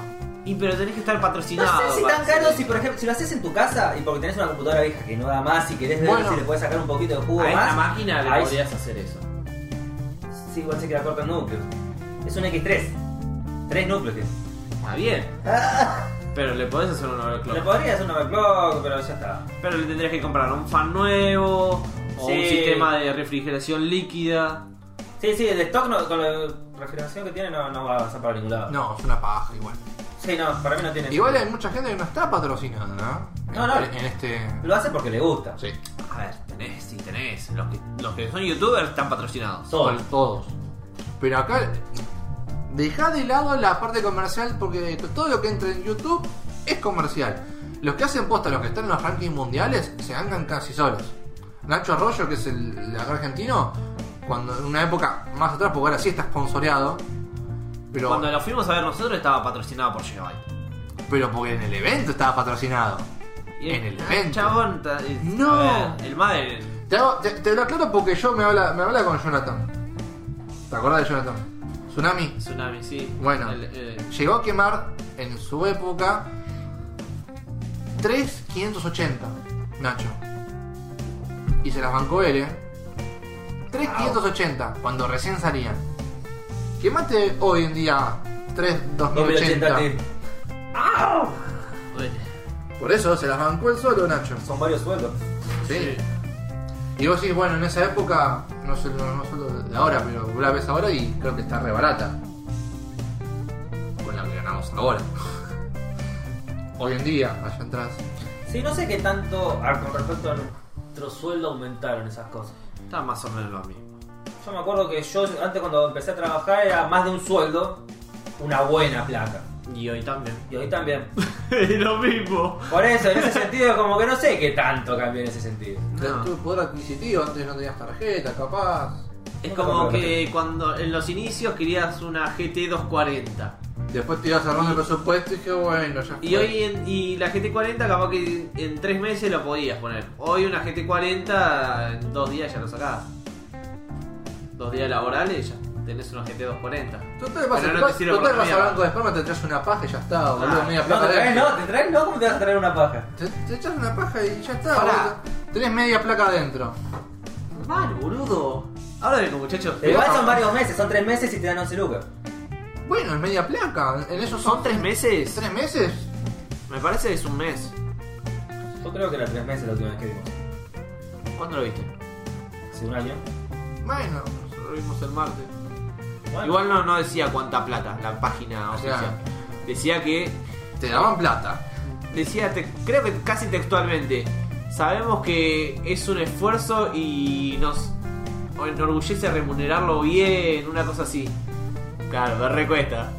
Y pero tenés que estar patrocinado.
No sé si
para
tan caro
hacer
si,
eso.
por ejemplo, si lo haces en tu casa y porque tenés una computadora vieja que no da más y querés ver
Bueno.
si le puedes sacar un poquito de jugo
A esta
más.
máquina le
ahí
podrías hacer eso.
sí, igual se queda corto en núcleos. Es un X3. Tres núcleos tiene.
Está bien. Pero le podés hacer un overclock.
Ah. Le podría hacer un overclock, pero ya está.
Pero le tendrías que comprar un fan nuevo. O un
Sí.
sistema de refrigeración líquida.
Sí, sí, el stock no- con la refrigeración que tiene no, no va a avanzar para ningún lado.
No, es una paja igual.
Sí, no, para mí no tiene.
Igual hay mucha gente que no está patrocinada, ¿no?
No, no.
En, en este.
Lo hace porque le gusta.
Sí.
A ver, tenés, sí, tenés. Los que, los que son youtubers están patrocinados.
Sol.
Todos. Pero acá. Dejá de lado la parte comercial porque t- todo lo que entra en YouTube es comercial. Los que hacen posta, los que están en los rankings mundiales, se andan casi solos. Nacho Arroyo, que es el, el argentino, cuando en una época más atrás, porque ahora sí está sponsoreado. Pero,
Cuando lo fuimos a ver nosotros estaba patrocinado por Gigabyte.
pero porque en el evento estaba patrocinado.
Y
En el evento.
Chabón, ta- es-
No.
a ver, el madre.
Te, hago- te- te lo aclaro porque yo me habla, me habla con Jonathan. ¿Te acordás de Jonathan? Tsunami.
Tsunami, sí.
Bueno.
El-
eh,
el-
Llegó a quemar en su época 3,580, Nacho. Y se las bancó él, ¿eh? 3,580, cuando recién salían. Quemate hoy en día 3,2080.
2080 Ti.
bueno.
Por eso se las bancó él solo, Nacho.
Son varios sueldos.
Sí. Y vos decís, bueno, en esa época, no sé, no, no sé lo de ahora, pero la ves ahora y creo que está re barata. ganamos ahora. [laughs] Hoy en día, allá atrás.
Sí, no sé qué tanto ah, con respecto a nuestro sueldo aumentaron esas cosas.
Está más o menos lo mismo.
Yo me acuerdo que yo antes cuando empecé a trabajar era más de un sueldo, una buena placa.
Y hoy también.
Y
[laughs]
hoy también.
Es lo mismo.
Por eso, en ese sentido, como que no sé qué tanto cambió en ese sentido.
Pero Tu poder adquisitivo, antes no tenías tarjeta, capaz.
Es
No,
como
no,
que cuando en los inicios querías una GT 240.
Después te ibas cerrando el presupuesto y dije, bueno, ya
Y
fue.
hoy en, y la GT40 capaz que en tres meses lo podías poner. Hoy una GT40 en dos días ya lo sacás. Dos días laborales ya tenés una GT240.
Total, vas,
Pero
a-
no te
vas-
sirve
total,
para
vas a
mierda.
banco de esperma, te echas una paja y ya está, boludo, media
No,
placa
te traes,
adentro.
no, te traes, no, ¿cómo te vas a traer una paja?
Te, te echas una paja y ya está,
Pará.
boludo. Tenés media placa adentro.
Mal, boludo. Ahora vengo, muchachos.
Pero igual son varios meses, son tres meses y te dan 11 lucas.
Bueno, es media placa. En esos
¿Son tres meses?
¿Tres meses?
Me parece que es un mes.
Yo creo que era tres meses la última vez que vimos.
¿Cuándo lo viste?
¿Hace un año?
Bueno.
Lo vimos el martes.
Bueno.
Igual no, no decía cuánta plata la página oficial. Decía que.
Te daban plata.
Decía, te- creo que casi textualmente. Sabemos que es un esfuerzo y nos enorgullece remunerarlo bien, una cosa así. Claro, me recuesta.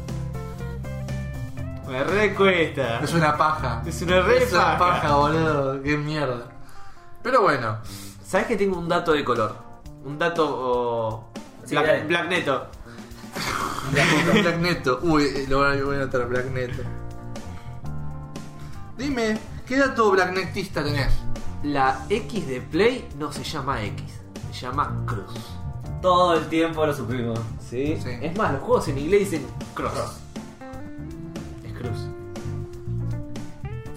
Me recuesta.
Es una paja.
Es una re
Es una
paja.
paja, boludo. Qué mierda.
[laughs]
Pero bueno.
¿Sabes que tengo un dato de color? Un dato. oh,
Sí, dale.
Black, Black Neto.
Black Neto. Uy, eh, lo voy a- voy a notar, Black Neto. Dime, ¿qué dato Black Netista tenés?
La X de Play no se llama X, se llama Cross.
[laughs] Todo el tiempo lo supimos.
¿Sí?
Sí.
Es más, los juegos en inglés dicen Cross. Es Cruz.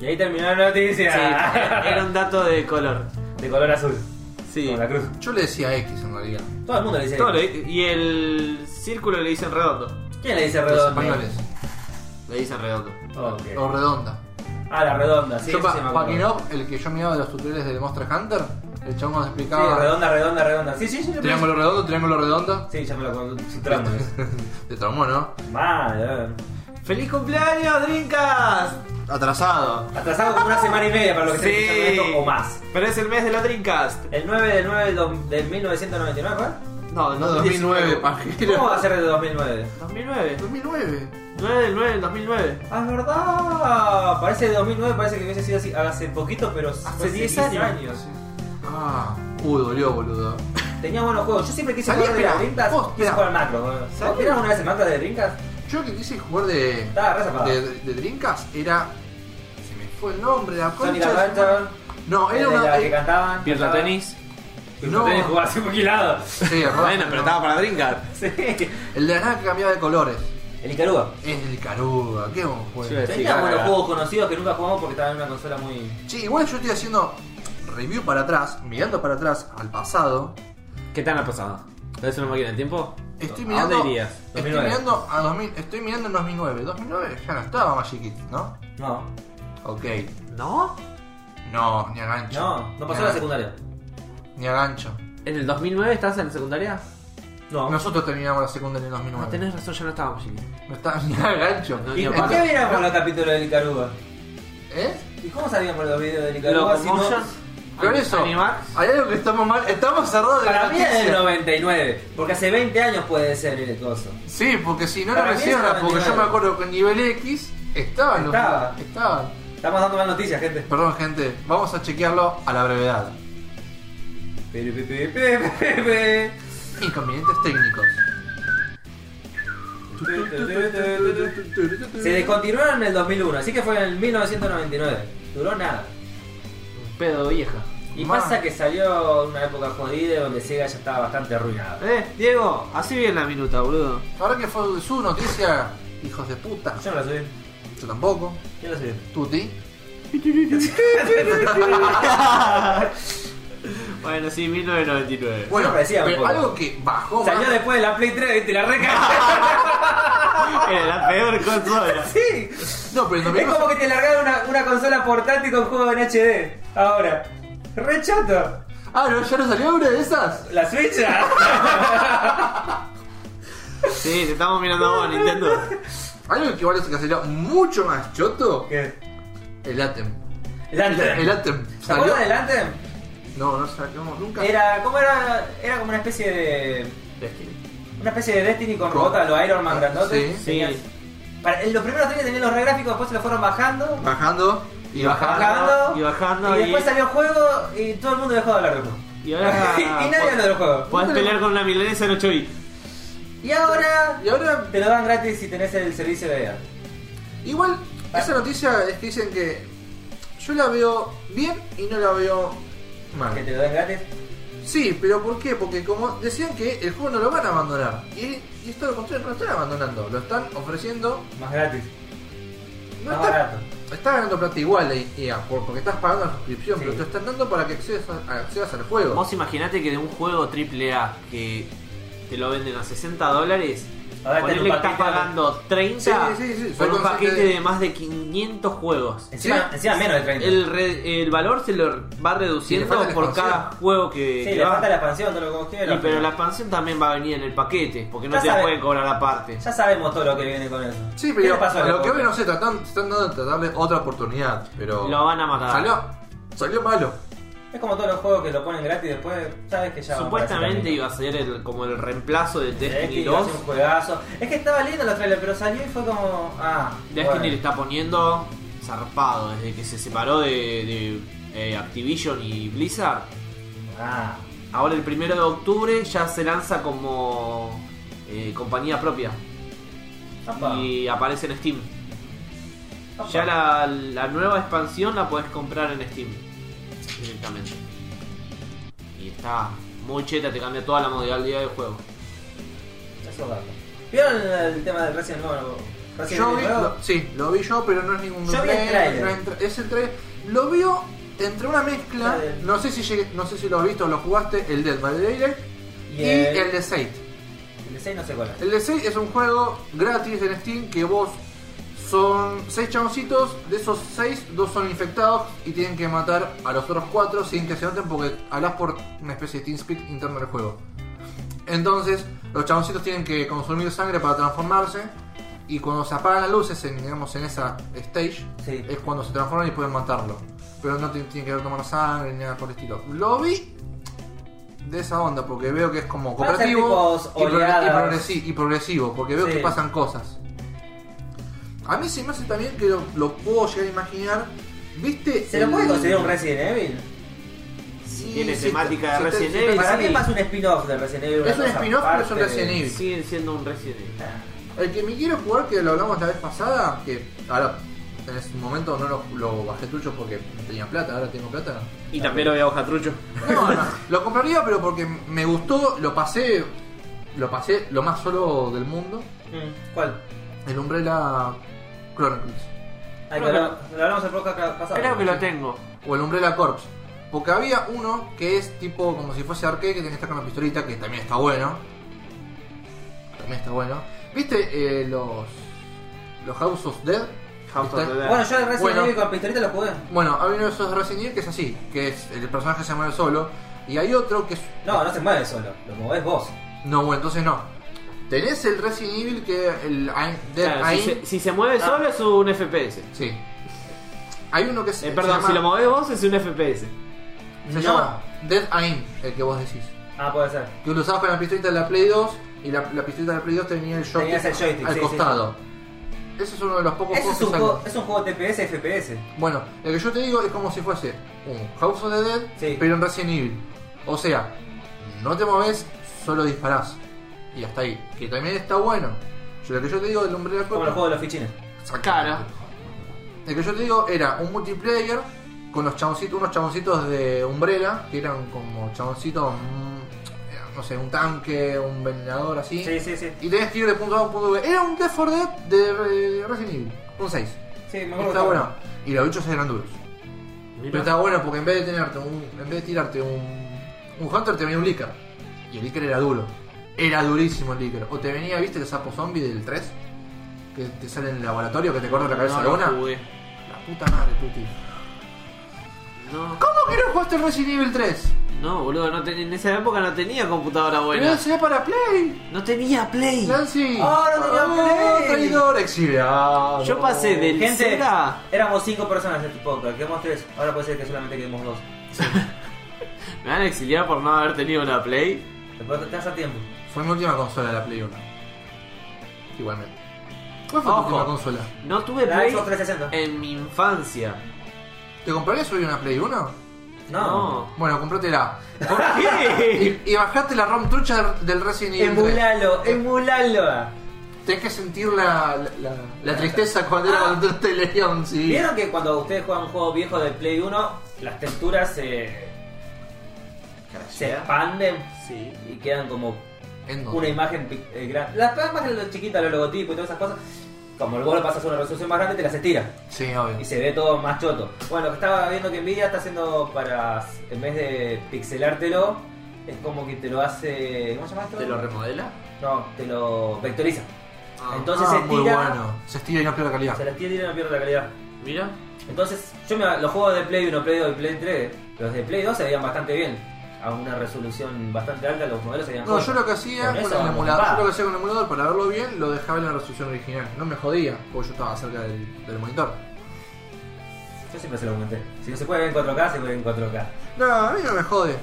Y ahí terminó la noticia.
Sí, era un dato de color.
[laughs] De color azul.
Sí.
Con la cruz.
Yo le decía X en realidad.
Todo el mundo le dice.
Todo lo- y el círculo le dicen redondo.
¿Quién le dice
Los
redondo?
españoles.
Le dicen redondo.
Ok.
O redonda.
Ah, la redonda, sí.
yo,
sí,
pa-
me acuerdo.
Joaquín Ob, el que yo miraba de los tutoriales de Monster Hunter, el chabón nos
Sí,
explicaba
redonda, redonda, redonda. Sí, sí, sí. yo
triángulo redondo, triángulo redondo. [laughs]
Sí, ya me lo acuerdo. Sí, Triángulo.
Te traumó, ¿no?
Mal, eh.
¡Feliz cumpleaños, Drinkas!
Atrasado.
Atrasado como una semana y media para lo que se escucha esto o más.
Pero es el mes de la Dreamcast.
El 9 del 9 del dos- del 1999, ¿verdad?
No,
No, 2009, pajero.
¿Cómo va a ser de 2009?
2009.
2009.
9 del 9 del 2009.
Ah, es verdad. Parece de 2009, parece que hubiese sido así hace poquito, pero hace
10 años.
Ah, uy, dolió, boludo.
Tenía buenos juegos. Yo siempre quise
Salí,
jugar de las
espera.
Dreamcast,
Vos,
quise
espera.
jugar al macro. boludo. ¿Vos
Salí.
tirás una vez el macro de Dreamcast?
Yo que quise jugar de.
Estaba re zapado.
de, de Dreamcast era. Se me fue el nombre, la
Sony la
concha. de su madre.
cancha,
No,
el
era
de
una. eh,
la que cantaban.
Pierda tenis.
no.
No. Tenés que jugar así muquilado.
Sí, rojo,
Bueno, pero
no.
estaba para Dreamcast.
[laughs] Sí.
El de la nada que cambiaba de colores.
El Icaruga.
Es el Caruga, qué buen juego.
Sí.
Tenía buenos juegos conocidos que nunca jugamos porque estaban en una consola muy.
Sí, igual yo estoy haciendo review para atrás, mirando para atrás al pasado.
¿Qué tal ha pasado? ¿Es una máquina del tiempo?
Estoy
¿A
mirando.
dónde irías?
Estoy
2009.
mirando a 2000, estoy mirando en 2009. 2009 ya no estaba Magic Kids, ¿no?
No,
Ok.
¿No?
No, ni a gancho.
no, no pasó
Ni a-
la secundaria.
Ni a gancho.
¿En el 2009 estabas en la secundaria?
No.
Nosotros terminamos la secundaria en 2009.
No, tenés razón, yo no estaba allí.
No estaba ni a gancho.
No, ni
¿Y
a
¿Por
entonces-
qué miramos los capítulos del Icaruga?
¿Eh?
¿Y cómo salíamos los videos del Icaruga? Si no...
¿Locomotion?
Con eso,
¿Animax?
hay algo que estamos mal. Estamos cerrados de
Para
la
mí es del
noticia.
99, porque hace 20 años puede ser el coso.
Sí, porque si no lo
Para mí es
cierra, porque yo
99.
me acuerdo que en nivel X estaban los.
Estaba.
Estaban.
Estamos dando mal noticias, gente.
Perdón, gente, vamos a chequearlo a la brevedad.
Pi, pi, pi, pi, pi, pi.
Inconvenientes técnicos.
Se descontinuaron en el 2001, así que fue en el 1999. Duró nada.
Un pedo de vieja.
Y
Ma.
pasa que salió una época jodida donde Sega ya estaba bastante arruinada.
Eh, Diego, así bien la minuta, boludo.
Ahora que fue su noticia, hijos de puta.
Yo no la subí.
Yo tampoco.
Yo la subí.
Tuti.
Bueno, sí, 1999.
Bueno,
parecía
pero
un poco.
algo que
Oh,
bajó
Salió
ah.
más.
después de la Play 3 y te la recargaron.
[laughs] Era la peor consola.
[laughs] sí.
No, pero el
Es
domingo.
como que te largaron una, una consola portátil con juego en HD. Ahora. Re chato.
Ah, no, ya no salió una de esas.
La Switch.
[laughs] Sí, te estamos mirando a vos, Nintendo.
Hay un equivalente que sería mucho más choto.
¿Qué?
El Atem.
El Anthem.
El Atem.
¿Se
Salió.
acuerdan del Anthem?
No, no sacamos nunca.
Era, ¿cómo era? Era como una especie de. Una especie de Destiny con
Con-
robots, los Iron Man
Ah,
grandotes.
sí.
Tenías- para- los primeros tres tenían los regráficos, después se los fueron bajando.
Bajando y bajando.
bajando.
Y bajando
y
y,
después salió el juego y todo el mundo dejó de hablar del juego.
y ahora
[laughs] y nadie habla del juego.
podés pelear con una milanesa en 8 bits.
Y ahora
Y ahora,
te lo dan gratis si tenés el servicio de EA.
igual, esa noticia es que dicen que yo la veo bien y no la veo mal.
Que te lo dan gratis.
Sí, pero ¿por qué? Porque como decían que el juego no lo van a abandonar. Y, y esto lo contrario, no lo están abandonando. Lo están ofreciendo.
Más gratis.
No
más
está,
barato.
está ganando plata igual la EA, por- porque estás pagando la suscripción,
Sí.
pero te están dando para que accedas, a- accedas al juego.
Vos imaginate que de un juego AAA que te lo venden a 60 dólares,
Ahora te
ponerle
lo
que estás
paquetean.
pagando 30
Sí, sí, sí, sí, soy
por un
consciente
paquete
de-
de más de 500 juegos.
Encima,
Sí.
encima menos de 30.
El, re- el valor se lo va
Sí, le
reduciendo
falta la
por
expansión.
cada juego que,
sí,
que
le
va.
falta la expansión, todo lo que vos
Y
quieras.
pero la expansión también va a venir en el paquete, porque no
Ya
te
sabe-
pueden cobrar aparte.
Ya sabemos todo lo que viene con eso.
Sí,
¿Qué
pero
le pasó
a
al
lo que
juego?
hoy no sé, tratan, están dando de darle otra oportunidad, pero.
Lo van a matar.
Salió, salió malo.
Es como todos los juegos que lo ponen gratis después, sabes que ya van para ese
Supuestamente
camino.
iba a ser el- como el reemplazo de
Es que
Destiny
iba a
2.
ser un juegazo. Es que estaba lindo los trailers, pero salió y fue como. Ah.
Destiny
bueno.
le está poniendo zarpado desde que se separó de, de, eh, Activision y Blizzard.
Ah.
Ahora el primero de octubre ya se lanza como eh, compañía propia
Apa,
y aparece en Steam.
apa.
Ya la, la nueva expansión la podés comprar en Steam directamente. Y está muy cheta, te cambia toda la modalidad de juego.
Eso va. ¿Vieron el tema del Resident Evil? Resident
Yo vi,
Evil nuevo?
lo- sí, lo vi yo, pero no es ningún
Yo vi el
gameplay,
tráiler.
no es entre- Es entre. Lo vio entre una mezcla,
Tráiler.
no sé si llegué- no sé si lo has visto o lo jugaste, el Dead by Daylight
Y
y,
el-
el de Seid.
El de 6 no sé cuál es.
El de 6 es un juego gratis en Steam que vos son 6 chaboncitos, de esos 6, dos son infectados y tienen que matar a los otros 4 sin que se noten porque hablas por una especie de TeamSpeak interno del juego. Entonces, los chaboncitos tienen que consumir sangre para transformarse y cuando se apagan las luces en, digamos, en esa stage,
Sí.
es cuando se transforman y pueden matarlo. Pero no te- tienen que tomar sangre ni nada por el estilo. Lo vi de esa onda porque veo que es como
Van a ser
cooperativo
tipos
y, pro- y
oleadas.
progresi- y progresivo porque veo
Sí.
que pasan cosas. A mí se me hace también que lo, lo puedo llegar a imaginar. ¿Viste?
¿Se lo
el-
puede considerar un Resident Evil?
Sí,
Tiene
sí,
temática
se
de
te-
Resident
se te-
Evil.
Para mí
sí.
es más un spin-off del Resident Evil.
Es
una
un
cosa
spin-off, pero es un
aparte de- Ah.
Resident Evil.
Siguen siendo un Resident Evil.
El que me quiero jugar, que lo hablamos la vez pasada, que ahora en ese momento no lo, lo bajé trucho porque no tenía plata, ahora tengo plata.
Y también lo voy a hoja trucho.
No,
[laughs]
no, lo compraría, pero porque me gustó, lo pasé, lo pasé lo más solo del mundo,
Mm, ¿Cuál?
el Umbrella Chronicles,
Ah,
Creo
que
que
lo, lo hablamos el podcast pasado.
Creo que lo tengo.
o el Umbrella Corps, porque había uno que es tipo como si fuese arcade, que tiene que estar con la pistolita, que también está bueno, también está bueno. ¿Viste eh, los, los House of Dead?
House of
Está-
the Dead.
Bueno, yo el Resident
Bueno.
Evil con pistolita lo jugué.
Bueno, hay uno de esos Resident Evil que es así, que es el personaje se mueve solo, y hay otro que es...
No, no se mueve solo, lo movés vos.
No, bueno, entonces no. Tenés el Resident Evil que el Ain- Dead
Claro, si,
Ain-
se, si se mueve solo es un FPS.
Sí. Hay uno que es.
Eh, perdón, si lo mueves vos es un FPS.
se
No.
llama Dead Aim, el que vos decís.
Ah, puede ser.
Que lo usabas con la pistolita de la Play 2 y la, la pistolita de la Play 2 tenía el joystick,
Tenías el joystick,
al
sí,
costado. Ese es uno de los pocos
Ese
juegos
es
que
un,
salen.
juego, es un juego TPS FPS.
Bueno, el que yo te digo es como si fuese un House of the Dead,
Sí.
pero en Resident Evil. O sea, no te moves, solo disparás. Y hasta ahí. Que también está bueno. Yo, lo que yo te digo del Umbrella
Como el
Corp-
juego de los fichines.
Cara.
El que yo te digo era un multiplayer con los chaboncitos, unos chaboncitos de Umbrella, que eran como chaboncitos, mm, era, no sé, un tanque, un vengador así.
Sí, sí, sí.
Y tenías que ir de punto A a punto B. Era un Death for Dead de eh, Resident Evil, un 6.
Sí, me acuerdo.
Está bueno. Y los bichos eran duros. Pero está bueno porque en vez de tenerte un, en vez de tirarte un, un Hunter te venía un Licker. Y el Licker era duro. Era durísimo el Licker. O te venía, viste, el sapo zombie del 3, que te sale en el laboratorio, que te corta la cabeza
No
de
lo
una.
jugué.
La puta madre, Tuti.
No,
¿Cómo que no jugaste Resident Evil 3?
No, boludo, no ten- en esa época no tenía computadora buena.
Pero será para Play.
No tenía Play.
Nancy.
Ah, no tenía Play.
traidor exiliado.
Yo pasé del
Gente,
Sega.
éramos cinco personas en este podcast, quedamos tres. Ahora puede ser que solamente quedemos dos.
Me van a exiliar por no haber tenido una Play.
Después te das a tiempo.
Fue mi última consola la Play 1. Igualmente. ¿Cuál fue
Ojo.
tu última consola?
No tuve
La
Play
Xbox 360.
en mi infancia.
¿Te comprarías hoy una Play 1?
Eh, No.
No.
Bueno, comprátela.
¿Por qué?
Y bajaste la ROM trucha del Resident Evil 3.
Emulalo, emulalo.
Tenés que sentir la, la, la- la tristeza cuando era cuando te leía un CD.
Ah. ¿Vieron que cuando ustedes juegan un juego viejo de Play 1, las texturas se, se expanden
Sí.
y quedan como
¿En
una
dónde?
imagen pic- eh, grande? Las imágenes lo chiquitas, los logotipos y todas esas cosas, como el vos lo pasas a una resolución más grande, te las estira
Sí,
y
obvio.
se ve todo más choto. Bueno, lo que estaba viendo que Nvidia está haciendo para, en vez de pixelártelo, es como que te lo hace. ¿Cómo se llama esto?
¿Te lo remodela?
no, te lo vectoriza.
Ah,
Entonces
Ah,
se
muy
tira.
bueno. Se estira y no pierde calidad.
Se las tira y no pierde la calidad.
Mira.
Entonces, yo me, los juegos de Play 1, Play 2 y Play 3, los de Play 2 se veían bastante bien. A una resolución bastante alta, los modelos se veían
No, yo lo que hacía
Con
con,
eso
el
vamos,
emulador,
pa.
yo lo que hacía con el emulador para verlo bien, lo dejaba en la resolución original. No me jodía, porque yo estaba cerca del, del monitor.
Yo siempre se lo comenté. Si no se puede ver en 4K, se puede ver en 4K.
No, a mí no me jode.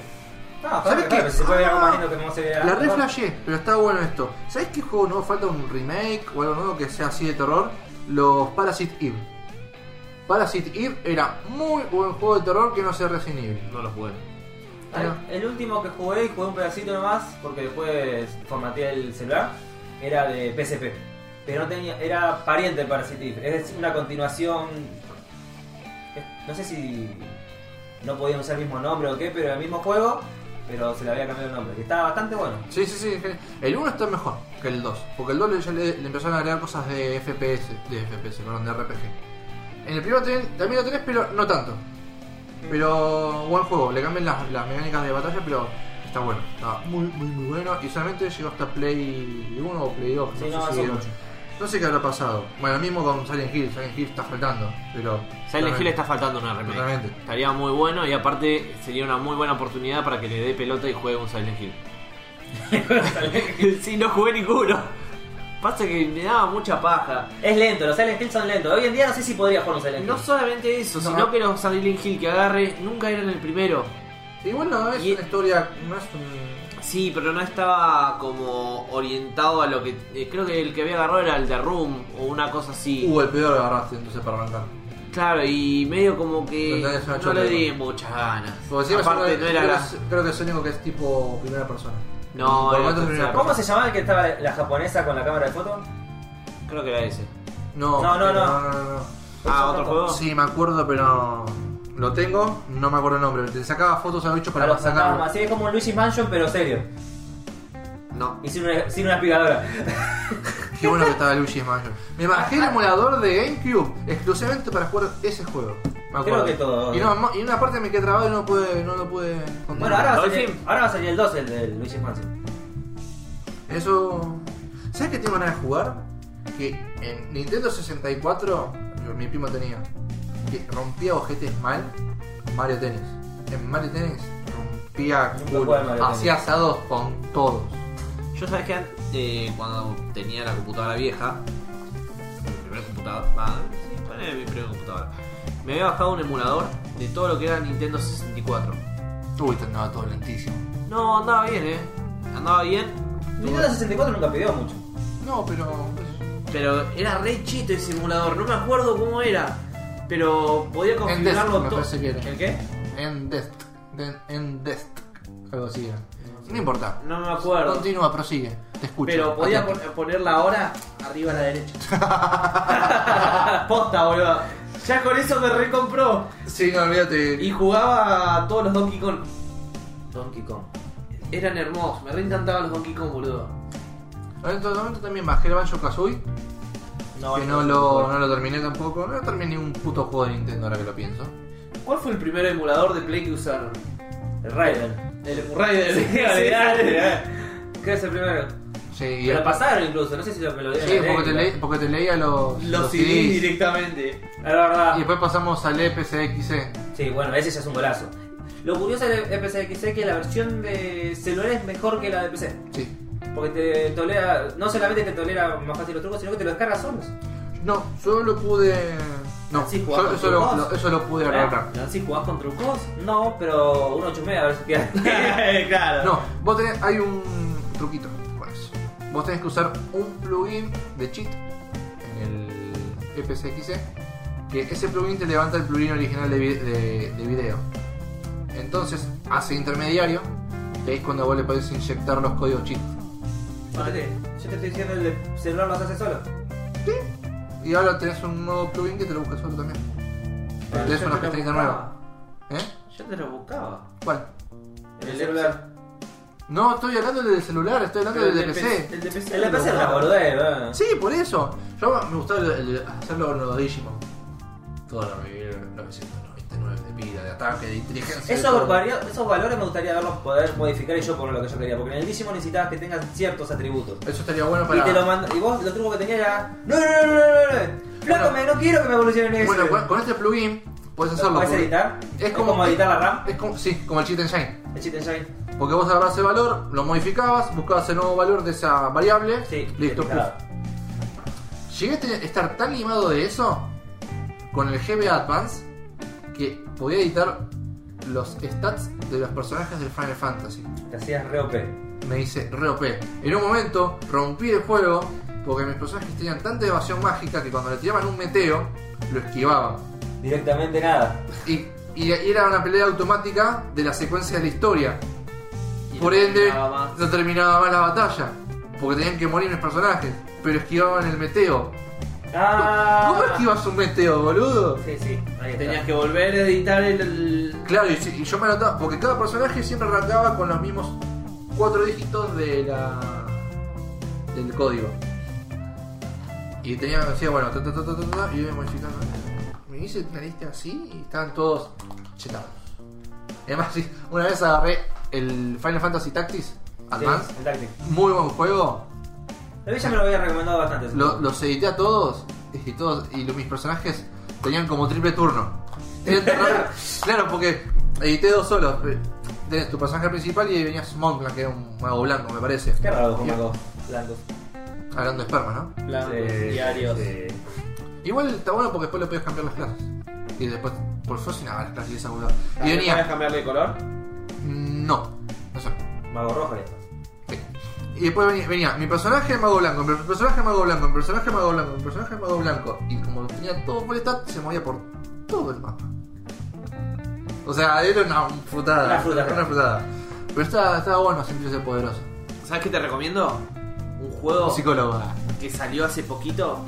No,
¿Sabes
¿sabes
qué?
Si se puede ver algo
Ah,
más lindo que no se vea.
La red flashé, pero está bueno esto. ¿Sabes qué juego nuevo falta un remake o algo nuevo que sea así de terror? Los Parasite Eve. Parasite Eve era muy buen juego de terror que no sea Resident Evil.
No lo jugué.
Ah, El último que jugué, jugué un pedacito nomás, porque después formateé el celular, era de PSP. Pero no tenía, era pariente del Parasite Eve, es una continuación. No sé si no podían usar el mismo nombre o qué, pero era el mismo juego, pero se le había cambiado el nombre. que estaba bastante bueno.
Sí, sí, sí. gen- El 1 está mejor que el 2, porque el 2 ya le, le empezaron a agregar cosas de FPS, de FPS, perdón, de RPG. En el primero ten- también lo tenés, pero no tanto. Pero buen juego, le cambian las, las mecánicas de batalla, pero está bueno. Está muy, muy, muy bueno. Y solamente llegó hasta Play 1 o Play 2.
Sí, no
sé
avanzó
si era-
mucho.
No sé qué habrá pasado. Bueno, lo mismo con Silent Hill. Silent Hill está faltando, pero...
Silent Hill
totalmente.
está faltando una remake.
Totalmente.
Estaría muy bueno y aparte sería una muy buena oportunidad para que le dé pelota y juegue un Silent Hill. sí, no jugué ninguno. Pasa que me daba mucha paja.
Es lento, los Silent Hill son lentos. Hoy en día no sé si podría jugar un Silent Hill.
No solamente eso, sino que los Silent Hill que agarre nunca eran el primero.
Igual no es
Y-
una historia... No es un...
Sí, pero no estaba
Como orientado a lo que.
Eh, creo que el que había agarrado era el de Room o una cosa así.
Uh, el peor agarraste entonces para arrancar.
Claro, y medio como
Lo
que
Uh. tenés una
no
chota,
le di
igual.
muchas ganas.
Porque encima es
Aparte,
uno
no
de-
era
creo,
la-
que es, creo que es el único que es tipo primera persona.
No,
Por
era
momentos es
tercera.
primera
¿Cómo
persona.
se llamaba el que estaba la japonesa con la cámara de foto?
Creo que era ese.
No,
No, no, no.
no,
Ah, otro juego.
no. Sí, me acuerdo, pero... Lo tengo, no me acuerdo el nombre. Te sacaba fotos a bicho
Para
para
los
sacarlo.
fantasmas, sí, es como un Luigi Mansion, pero serio.
No.
Y sin una, sin una aspiradora.
Qué bueno que estaba Luigi's Mansion. Me bajé
Ah,
el emulador de GameCube exclusivamente para jugar ese juego. Me acuerdo.
Creo que todo. eh.
Y, no, mo- y una parte me quedé trabado y no, pude, no lo pude continuar.
Bueno, ahora va, a salir,
Dolphin.
ahora va a salir el 2, el de Luigi Mansion.
Eso. ¿Sabes qué tengo ganas de jugar? Que en Nintendo 64, yo- mi primo tenía, que rompía ojetes mal Mario Tennis. En Mario Tennis rompía
Nunca
culo,
jugué al Mario
hacía asados con todos.
Yo sabes que antes, eh, cuando tenía la computadora vieja, mi primer computadora, ah, sí, ponele mi primer computadora.
Me había bajado un emulador de todo lo que era Nintendo 64.
Uy, te andaba todo lentísimo.
No, andaba bien, eh. Andaba bien.
Nintendo 64 nunca pidió mucho.
No, pero.
Pero era re chito ese simulador, no me acuerdo cómo era. Pero podía
En Dest,
configurarlo
me
todo.
parece que era.
¿El qué?
En Dest. de- En Dest. Algo así era. No importa.
No me acuerdo.
Continúa, prosigue. Te escucho.
Pero podía
Atento.
pon- poner la hora arriba a la
[laughs]
derecha. [laughs] Posta, boludo. Ya con eso me recompró.
Sí, no, olvídate.
Y jugaba a todos los Donkey Kong.
Donkey Kong.
Eran hermosos, me reencantaban los Donkey Kong, boludo.
Ahora en todo momento también bajé el Banjo Kazooie. que no lo, no lo terminé tampoco. No terminé ningún puto juego de Nintendo ahora que lo pienso.
¿Cuál fue el primer emulador de Play que usaron?
El Raiden.
[laughs] El Raiden.
Sí, olvidate. ¿Qué es el primero?
Sí,
Me
y-
lo pasaron incluso, no sé si lo me lo dieron.
sí,
en
porque, te
negro.
leí- porque te leía los,
Los CD directamente.
Es verdad.
"Ah". Y después pasamos al E, EPCXE.
Sí, bueno, ese ya es un golazo. Lo curioso de E PCXX es que la versión de celular es mejor que la de PC.
Sí.
Porque te tolera, no solamente te tolera más fácil los trucos, sino que te los cargas solos.
No, solo pude. No,
Sí,
yo-
jugás con
eso, lo,
trucos.
lo- eso lo pude arreglar.
¿Eh? ¿Si jugás con trucos? No,
[laughs]
pero uno chumea a ver si queda. claro.
No, vos tenés. Hay un truquito con eso. Vos tenés que usar un plugin de cheat en el FSXE. Que ese plugin te levanta el plugin original de, vi- de- de video. Entonces, hace intermediario. Que es cuando vos le podés inyectar los códigos cheat.
Vale, yo te estoy diciendo el de celular los hace solo.
Y ahora tenés un nuevo plugin que te lo busca solo también. Tenés una pestañita nueva. ¿Eh?
Yo te lo buscaba.
¿Cuál?
El celular.
No, estoy hablando del celular, estoy hablando del de PC.
El de PC.
El de PC es una boludez, ¿verdad?
Sí, por eso. Yo me gustaba el- el- hacerlo con los Digimon. Todo lo revivir 999 de vida, de ataque, de inteligencia. de
Esos,
todo.
vario- esos valores me gustaría verlos poder modificar y yo poner lo que yo quería, porque en el Digimon necesitabas que tengan ciertos atributos.
Eso estaría bueno
Y te
para.
lo manda- y vos los trucos que tenías era. No, no, no, no, no, no, no.
Bueno.
Flaco, me- no quiero que me evolucionen eso.
Bueno, con, con este plugin puedes
¿Lo
hacerlo.
podés
porque-
editar?
Es
Es
como,
como editar la RAM.
Es como, sí, como el cheat engine.
El cheat engine.
Porque vos agarrás el valor, lo modificabas, buscabas el nuevo valor de esa variable.
Sí,
listo, puf.
claro.
Llegué a tener- estar tan limado de eso con el GB Advance que podía editar los stats de los personajes del Final Fantasy.
Te hacías re OP.
Me hice re OP. En un momento rompí el juego porque mis personajes tenían tanta evasión mágica que cuando le tiraban un meteo lo esquivaban.
Directamente nada.
Y, y era una pelea automática de la secuencia de la historia. Por ende, no terminaba más la batalla porque tenían que morir mis personajes, pero esquivaban el meteo.
Ah.
¿Cómo esquivas un meteo, boludo?
Sí, sí, ahí está.
Tenías que volver a editar el. el-
Claro, y, sí, y yo me anotaba, porque cada personaje siempre arrancaba con los mismos cuatro dígitos de la del código. Y tenía, decía, bueno, ta, ta, ta, ta, ta, ta, y iba modificando. Me hice una lista así y estaban todos chetados. Además, sí, una vez agarré el Final Fantasy Tactics
Sí,
Advance,
el táctil.
muy buen juego,
Lo vi, ya me lo había recomendado bastante.
lo- los edité a todos y todos y los- mis personajes tenían como triple turno.
[laughs]
Era tan raro. claro, porque edité dos solos. pe- Tenés tu personaje principal y venías Monclan, que era un mago blanco, me parece.
Qué raro con Marco Blanco.
Hablando de esperma, ¿no?
Blancos,
Sí,
diarios.
sí.
Igual está bueno porque después le podías cambiar las clases. Y después, por fascinaba las clases de esa boluda.
Ah,
Y
¿le podés
venía,
cambiarle de color?
no, no sé.
Mago Rojo le estás.
Y después venía, venía mi personaje mago blanco, mi personaje mago blanco, mi personaje mago blanco, mi personaje mago blanco. Y como tenía todo por estat, se movía por todo el mapa. O sea, era una frutada.
Una fruta.
Una frutada. Pero estaba, estaba bueno sentirse poderoso.
¿Sabes qué te recomiendo? Un juego
Psicóloga.
que salió hace poquito.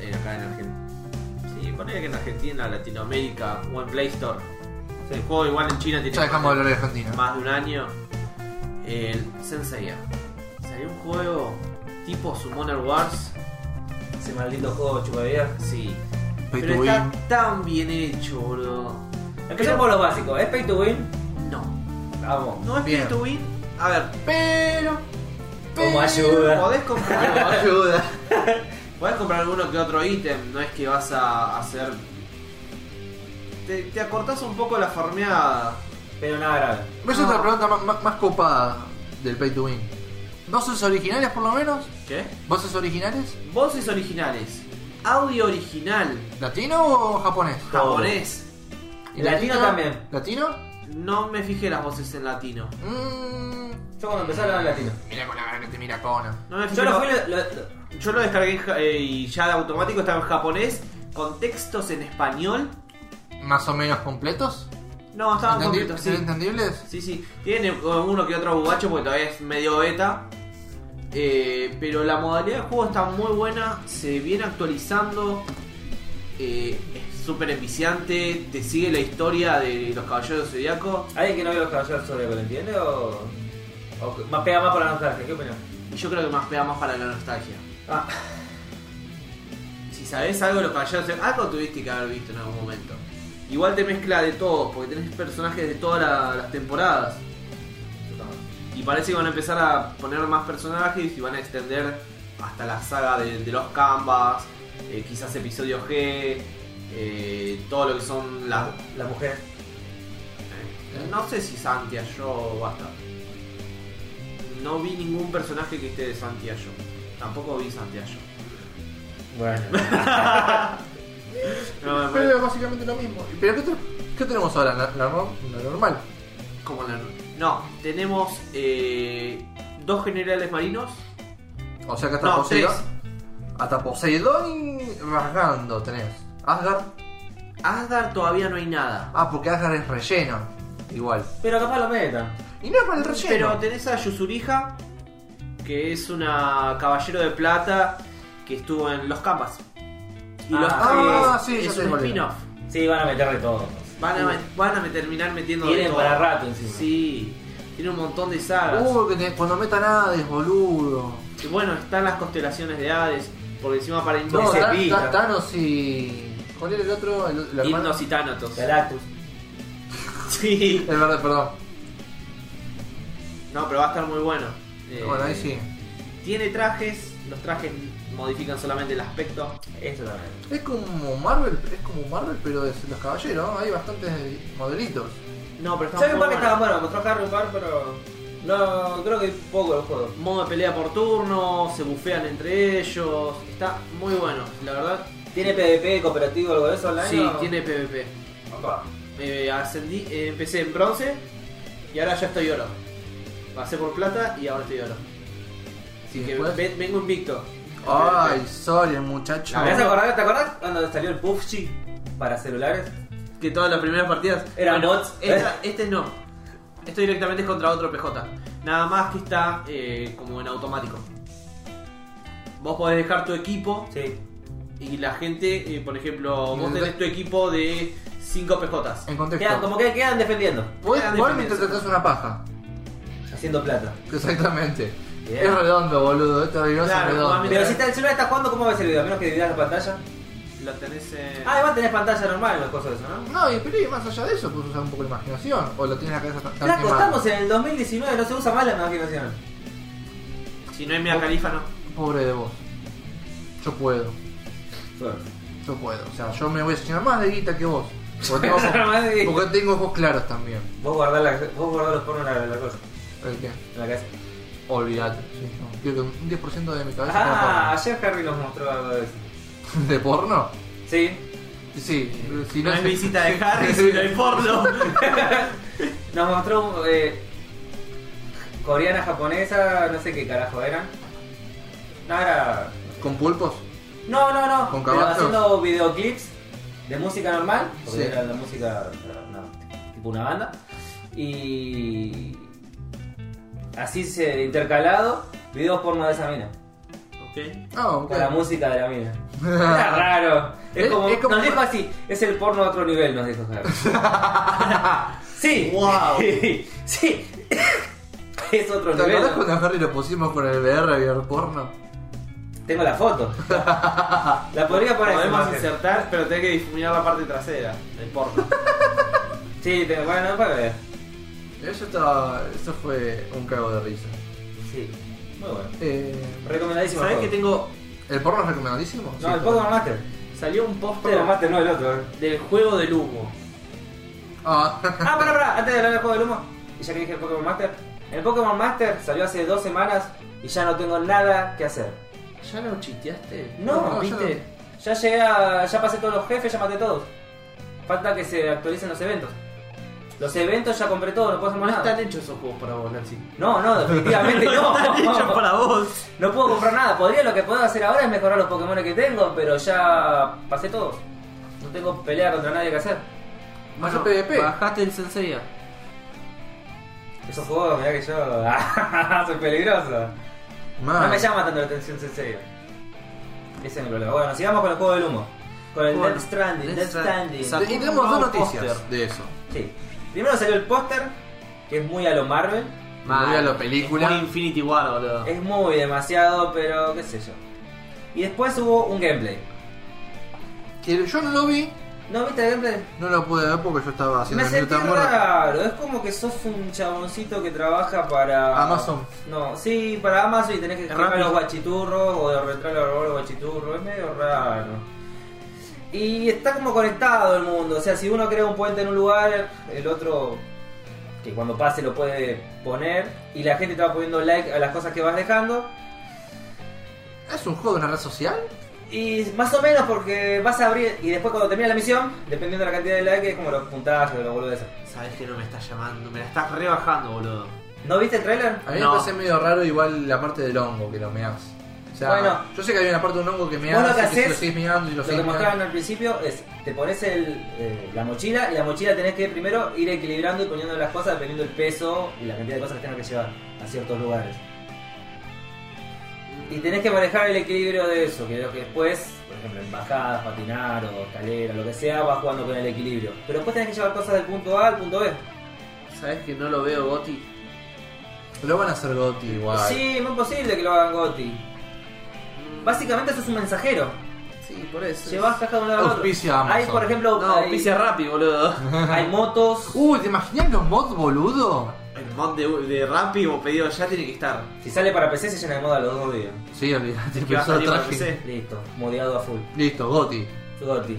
eh, acá en Argentina. Sí, ponele que en Argentina, Latinoamérica o en Play Store. El juego igual en China tiene
Ya dejamos de
más,
hablar
de,
de Argentina.
más de un año. El Senseiya. Salió un juego tipo Summoner Wars.
Ese maldito juego chupavía.
Sí.
Pay to
Pero
win.
está tan bien hecho, boludo.
Empecemos por lo básico. ¿Es pay to win?
No.
Vamos.
No es
Bien.
pay to win. A ver,
Pero.
Como ayuda.
podés
[laughs]
comprar.
Ayuda.
Podés comprar alguno que otro ítem, no es que vas a hacer. Te, te acortás un poco la farmeada.
Pero nada grave.
¿Ves
No.
otra pregunta más, más- más copada del Pay to Win? ¿Voces originales por lo menos?
¿Qué?
¿Voces originales?
Voces originales. Audio original.
¿Latino o japonés?
Japonés.
¿Y
Latino también.
¿Latino?
No me fijé las voces en latino.
Mmm.
Yo cuando empecé hablaba en latino.
Mira con la cara que te mira Conan.
No me fijé
Yo lo
la-
fui. Lo, lo- lo-
Yo lo descargué en ja- eh, y ya de automático estaba en japonés. Con textos en español.
¿Más o menos completos?
No, estaban
¿Entendi-
completos, sí.
¿Entendibles?
Sí, sí. Tiene uno que otro bugacho porque todavía es medio beta. Eh, pero la modalidad de juego está muy buena, se viene actualizando. eh, es súper enviciante, te sigue la historia de los caballeros zodiacos.
¿Alguien que no vio los caballeros sobre lo entiende o.? o que- más pega más por la nostalgia, ¿qué opinas?
Y yo creo que más pega más para la nostalgia.
Ah.
Si sabes algo de los caballeros zodiacos, algo tuviste que haber visto en algún momento. Igual te mezcla de todo, porque tenés personajes de todas la- las temporadas. Y parece que van a empezar a poner más personajes y van a extender hasta la saga de, de los Canvas, eh, quizás episodio G, eh, todo lo que son las.
La mujer.
eh, No sé si Santi yo o basta. No vi ningún personaje que esté de Santi yo. Tampoco vi Santi yo.
[laughs]
Bueno,
No, me-
Pero es básicamente lo mismo. ¿Pero qué, te- qué tenemos ahora? ¿La, la no- la normal?
como la- No, tenemos eh, dos generales marinos.
O sea que hasta
No, tres.
Poseidón. Hasta Poseidón y rasgando tenés. Asgard.
Asgard todavía no hay nada.
Ah, porque Asgard es relleno. Igual.
Pero capaz lo metan.
Y no es para Ah, el relleno.
Pero tenés a Yuzurija, que es una caballero de plata que estuvo en Los Campas. Y
Ah,
los
ah,
Campas
sí, ya
es
sé
un
cuál es.
spin-off.
Sí, van a meter de todo.
Van a, van a terminar metiendo de
Tienen
todo.
para rato encima.
Sí, tiene un montón de sagas.
Uh, que te- cuando meta Hades, boludo.
Y bueno, están las constelaciones de Hades, porque encima para
No,
himnos,
Ese
Ta-
pita.
Ta- Thanos y. ¿Cuál era el otro? El, el hermano.
himnos y tánatos.
Galactus.
Sí.
El verde, perdón.
No, pero va a estar muy bueno. Eh,
Ah, bueno, ahí sí.
Tiene trajes, los trajes modifican solamente el aspecto.
Esto también.
Es como Marvel, es como Marvel, pero de los caballeros. ¿no? Hay bastantes modelitos.
No, pero
Yo
está
vi
muy
un par
bueno.
que estaba bueno, mostró acá un par, pero. No, creo que poco el juego.
Modo de pelea por turno, se bufean entre ellos. Está muy bueno, la verdad.
¿Tiene PvP cooperativo o algo de eso online?
Sí,
o-
tiene PvP.
Opa.
Eh, ascendí, eh, empecé en bronce y ahora ya estoy oro. Pasé por plata y ahora estoy oro. Así
¿Y
que
después?
ve- vengo invicto.
Ay, sorry, muchacho.
¿Me vas a acordar- ¿Te acordás cuando salió el PUBG para celulares?
Que todas las primeras partidas
Eran
Bueno,
bots.
esta- este no. Esto directamente es contra otro PJ. Nada más que está eh, como en automático. Vos podés dejar tu equipo
Sí.
y la gente, eh, por ejemplo, vos
Mm,
tenés tu equipo de 5 PJs.
En
Quedan,
contexto.
como que quedan defendiendo,
Podés
quedan
jugar mientras te
diferencias.
haces una paja. [laughs]
haciendo plata.
Exactamente.
Bien.
Es redondo, boludo. Este redondo
Claro,
es redondo.
mami.
Pero si está, el celular está jugando, ¿cómo ves el video? A menos que dividas la pantalla.
La tenés en...
Ah, además tenés pantalla normal en los cosas de eso, ¿no?
No, y pero y más allá de eso, puedes usar un poco de imaginación. O lo tienes en la cabeza tan- tan
Flaco,
quemada.
estamos en el 2019, no se usa más la imaginación.
Si no hay Mia Califa, no.
Pobre de vos. Yo puedo. Yo puedo. O sea, yo me voy a llenar más de guita que vos.
[laughs]
Porque tengo,
Más de guita.
porque tengo ojos claros también.
[laughs] Vos guardás, la, vos guardás los pornos en la, la cosa,
¿El qué?
en la casa.
Olvídate. Sí, no. Creo que un 10% de mi cabeza
Ah, ayer Harry nos mostró algo de eso.
está porno. [laughs] ¿De porno?
Sí,
Sí. Si
No hay
[laughs] se-
visita de Harry, si [laughs] no hay porno.
nos mostró eh, coreana, japonesa, no sé qué carajo eran. No, era...
¿Con pulpos?
No, no, no.
¿Con
pero
caballos?
haciendo videoclips de música normal, porque
Sí.
era la música, no, tipo una banda. Y. Así se intercalado, videos porno de esa mina.
ok.
Ah, ok.
Con la música de la mina.
[laughs]
Era raro. Es
Es-
como,
es como-
Nos dijo así: es el porno a otro nivel, nos dijo Javier.
[laughs]
sí.
Wow.
[laughs] sí. [laughs] es otro
¿Te
nivel.
acordás cuando a Harry lo pusimos con el VR y el porno?
Tengo la foto.
[laughs]
la podría poner.
Podemos
Marcel.
insertar, pero tenés que difuminar la parte trasera del porno.
Sí, te- bueno, para ver.
Eso, estaba, eso fue un cago de risa.
Sí. Muy bueno.
Eh,
Recomendadísimo.
¿Sabés
el
que
juego.
tengo?
¿El porno es recomendadísimo? Sí,
No, el Pokémon Master.
Salió un póster
Pokémon Master no el otro. eh.
del juego del humo.
Ah, [laughs]
Ah, pará, pará, antes de hablar del juego del humo. Y ya que dije el Pokémon Master. El Pokémon Master salió hace dos semanas y ya no tengo nada que hacer.
¿Ya lo chiteaste?
No,
No,
viste. Ya llegué a. Ya pasé todos los jefes, ya maté todos. Falta que se actualicen los eventos. Los eventos ya compré todo, no puedo hacer
No
más
están
nada.
hechos esos juegos para vos, [laughs] Nancy.
No,
[laughs]
no, definitivamente no.
vos.
No puedo comprar nada. Podría lo que puedo hacer ahora es mejorar los Pokémon que tengo, pero ya pasé todos. No tengo pelea contra nadie que hacer.
más PvP.
Bajaste el Senseiya.
Esos juegos, mirá que yo. [laughs] soy peligroso. No
Mal.
me llama tanto la atención, en serio. Ese es mi problema. Bueno, sigamos con el juego del humo. Con el
Bueno,
Death Stranding.
Death
Death
Stranding.
Stranding.
Y tenemos dos noticias de eso.
Sí. Primero salió el póster, que es muy a lo Marvel.
Mal. Voy a la película.
Es muy Infinity War, boludo.
Es muy demasiado, pero qué sé yo. Y después hubo un gameplay.
Que yo no lo vi,
¿No viste el gameplay?
no lo pude ver porque yo estaba haciendo
Me
el
sentí
minuto muerto.
raro, es como que sos un chaboncito que trabaja para...
Amazon.
No, sí, para Amazon y tenés que comprar
rápido.
los guachiturros o de retrar los guachiturros, es medio raro. Y está como conectado el mundo, o sea, si uno crea un puente en un lugar, el otro que cuando pase lo puede poner y la gente te va poniendo like a las cosas que vas dejando.
¿Es un juego de una red social?
Y más o menos porque vas a abrir y después cuando termina la misión, dependiendo de la cantidad de like, es como los puntajes o lo boludo eso.
Sabes que no me estás llamando, me la estás rebajando, boludo.
¿No viste el trailer?
A mí
No.
me parece medio raro igual la parte del hongo que lo meás. O sea,
Bueno.
yo sé que hay una parte de un hongo que me
Vos lo
hace,
que
que si lo
hacés,
seguís mirando y lo
Lo que
seguís
mostraban
mirando.
al principio es, te pones el, eh, la mochila y la mochila tenés que primero ir equilibrando y poniendo las cosas dependiendo del peso y la cantidad de cosas que tengas que llevar a ciertos lugares. Y tenés que manejar el equilibrio de eso, que lo que después, por ejemplo, en bajadas, patinar o escalera, lo que sea, vas jugando con el equilibrio. Pero después tenés que llevar cosas del punto A al punto B.
Sabes que no lo veo, Goti.
Lo van a hacer Gotti igual.
Sí, muy posible que lo hagan Gotti. Básicamente sos un mensajero.
Sí, por eso.
Llevas caja de un lado al otro.
Auspicia Amazon.
Hay, por ejemplo,
No,
hay-
auspicia Rappi, boludo.
hay motos.
Uy, ¿te imaginas los mods, boludo?
[laughs] El mod de, de Rappi o pedido ya tiene que estar.
Si sale para PC se llena de moda los dos días.
Sí, olvidate,
Que va a
empezó el
salir para
traje.
PC.
Listo, modeado a full.
Listo, Gotti.
Gotti.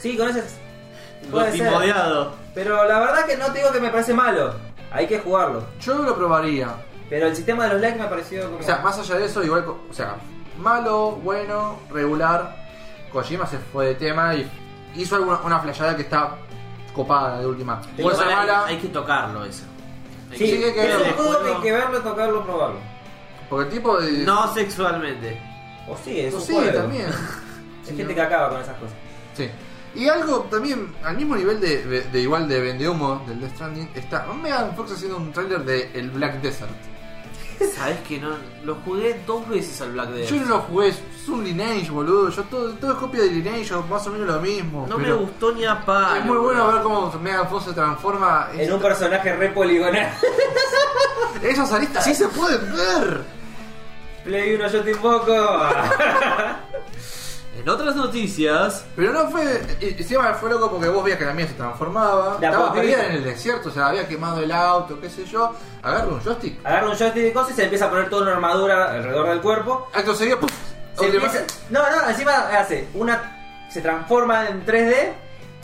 Sí, con esas. Puede
Goti
ser.
modeado.
Pero la verdad que no te digo que me parece malo. Hay que jugarlo.
Yo lo probaría.
Pero el sistema de los likes me pareció como.
O sea, más allá de eso, igual, co- o sea, malo, bueno, regular. Kojima se fue de tema y hizo alguna, una flayada que está copada de última. Puede ser
Igual
mala,
hay, hay que tocarlo eso. Hay
sí,
sí que hay que
pero
verlo.
el juego que hay que verlo, tocarlo, probarlo.
porque el tipo de.
No sexualmente.
O sí, es
pues
un
sí,
juego. [laughs]
también.
Hay
Sí,
gente
¿no?
que acaba con esas cosas.
Sí. Y algo también, al mismo nivel de, de- de igual de vendehumo del Death Stranding, está Megan Fox haciendo un tráiler de El Black Desert.
Sabes que no. Lo jugué dos veces al Black Death.
Yo no lo jugué, es un Lineage, boludo. Yo todo, todo es copia de Lineage, o más o menos lo mismo.
No me
pero
gustó ni a palo.
Es muy bueno
boludo.
ver cómo Megan Fox se transforma.
En un personaje re poligonal. [laughs]
Esas aristas sí se pueden ver.
Play 1 yo te invoco.
En otras noticias.
Pero no fue. y- y Encima fue loco porque vos veías que la mía se transformaba.
La
Estaba
pobre.
perdida en el desierto, se la había quemado el auto, qué sé yo. Agarra un joystick.
Agarra un joystick de cosas y se empieza a poner toda una armadura alrededor del cuerpo.
Acto seguido, ¡puf!
Oh,
Se
Otra
empieza-
imagen.
no, no, encima hace una. Se transforma en 3D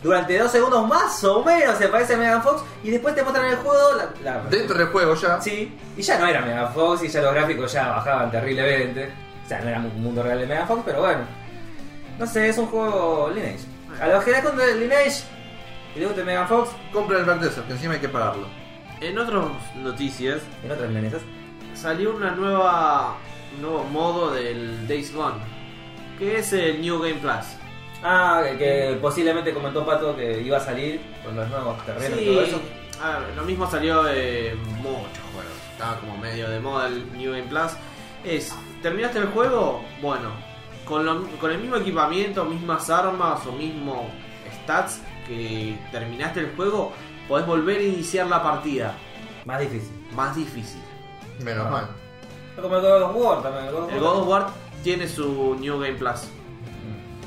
durante dos segundos más o menos. Se parece a Megan Fox y después te muestran el juego. La, la-
Dentro del juego ya.
Sí, y ya no era Megan Fox y ya los gráficos ya bajaban terriblemente. O sea, no era un mundo real de Megan Fox, pero bueno. No sé, es un juego Lineage. A los que les gusta Lineage y les gusta Megan Fox,
Compra el Black Desert, que encima hay que pagarlo.
En otras noticias.
en otras planetas.
Salió una nueva. Un nuevo modo del Days Gone. Que es el New Game Plus.
Ah, que, que posiblemente comentó Pato que iba a salir con los nuevos terrenos y todo eso.
a ver, Ah, lo mismo salió de muchos juegos. Estaba como medio de moda el New Game Plus. Es, terminaste el juego, bueno, con, lo- con el mismo equipamiento, mismas armas o mismo stats que terminaste el juego, podés volver a iniciar la partida.
Más difícil.
Más difícil.
Menos mal.
Como el God of War también. el God of
El
War
God of War tiene su New Game Plus.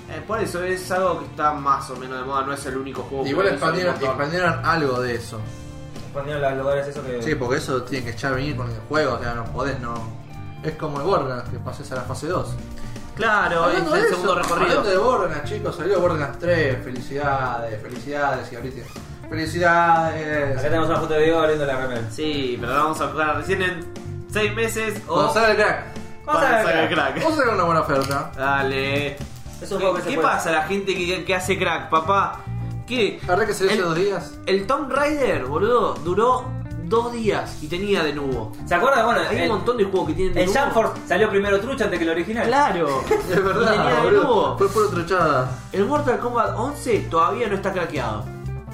Eh, por eso es algo que está más o menos de moda, no es el único juego que
Igual
lo hizo un
expandieron,
montón.
expandieron algo de eso.
Poniendo los lugares esos que...
Sí, porque eso tiene que ya venir con el juego, o sea, no podés, no. Es como el Borderlands, que pases a la fase 2.
Claro, es
Hablando de
el
eso,
segundo recorrido.
Hablando de Borderlands, chicos, salió Borderlands 3. Felicidades, felicidades, y ahorita- Felicidades.
Acá tenemos una foto de Diego abriendo la remera.
Sí, pero la vamos a jugar recién en 6 meses o
Gonzalo el crack.
Vamos a ver.
el crack.
Vos tenés una buena oferta.
Dale.
Es un juego que se
¿Qué
puede.
pasa a la gente que, que hace crack, papá? ¿Qué?
La verdad que se
El-
hizo dos días.
El Tomb Raider, boludo, duró 2 días y tenía de nuevo.
¿Se acuerdan? Bueno,
Hay
el,
un montón de juegos que tienen de
el
nuevo.
Jamford salió primero trucho antes que el
[laughs]
original.
Claro.
Es
Y tenía
verdad,
de
boludo.
nuevo.
Fue puro trochada.
El Mortal Kombat 11 todavía no está craqueado.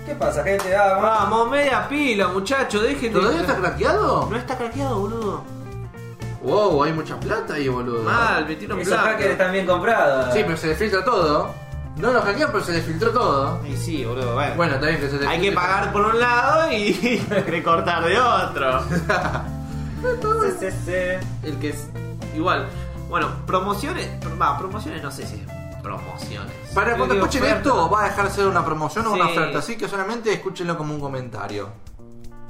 ¿Qué pasa, gente? Ah, vamos.
Vamos, media pila, muchacho, dejen de-
¿Todavía está craqueado?
No está craqueado, boludo.
Wow, hay mucha plata ahí, boludo.
Mal, metieron
Esos hackers
plata.
están bien comprados.
Sí, pero se le filtra todo. No lo hackean, pero se le filtró todo.
Y sí, boludo, bueno.
Bueno, también que se le
Hay que
filtre-
pagar por un lado y [laughs] recortar de [laughs] otro.
Sí, sí, sí.
El que es igual. Bueno, promociones. Va, promociones no sé si. Promociones.
Para
Yo
cuando
digo
escuchen
oferta.
esto, va a dejar de ser una promoción o una
Sí.
oferta, así que solamente escúchenlo como un comentario.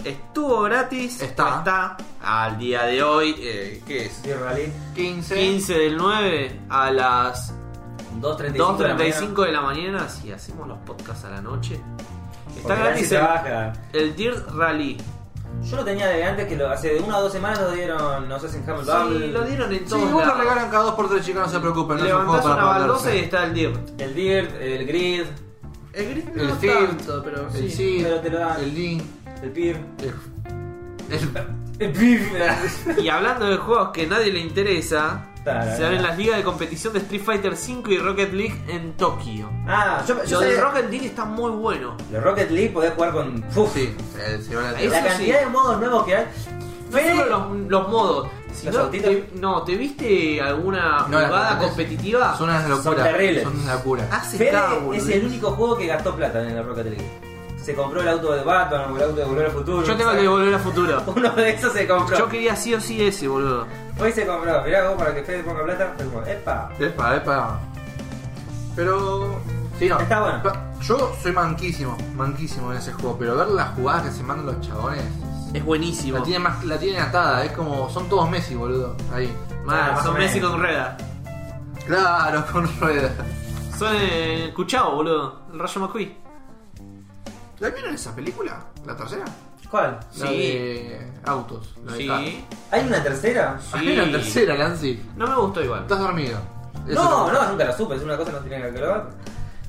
Estuvo gratis.
Está.
Está. Al día de hoy. eh, ¿Qué es?
Sí, Rally.
15.
15 del 9 a las
2.35 de la mañana.
2.35 de la mañana. Si hacemos los podcasts a la noche. Está
Porque Nancy
gratis eh. el,
trabaja.
el Dirt Rally.
Yo lo tenía de antes que lo, hace una o dos semanas lo dieron, no sé si en Humble
Sí,
Bundle.
lo dieron en
Si
todos
vos lo
lados.
regalan cada 2 por 3 chicos, no se preocupen, no es un juego
Levantás una
para
baldosa y
perderse.
está el Dirt.
El Dirt, el Grid,
El Gris
El
no
Steel,
tanto, pero sí.
El Sid,
pero te lo dan.
el Link,
el Pir.
el... el-
[laughs]
El Pir.
Y hablando de juegos que nadie le interesa,
Tarara.
se abren las ligas de competición de Street Fighter V y Rocket League en Tokio.
Ah, yo, yo
Lo de
sabía-
Rocket League está muy bueno.
Los Rocket League podés jugar con. Uf,
Sí, se, se van a
Eso
la
sí.
cantidad de modos nuevos que hay.
No solo los, los modos, si
¿Los
no,
autitos?
te, no, ¿te viste alguna
No, las
jugada
competencias.
competitiva?
Son unas locuras.
terribles.
Son una locura.
Hace
Fede
cada
es
boludez.
el único juego que gastó plata en la Rocket League. Se compró el auto de Batman, o el auto de Volver al Futuro.
Yo tengo que volver a futuro.
[laughs] Uno de esos se compró.
Yo quería sí o sí ese, boludo.
Hoy se compró. Mirá vos, para que Fede ponga plata, fue como, ¡epa!
Epa, epa. Pero. Sí, no.
Está bueno.
Pa- Yo soy manquísimo, manquísimo en ese juego, pero ver las jugadas que se mandan los chabones.
Es
La
buenísimo.
tienen, más, la tienen atada, es como. Son todos Messi, boludo. Ahí.
Más,
Más o
son Messi
menos.
con rueda.
Claro, [laughs] con ruedas.
Son el Cuchao, boludo. El Rayo McQueen.
¿La vieron esa película? ¿La tercera?
¿Cuál?
La
Sí.
de autos. La de
Sí.
Cars.
¿Hay una tercera?
Ah, era [laughs] la tercera, Lancy.
No me gustó igual.
Estás dormido. Eso
no, no, nunca lo supe. Es una cosa que no tiene que ver con la otra.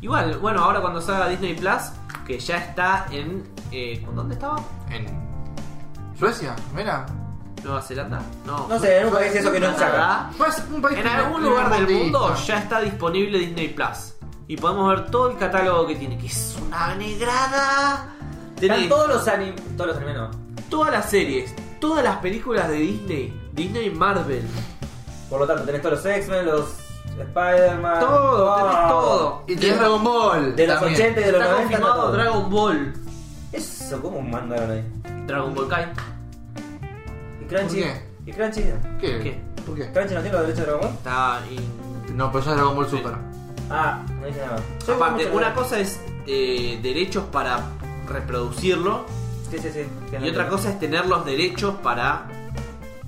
Igual, bueno, ahora cuando salga Disney Plus, que ya está en. Eh, ¿con ¿Dónde estaba?
En. Suecia, mira.
¿Nueva Zelanda? No.
No sé, en un país eso que no es chaca.
Pues, un país
Ah. En
primer-
algún lugar del mundo
primermundista.
ya está disponible Disney Plus. Y podemos ver todo el catálogo que tiene, que es una negrada. Tiene
Están todos los animes. Todos los animes no.
todas las series, todas las películas de Disney, Disney Marvel,
Por lo tanto, tenés todos los X-Men, los Spider-Man.
todo, tenés
wow.
todo.
Y tenés Dragon Ball.
De los
también.
80 y de los
Está
90. está
confirmado
todo.
Dragon Ball.
Eso, ¿cómo mandaron ahí?
Dragon Ball Kai.
¿Y
¿Por
Crunchy?
qué?
¿Y Crunchy? no?
¿Qué?
¿Qué?
¿Por qué?
¿Crunchy no tiene los derechos de Dragon Ball?
Está in-
No, pero ya es Dragon Ball Super.
Ah, no dije nada. Yo igual
Aparte,
mucho
una
no-
cosa es eh, derechos para reproducirlo
Sí, sí, sí. que no
y otra
tengo.
cosa es tener los derechos para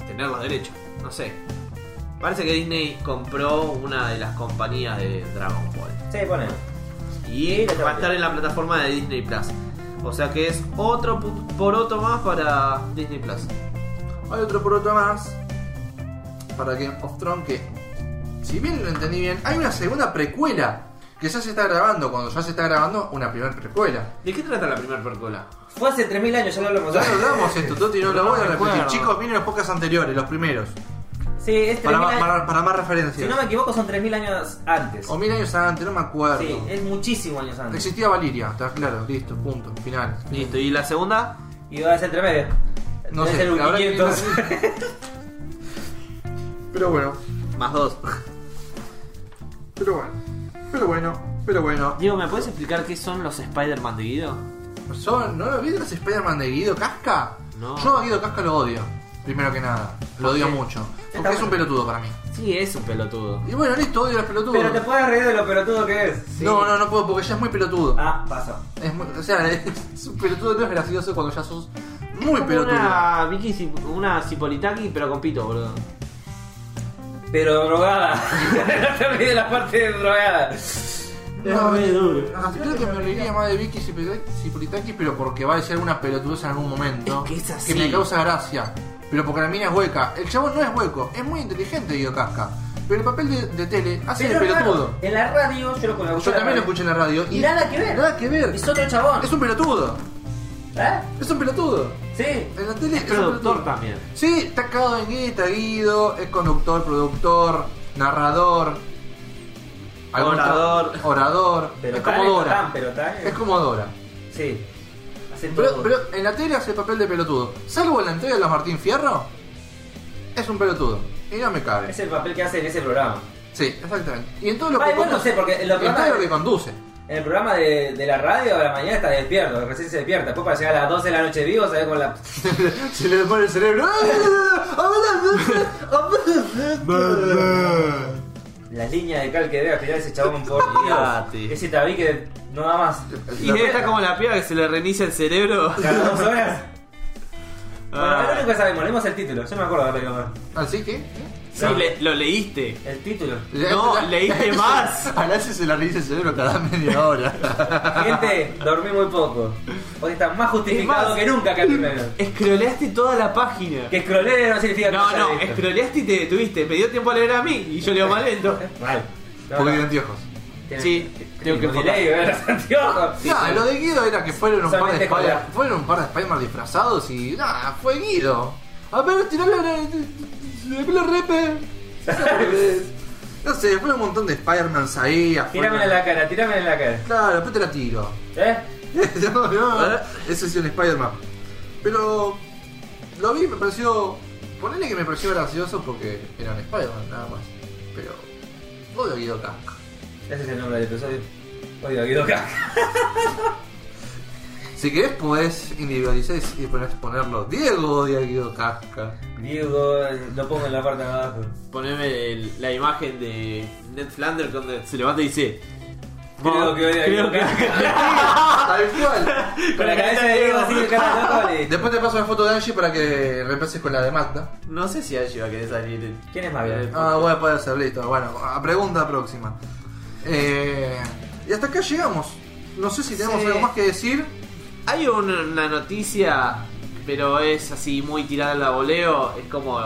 tener los derechos. No sé. Parece que Disney compró una de las compañías de Dragon Ball.
Sí, pone.
Y va a estar en la plataforma de Disney Plus. O sea que es otro pu- poroto más para Disney Plus.
Hay otro por otro más. Para Game of Thrones que. Si bien lo entendí bien, hay una segunda precuela. Que ya se está grabando. Cuando ya se está grabando, una primera precuela.
¿De qué trata la primera percola?
Fue hace 3.000 años, ya lo hablamos.
Ya lo hablamos esto, Toti, no lo voy a repetir.
recuerdo.
Chicos, miren los podcasts anteriores, los primeros.
Sí, es 3.000
Para, ma-
años.
para- para más Oh,
Si
referencias.
no me equivoco, son 3.000 años antes.
O mil años antes, no me acuerdo.
Sí, eh. es muchísimo años antes.
Existía Valiria, está claro, listo, punto, final.
Listo, ¿y la segunda?
Y va a ser tremendo.
No
Debe
sé,
ser un
habrá que
500.
Pero bueno,
Más dos.
pero bueno, pero bueno, pero bueno.
Diego, ¿me puedes explicar qué son los Spider-Man de Guido?
Son, ¿No lo viste los Spider-Man de Guido Casca?
No.
Yo a Guido Casca lo odio. Primero que nada. Lo odio mucho. Porque es un pelotudo para mí.
Sí, es un pelotudo.
Y bueno, listo, odio a los pelotudos.
[laughs] Pero te puedes reír de lo pelotudo que es.
No, no, no puedo porque ya es muy pelotudo.
Ah, pasó.
Es muy- o sea, [laughs] es un pelotudo no es gracioso cuando ya sos muy
Como
pelotudo.
Una Vicky, Zip- una Cipolitaki, pero con pito, boludo.
Pero drogada. [laughs] no te olvides la parte de drogada.
No, me- Ah, creo que me reiría más de Vicky Cipolitaki, pero porque va a decir alguna pelotudosa en algún momento.
Es que es así.
me causa gracia. Pero porque la mina es hueca. El chabón no es hueco, es muy inteligente Guido Casca. Pero el papel de, de tele hace de
Pero claro,
pelotudo.
en la radio, yo lo con la
Yo también lo escuché en la radio.
Y nada que ver.
Nada que ver.
Es otro chabón.
Es un pelotudo.
¿Eh?
Es un pelotudo.
Sí.
En la tele es un
Productor
pelotudo.
también.
Sí, está cagado en guita, Guido. Es conductor, productor, narrador. algún tra-
Orador.
Orador.
Pero
es
tan,
como Dora.
tan, pero tan.
Es como Dora.
Sí. Hace
Pero,
todo.
pero en la tele hace papel de pelotudo. Salvo en la entrega de los Martín Fierro, es un pelotudo. Y no me cabe.
Es el papel que hace en ese programa.
Sí, exactamente. Y en todo lo
Ah,
que
igual no
conduce.
sé, porque en los
en todo
programas-
lo que conduce.
En el programa de, de la radio a la mañana está despierto, recién se despierta. Después para llegar a las 12 de la noche vivo, sabes con la.
[laughs] Se le pone el cerebro. ¡ah!
Las líneas de cal que debe aspirar ese chabón
[laughs]
por
Fíjate.
Dios. Ese tabique no da más.
Y debe estar como la piba que se le reinicia el cerebro.
Cada dos horas. Bueno,
Ah.
es lo único que sabemos, leemos el título. Yo me acuerdo de la película.
Así que.
Sí, le- lo leíste.
El título.
[laughs]
No, leíste más.
A Nancy se la revisa el cerebro cada media hora. [laughs]
Gente, dormí muy poco. Hoy está más justificado
más-
que nunca Captain Marvel.
Escroleaste toda la página.
Que scrollé no significa que
No,
haya
no,
visto.
escroleaste y te detuviste. Me dio tiempo a leer a mí y yo leo más [laughs] lento.
Mal. No,
Porque
no.
tiene anteojos.
Tiene-
Sí, tengo que
tiene un delay,
enfocar.
¿verdad? Santiago.
Nah, lo de Guido era que fueron un par de
Solamente con
Spider
la-
fueron un par de Spider-Man disfrazados y nada, fue Guido. A ver, tirale la
[laughs]
la repe. No sé, fueron un montón de Spider-Mans ahí.
Tíramela en
afuera.
la cara, tíramela en la cara.
Claro, después te la tiro.
¿Eh?
[laughs] no, no, eso es un Spider-Man. Pero lo vi y me pareció. Ponele que me pareció gracioso porque eran Spider-Man nada más. Pero. Odio a Guido Casca.
Ese es el nombre del episodio. Odio a Guido Caca.
Si querés podés individualizar y podés ponerlo. Diego odia a Guido [laughs] Casca.
Diego, lo pongo en la parte de abajo.
Poneme el- la imagen de.
Ned Flanders cuando
Se levanta y dice.
Creo que odio a Guido Caca.
Tal cual.
Con la cabeza de Diego así de cara de loco, le-
Después te paso la foto de Angie para que reemplaces con la de Magda.
No sé si Angie va a querer salir.
¿Quién es más grande?
Ah, voy a poder hacer listo. Bueno, a pregunta próxima. Eh, y hasta acá llegamos. No sé si tenemos
Sí.
algo más que decir.
Hay una, una noticia, pero es así muy tirada al voleo. Es como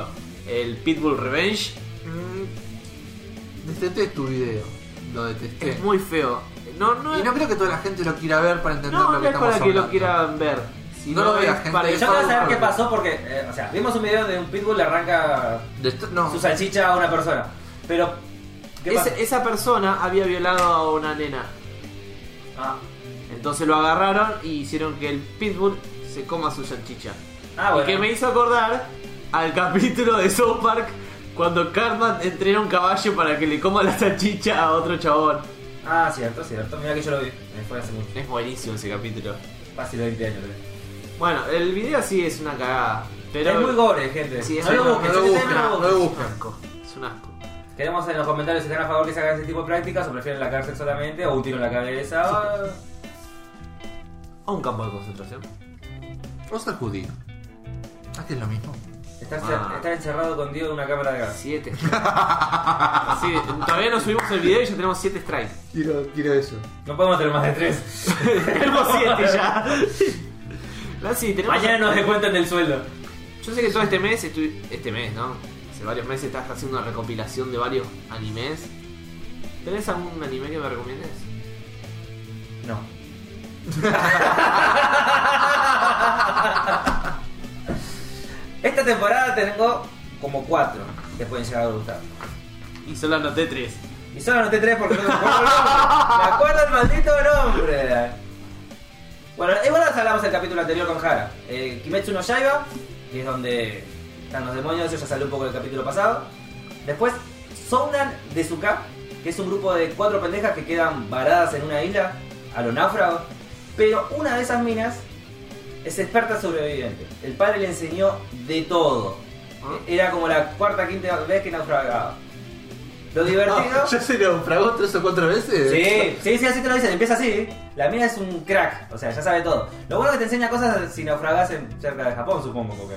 el Pitbull Revenge.
Mm, Detesté tu video. Lo detesté.
Es muy feo. No, no
Y
es,
no creo que toda la gente lo quiera ver para entender
no,
lo
no
que
es
estamos
para que lo
hablando.
quieran ver. Si
No
no,
lo
es
vea, gente.
para-
Yo quiero saber qué pasó porque, eh, o sea, vimos un video de un pitbull que arranca
Dest- no.
su salchicha a una persona. Pero, ¿qué
Ese-
pasa?
esa persona había violado a una nena.
Ah,
Entonces lo agarraron y hicieron que el Pitbull se coma su salchicha.
ah, bueno.
Y que me hizo acordar al capítulo de South Park cuando Cartman entrena un caballo para que le coma la salchicha a otro chabón.
Ah, cierto, cierto. Mira que yo lo vi. Me fue hace mucho.
Es buenísimo ese capítulo.
Fácil 20 años. creo.
Bueno, el video sí es una cagada. Pero
es muy gore, gente.
Sí, es
no lo
una-
busquen,
no lo
ese
busquen,
tema
no
lo
lo
busquen.
busquen.
es un asco.
Queremos en los comentarios si están a favor que se hagan ese tipo de prácticas o prefieren la cárcel solamente o un tiro en la cabeza. Ah, o-
O un campo de concentración.
Vos sos judío. Ah, que es lo mismo.
Estar,
Ah.
estar encerrado con Dios en una cámara de gas.
Siete. Sí, todavía no subimos el video y ya tenemos siete strikes.
Quiero, quiero eso.
No podemos tener más de [laughs] tres.
tenemos siete ya. Nancy, tenemos...
Mañana nos descuentan del sueldo.
Yo sé que todo este mes, estu- este mes, ¿no? Hace varios meses estás haciendo una recopilación de varios animes. ¿Tenés algún anime que me recomiendes?
No. [laughs] Esta temporada tengo como cuatro que pueden llegar a gustar.
Y solo anoté tres.
Y solo anoté tres porque no me acuerdo el nombre. Me acuerdo el maldito nombre. Bueno, igual ahora hablamos el capítulo anterior con Hara. Eh, Kimetsu no Yaiba, que es donde están los demonios, eso ya salió un poco en el capítulo pasado. Después, Sounan Dezuka, que es un grupo de cuatro pendejas que quedan varadas en una isla a los náufragos. Pero una de esas minas es experta sobreviviente. El padre le enseñó de todo. Era como la cuarta, quinta vez que naufragaba. Lo divertido...
Ah, ¿Ya se naufragó tres o cuatro veces?
Sí, sí, sí, así te lo dicen, empieza así. La mina es un crack, o sea, ya sabe todo. Lo bueno que te enseña cosas si naufragás en cerca de Japón, supongo, porque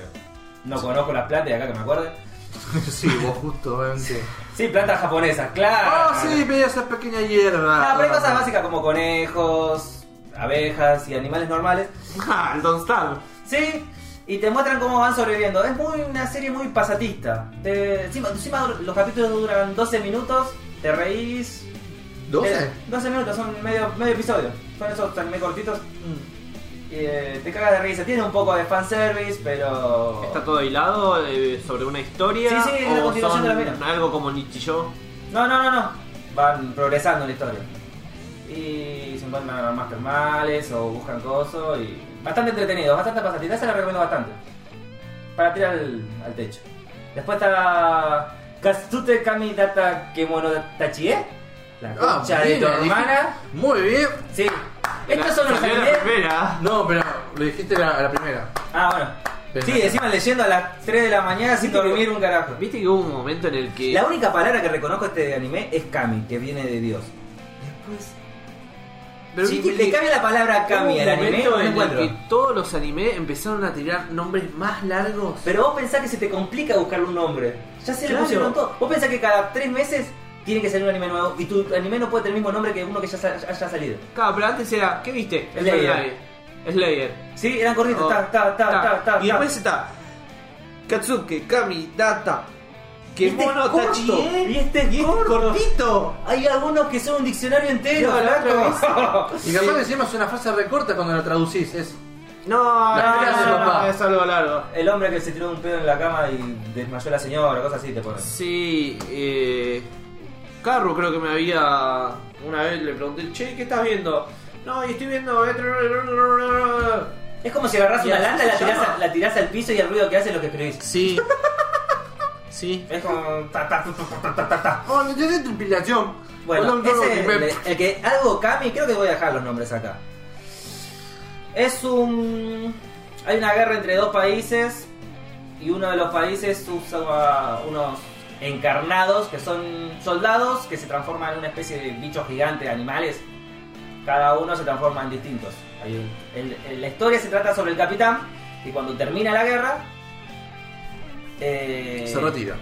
no conozco las plantas de acá que me acuerde.
[laughs] Sí, vos justamente.
Sí, plantas japonesas, claro.
Ah, sí, veía esa pequeña hierba.
Ah, pero hay cosas básicas como conejos, abejas y animales normales.
¡Ja! El Don't Starve.
Sí, y te muestran cómo van sobreviviendo. Es muy una serie muy pasatista. Te- encima, encima los capítulos duran 12 minutos, te reís.
¿12?
Te- 12 Eh, minutos, son medio, medio episodio. Son esos anime cortitos.
Mm.
Y, eh, te cagas de risa. Tiene un poco de fanservice, pero.
¿Está todo hilado eh, sobre una historia?
Sí, sí, es la
¿O
continuación
son
de la mina.
algo como Nichiyo?
No, no, no, no. Van progresando en la historia. Y se encuentran armas termales o buscan cosas y. Bastante entretenido, bastante pasatita, se la recomiendo bastante. Para tirar al, al techo. Después está. Kastute Kamidata Kemono Tachie. La
Ah,
concha de
bien,
tu
la dijiste.
hermana.
Muy bien.
Sí. Estos son los
Salió la
animes-
primera.
No, pero lo dijiste a la, a la primera.
Ah, bueno.
Pero-
Sí, encima leyendo a las 3 de la mañana sin dormir un carajo.
Viste que hubo un momento en el que...
La única palabra que reconozco este anime es Kami, que viene de Dios.
Pero
si
viste
le
que-
cambia la palabra
hubo
Kami
un
al anime,
momento
no
en el
encuentro.
que todos los animes empezaron a tirar nombres más largos.
Pero vos pensás que se te complica buscar un nombre. Ya se
Claro.
le pusieron todo. Vos pensás que cada 3 meses tiene que salir un anime nuevo y tu anime no puede tener el mismo nombre que uno que ya sa- haya salido.
Claro, pero antes era... ¿Qué viste?
El de
Eso
ella.
era- Slayer.
Sí, eran cortitos.
Oh.
Ta, ta, ta,
Ta.
ta, ta,
Y
ta.
después está Katsuke, Kami, Data.
Y
Que
este es
mono
corto,
Tachi.
y este es corto.
cortito.
Hay algunos que son un diccionario entero.
Claro, la otra
flaco.
Y capaz que encima es una frase recorta cuando la traducís. Es
No,
La
no,
tira de
no, no,
papá.
es algo largo.
El hombre que se tiró un pedo en la cama y desmayó a la señora, cosas así te ponen.
Sí, eh. Carro creo que me había.
Una vez le pregunté, che, ¿qué estás viendo? No, y estoy viendo.
Es como si agarras una
así
lata,
se
la tirás,
llama.
a- la tirás al piso y el ruido que hace es lo que escribís.
Sí. [laughs] sí.
Es como. ta, ta, ta, ta, ta, ta, ta, ta.
Oh, necesito inspiración.
Bueno,
Hola,
ese
me-
el, el que algo Kami, creo que voy a dejar los nombres acá. Es un. Hay una guerra entre dos países y uno de los países usa unos encarnados que son soldados que se transforman en una especie de bichos gigantes, animales. Cada uno se transforma en distintos. Hay un- el- el- la historia se trata sobre el capitán y cuando termina la guerra. eh,
Se retira.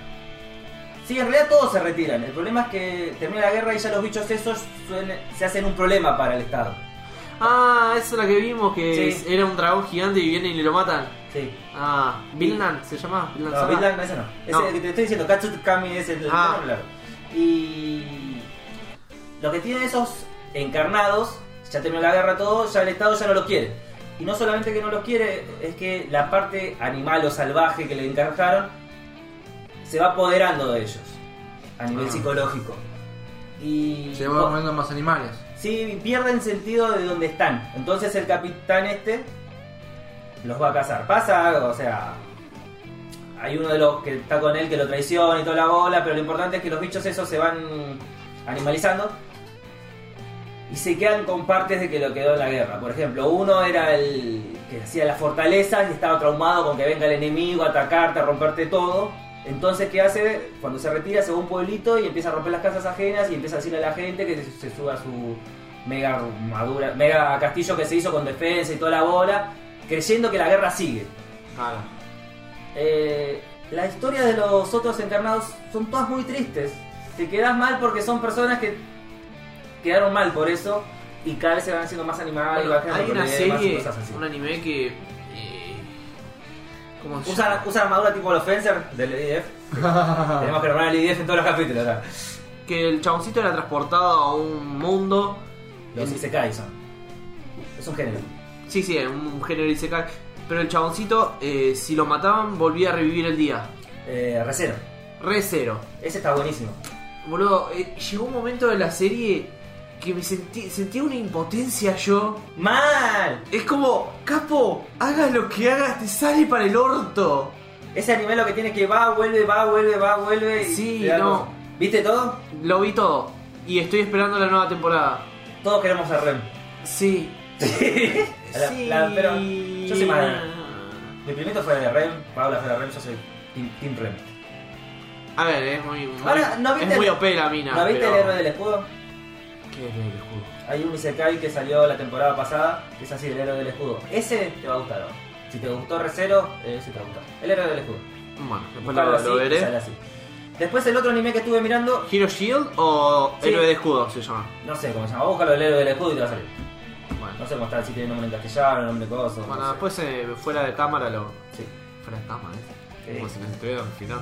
Sí, en realidad todos se retiran. El problema es que termina la guerra y ya los bichos esos suelen- se hacen un problema para el Estado.
Ah, esa es la que vimos que
Sí.
es- era un dragón gigante y vienen y lo matan.
Sí.
Ah, Vilnan se llamaba. Vilnan
No,
Saga.
Vinland, ese no. Ese
No.
que te estoy diciendo, Katsukami es el
Ah.
el claro. Y lo que tienen esos encarnados, ya terminó la guerra todo, ya el Estado ya no los quiere. Y no solamente que no los quiere, es que la parte animal o salvaje que le encargaron se va apoderando de ellos a nivel
Ah.
psicológico. Y
Se va comiendo más animales.
Sí, pierden sentido de dónde están. Entonces el capitán este los va a cazar. Pasa, algo, o sea, hay uno de los que está con él que lo traiciona y toda la bola, pero lo importante es que los bichos esos se van animalizando y se quedan con partes de que lo quedó en la guerra. Por ejemplo, uno era el que hacía las fortalezas y estaba traumado con que venga el enemigo a atacarte, a romperte todo. Entonces, ¿qué hace? Cuando se retira, se va a un pueblito y empieza a romper las casas ajenas y empieza a decirle a la gente que se, se suba a su mega armadura, mega castillo que se hizo con defensa y toda la bola, creyendo que la guerra sigue.
Claro.
Eh, la historia de los otros encarnados son todas muy tristes. Te quedas mal porque son personas que quedaron mal por eso y cada vez se van haciendo más animales.
Bueno,
van creando
hay una
problemas y
serie,
cosas así.
un anime que. eh, ¿Cómo se
Usan,
llama?
usan armadura tipo los Fencer
[laughs]
del IDF. Tenemos que armar el IDF en todos los capítulos ahora.
Que el chaboncito era transportado a un mundo.
Los
en-
Isekai son. Es un género.
Sí, sí, un género isekai. Pero el chaboncito, eh, si lo mataban, volvía a revivir el día.
Eh, Recero.
Re cero.
Ese está buenísimo.
Boludo, eh, llegó un momento de la serie que me sentí, sentía una impotencia yo.
¡Mal!
Es como, capo, hagas lo que hagas, te sale para el orto.
Ese anime lo que tiene que va, vuelve, va, vuelve, va, vuelve. y
Sí,
te da
no.
cosas. ¿Viste todo?
Lo vi todo. Y estoy esperando la nueva temporada.
Todos queremos a [laughs] Rem.
Sí.
La-
sí.
la- pero yo soy más de- Mi primito fue de Rem, Paula fue de Rem, yo soy Team, team Rem.
A ver, es muy. muy-
Ahora, ¿no viste
es muy
el-
OP la mina.
¿No viste
pero-
el héroe del escudo?
¿Qué es el juego?
Hay un Isekai que salió la temporada pasada, que es así, el héroe del escudo. Ese te va a gustar ahora. Si te gustó Recero, eh, ese te va a gustar. El héroe del escudo.
Bueno, después
Buscalo
lo,
así
lo
y sale
veré.
así. Después el otro anime que estuve mirando,
¿Hero Shield o
Sí.
Héroe de Escudo se llama?
no sé cómo se llama, búscalo el héroe del escudo y te va a salir.
Bueno,
No sé cómo está, si tiene nombre en castellano, nombre de cosas.
bueno
no sé.
después eh, fuera de cámara lo.
Sí.
Fuera de cámara, ¿eh?
Sí.
Como si nos estuvieran final.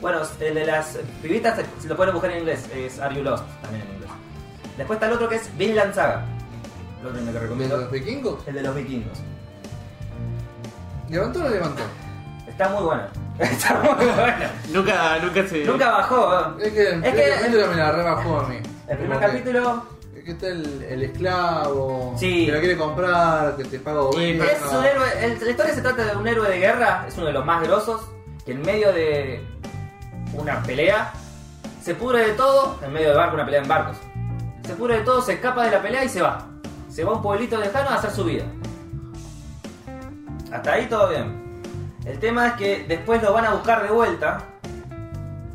Bueno, el de las pibitas se lo pueden buscar en inglés, es Are You Lost, también en inglés. Después está el otro que es Vinland Saga. Lo otro anime que
¿De
recomiendo.
los vikingos?
El de los vikingos.
¿Levantó o no levantó?
Está muy bueno. Está muy bueno.
Nunca, nunca se.
Nunca bajó. ¿eh?
Es que el
Es
primer
que-
capítulo me la rebajó a mí.
El primer
Como que-
capítulo
Es que está el, el esclavo
Sí.
que la quiere comprar, que te paga ovejas.
es un héroe. el- la historia se trata de un héroe de guerra, es uno de los más grosos, que en medio de una pelea se pudre de todo, en medio de barco, una pelea en barcos. Se pudre de todo, se escapa de la pelea y se va. Se va a un pueblito lejano a hacer su vida. Hasta ahí todo bien. El tema es que después lo van a buscar de vuelta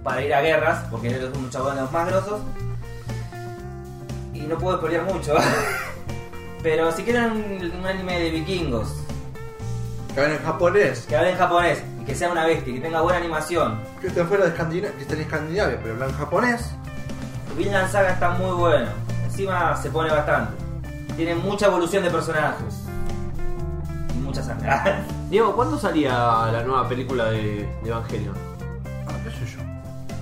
para ir a guerras, porque él es un chabón de los más grosos. Y no puedo spoilear mucho. [laughs] Pero si quieren un, un anime de vikingos,
Que habla en japonés,
que hable en japonés y que sea una bestia, que tenga buena animación,
que está fuera de Escandinavia, que está en Escandinavia, pero habla en japonés.
Vinland Saga está muy bueno. Encima se pone bastante. Tiene mucha evolución de personajes. mucha sangre. [laughs] Ah,
Diego, ¿cuándo salía la nueva película de, de Evangelion?
Ah, qué sé yo.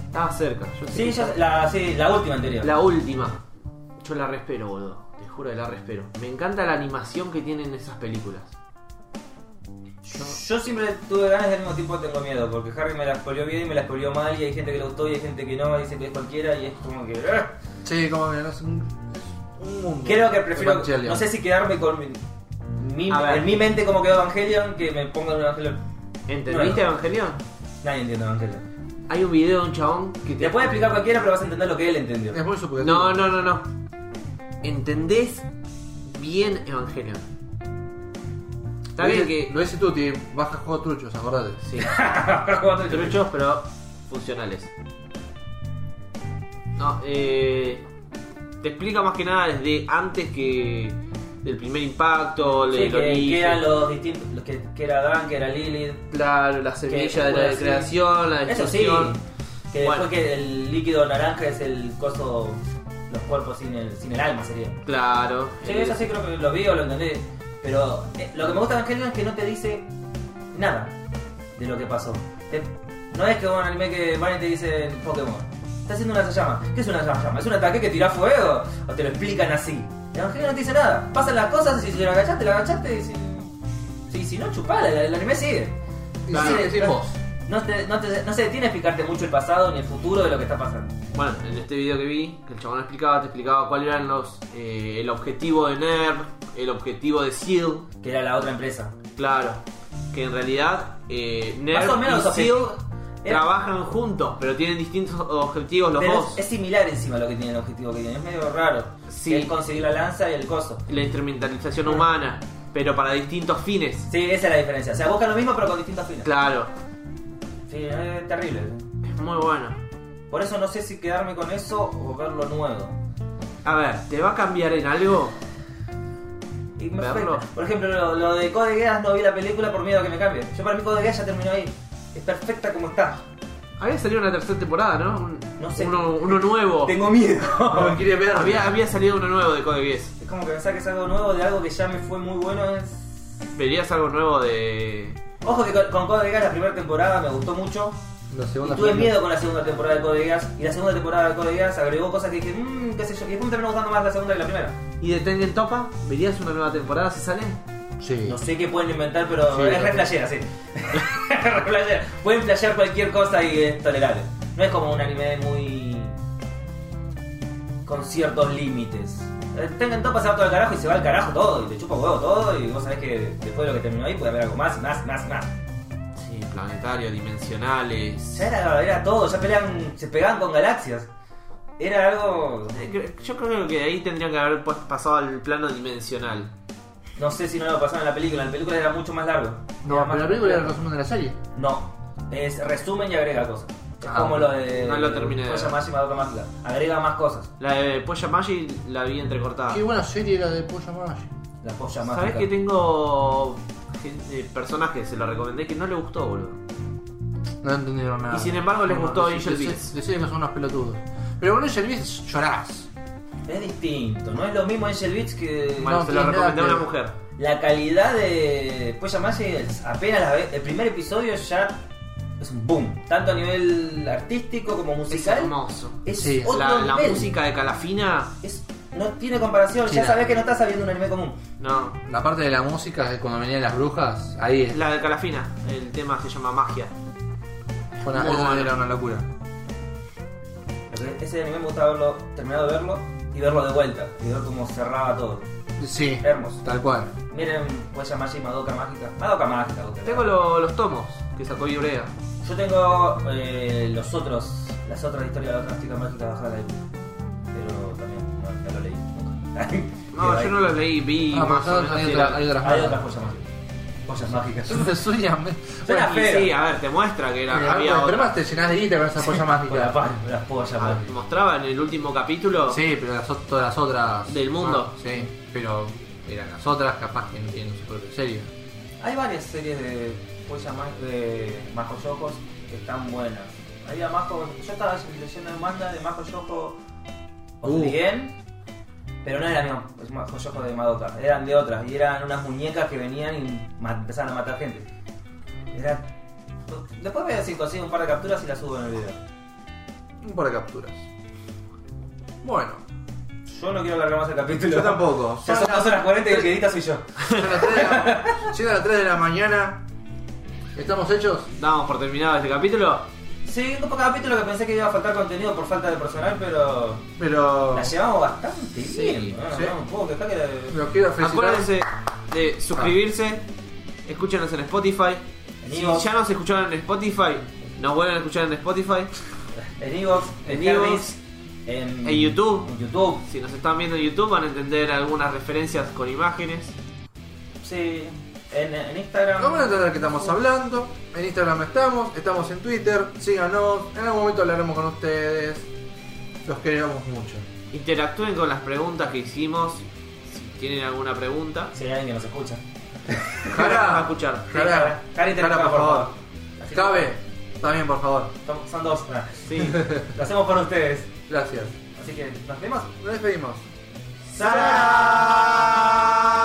Estaba cerca. Yo sé
sí,
que-
ya- la, sí, la última en teoría.
La última. Yo la respero, boludo. Te juro que la respero. Me encanta la animación que tienen esas películas.
Yo siempre tuve ganas y al mismo tiempo tengo miedo, porque Harry me la spoileó bien y me la spoileó mal, y hay gente que le gustó y hay gente que no, dice que es cualquiera, y es como que... ¡ah!
Sí, como que no es un, es un mundo.
Creo que prefiero,
Evangelion.
no sé si quedarme con mi, mi-
A ver.
en mi mente como quedó Evangelion, que me pongan un Evangelion.
¿Entendiste Evangelion?
Nadie entiende Evangelion.
Hay un video de un chabón que
Te
te.
puede explicar cualquiera, pero vas a entender lo que él entendió.
Es muy subjetivo.
No, no, no, no. ¿Entendés bien Evangelion? Está
Lo
bien
dice-
que.
Lo dice Tuti, baja juego truchos, acordate.
Sí.
Cuando-
Truchos, pero funcionales. No, eh. Te explica más que nada desde antes que. del primer impacto,
Sí,
del
que,
origen.
que eran los distintos, los que, que era Dan, que era Lilith.
Claro, la semilla de la
bueno, sí.
creación, la
Eso sí,
destrucción.
que
Ah, Bueno.
después que el líquido naranja es el coso, los cuerpos sin el, sin el alma sería.
Claro.
Sí,
eh,
eso sí creo que lo vi o lo entendí. Pero eh, lo que me gusta de Evangelion es que no te dice nada de lo que pasó. Te- no es que un anime que van y te dicen Pokémon. Está haciendo una llama. ¿Qué es una llama? ¿Es un ataque que tira fuego? ¿O te lo explican así? Evangelion no te dice nada. Pasan las cosas y si la agachaste, la agachaste. Y si, si, si no, chupala. El, el anime sigue.
Y
Claro.
sí, decís vos.
No, te- no, te- no se detiene a explicarte mucho el pasado ni el futuro de lo que está pasando.
Bueno, en este video que vi, que el chabón explicaba, te explicaba cuál eran los. eh, el objetivo de NERV, el objetivo de SEAL.
Que era la otra empresa.
Claro. Que en realidad, eh,
Más o
NERV
menos
y
los
SEAL
objetivos- era-
trabajan juntos, pero tienen distintos objetivos los
Pero
dos.
es, es similar encima lo que tiene el objetivo que tiene, es medio raro.
Sí.
Que es conseguir la lanza y el coso.
La instrumentalización humana, pero para distintos fines.
Sí, esa es la diferencia. O sea, buscan lo mismo pero con distintas fines.
Claro.
Sí, es terrible.
Es muy bueno.
Por eso no sé si quedarme con eso o ver lo nuevo.
A ver, ¿te va a cambiar en algo?
Y me
Verlo.
afecta. Por ejemplo, lo, lo de Code Geass no vi la película por miedo a que me cambie. Yo para mí Code Geass ya terminó ahí. Es perfecta como está.
Había salido una tercera temporada, ¿no? Un-
No sé.
Uno, uno nuevo.
Tengo miedo.
No quiere ver.
Había, había salido uno nuevo de Code Geass.
[laughs] es como que me saques algo nuevo de algo que ya me fue muy bueno. Es...
¿Verías algo nuevo de...?
Ojo que con, con Code Geass la primera temporada me gustó mucho.
La
Y
segunda
tuve
fue-
miedo con la segunda temporada de Code Geass y la segunda temporada de Code Geass agregó cosas que dije, mmm, qué sé yo, y después me terminó gustando más la segunda que la primera.
¿Y de Tengen Topa? ¿Verías una nueva temporada si sale?
Sí.
No sé qué pueden inventar, pero
Sí,
es re
sí.
flashera, sí. [laughs] Es re flashera. Pueden flashear cualquier cosa y es tolerable. No es como un anime muy... con ciertos límites. Eh, Tengan todo pasado todo al carajo y se va al carajo todo, y te chupa huevo todo, y vos sabés que después de lo que terminó ahí puede haber algo más, y más, y más, y más.
Sí, planetario, dimensionales...
Ya era, era todo, ya pelean, se pegaban con galaxias. Era algo...
Eh, Yo creo que de ahí tendrían que haber pues, pasado al plano dimensional.
No sé si no lo pasaron en la película, en la película era mucho más largo.
No,
Era
pero
más-
la película era el resumen de la serie.
No, es resumen y agrega cosas. Es
Ah,
como lo de.
no lo terminé de
Koya
ver.
Maji Madoka Mágica. Agrega más cosas.
La de Polla Magi la vi entrecortada.
Qué buena serie la de Pollo Magic.
La Polla
¿Sabes
Mágica.
que tengo gente- personas que se lo recomendé que no le gustó, boludo?
No entendieron nada.
Y sin embargo les gustó Angel
decís-
Beats.
decís que son unos pelotudos. Pero con Angel Beats llorás.
Es distinto, no es lo mismo Angel Beats que.
Bueno,
No,
se lo
tiene
recomendé
nada
a
que
una
ver.
mujer.
La calidad de Polla Magica es apenas la ve- El primer episodio ya es un boom. Tanto a nivel artístico como
Es
musical.
hermoso.
Es,
Sí,
otro
La, la
nivel.
música de Calafina,
Es- no tiene comparación,
Sí,
ya
la-
sabés que no estás viendo un anime común.
no.
La parte de la música, de cuando venían las brujas, ahí es.
La de Calafina, el tema se llama Magia.
fue una-
Muy
esa
bueno.
era una locura.
Porque Ese anime me gusta verlo, terminado de verlo y verlo de vuelta. Y ver cómo cerraba todo.
Sí,
Hermoso.
tal cual.
Miren, pues llamar así Madoka Mágica. Madoka Mágica, ok.
Tengo lo- los tomos que sacó Ibrea.
Yo tengo eh, los otros, las otras historias de otras chicas mágicas bajadas de ahí. Pero también, no, no lo leí nunca. [laughs]
No, yo no los leí, vi
Ah,
más o
pero
menos
hay,
de
otra,
la-
hay otras
Hay
más.
otras joyas mágicas. Joyas mágicas.
Eso [laughs] te suena. me-
Suena
Y
feo.
sí, a ver, te muestra que
Mira,
era, había
algo-
otra.
pero más te llenas de guita con esa polla
Con la
mágica.
pan, con las pollas
Ah,
mágicas.
Mostraba en el último capítulo.
Sí, pero las, ot- todas las otras.
Del mundo.
Ah, sí, pero eran las otras, capaz que no tienen su propia serie.
Hay varias series de joyas mágicas, de Majo Yojos que están buenas. Había Majo, yo estaba leyendo el manga de Majo Yoko of
Uh.
the End, Pero no eran los ma- Hoyojos de Madoka, eran de otras. Y eran unas muñecas que venían y ma- empezaban a matar gente. Era... Después voy a decir, consigo un par de capturas y las subo en el video.
Un par de capturas. Bueno,
Yo no quiero alargar más el capítulo.
yo tampoco.
Ya son 2 horas 40 y el que edita soy yo.
Son las 3 de la- Siendo las 3 de la mañana. ¿Estamos hechos?
Damos por terminado este capítulo.
Sí, un poco capítulo que pensé que iba a faltar contenido por falta de personal, pero
Pero
la llevamos bastante
Sí,
bien. No,
sí.
no, un poco, que está que...
los quiero felicitar.
Acuérdense de suscribirse, escúchanos en Spotify.
En
Si
iVoox.
ya nos escucharon en Spotify, nos vuelven a escuchar en Spotify.
En Evox, en
En
Hermes, en,
en YouTube.
En YouTube.
Si nos están viendo en YouTube van a entender algunas referencias con imágenes.
Sí. En, en Instagram.
No van a entender que estamos hablando. En Instagram estamos, estamos en Twitter. Síganos. En algún momento hablaremos con ustedes. Los queremos mucho.
Interactúen con las preguntas que hicimos. Si tienen alguna pregunta,
Si hay alguien que nos escucha.
van a
Jara,
escuchar.
Jara,
Jara, Jara, interactúa,
Jara, por
por
favor.
favor. Así
Cabe, también por favor.
que son- Son dos. Ah,
Sí.
[laughs] Lo hacemos por ustedes.
Gracias.
Así que nos vemos.
Nos despedimos.
¡Sara!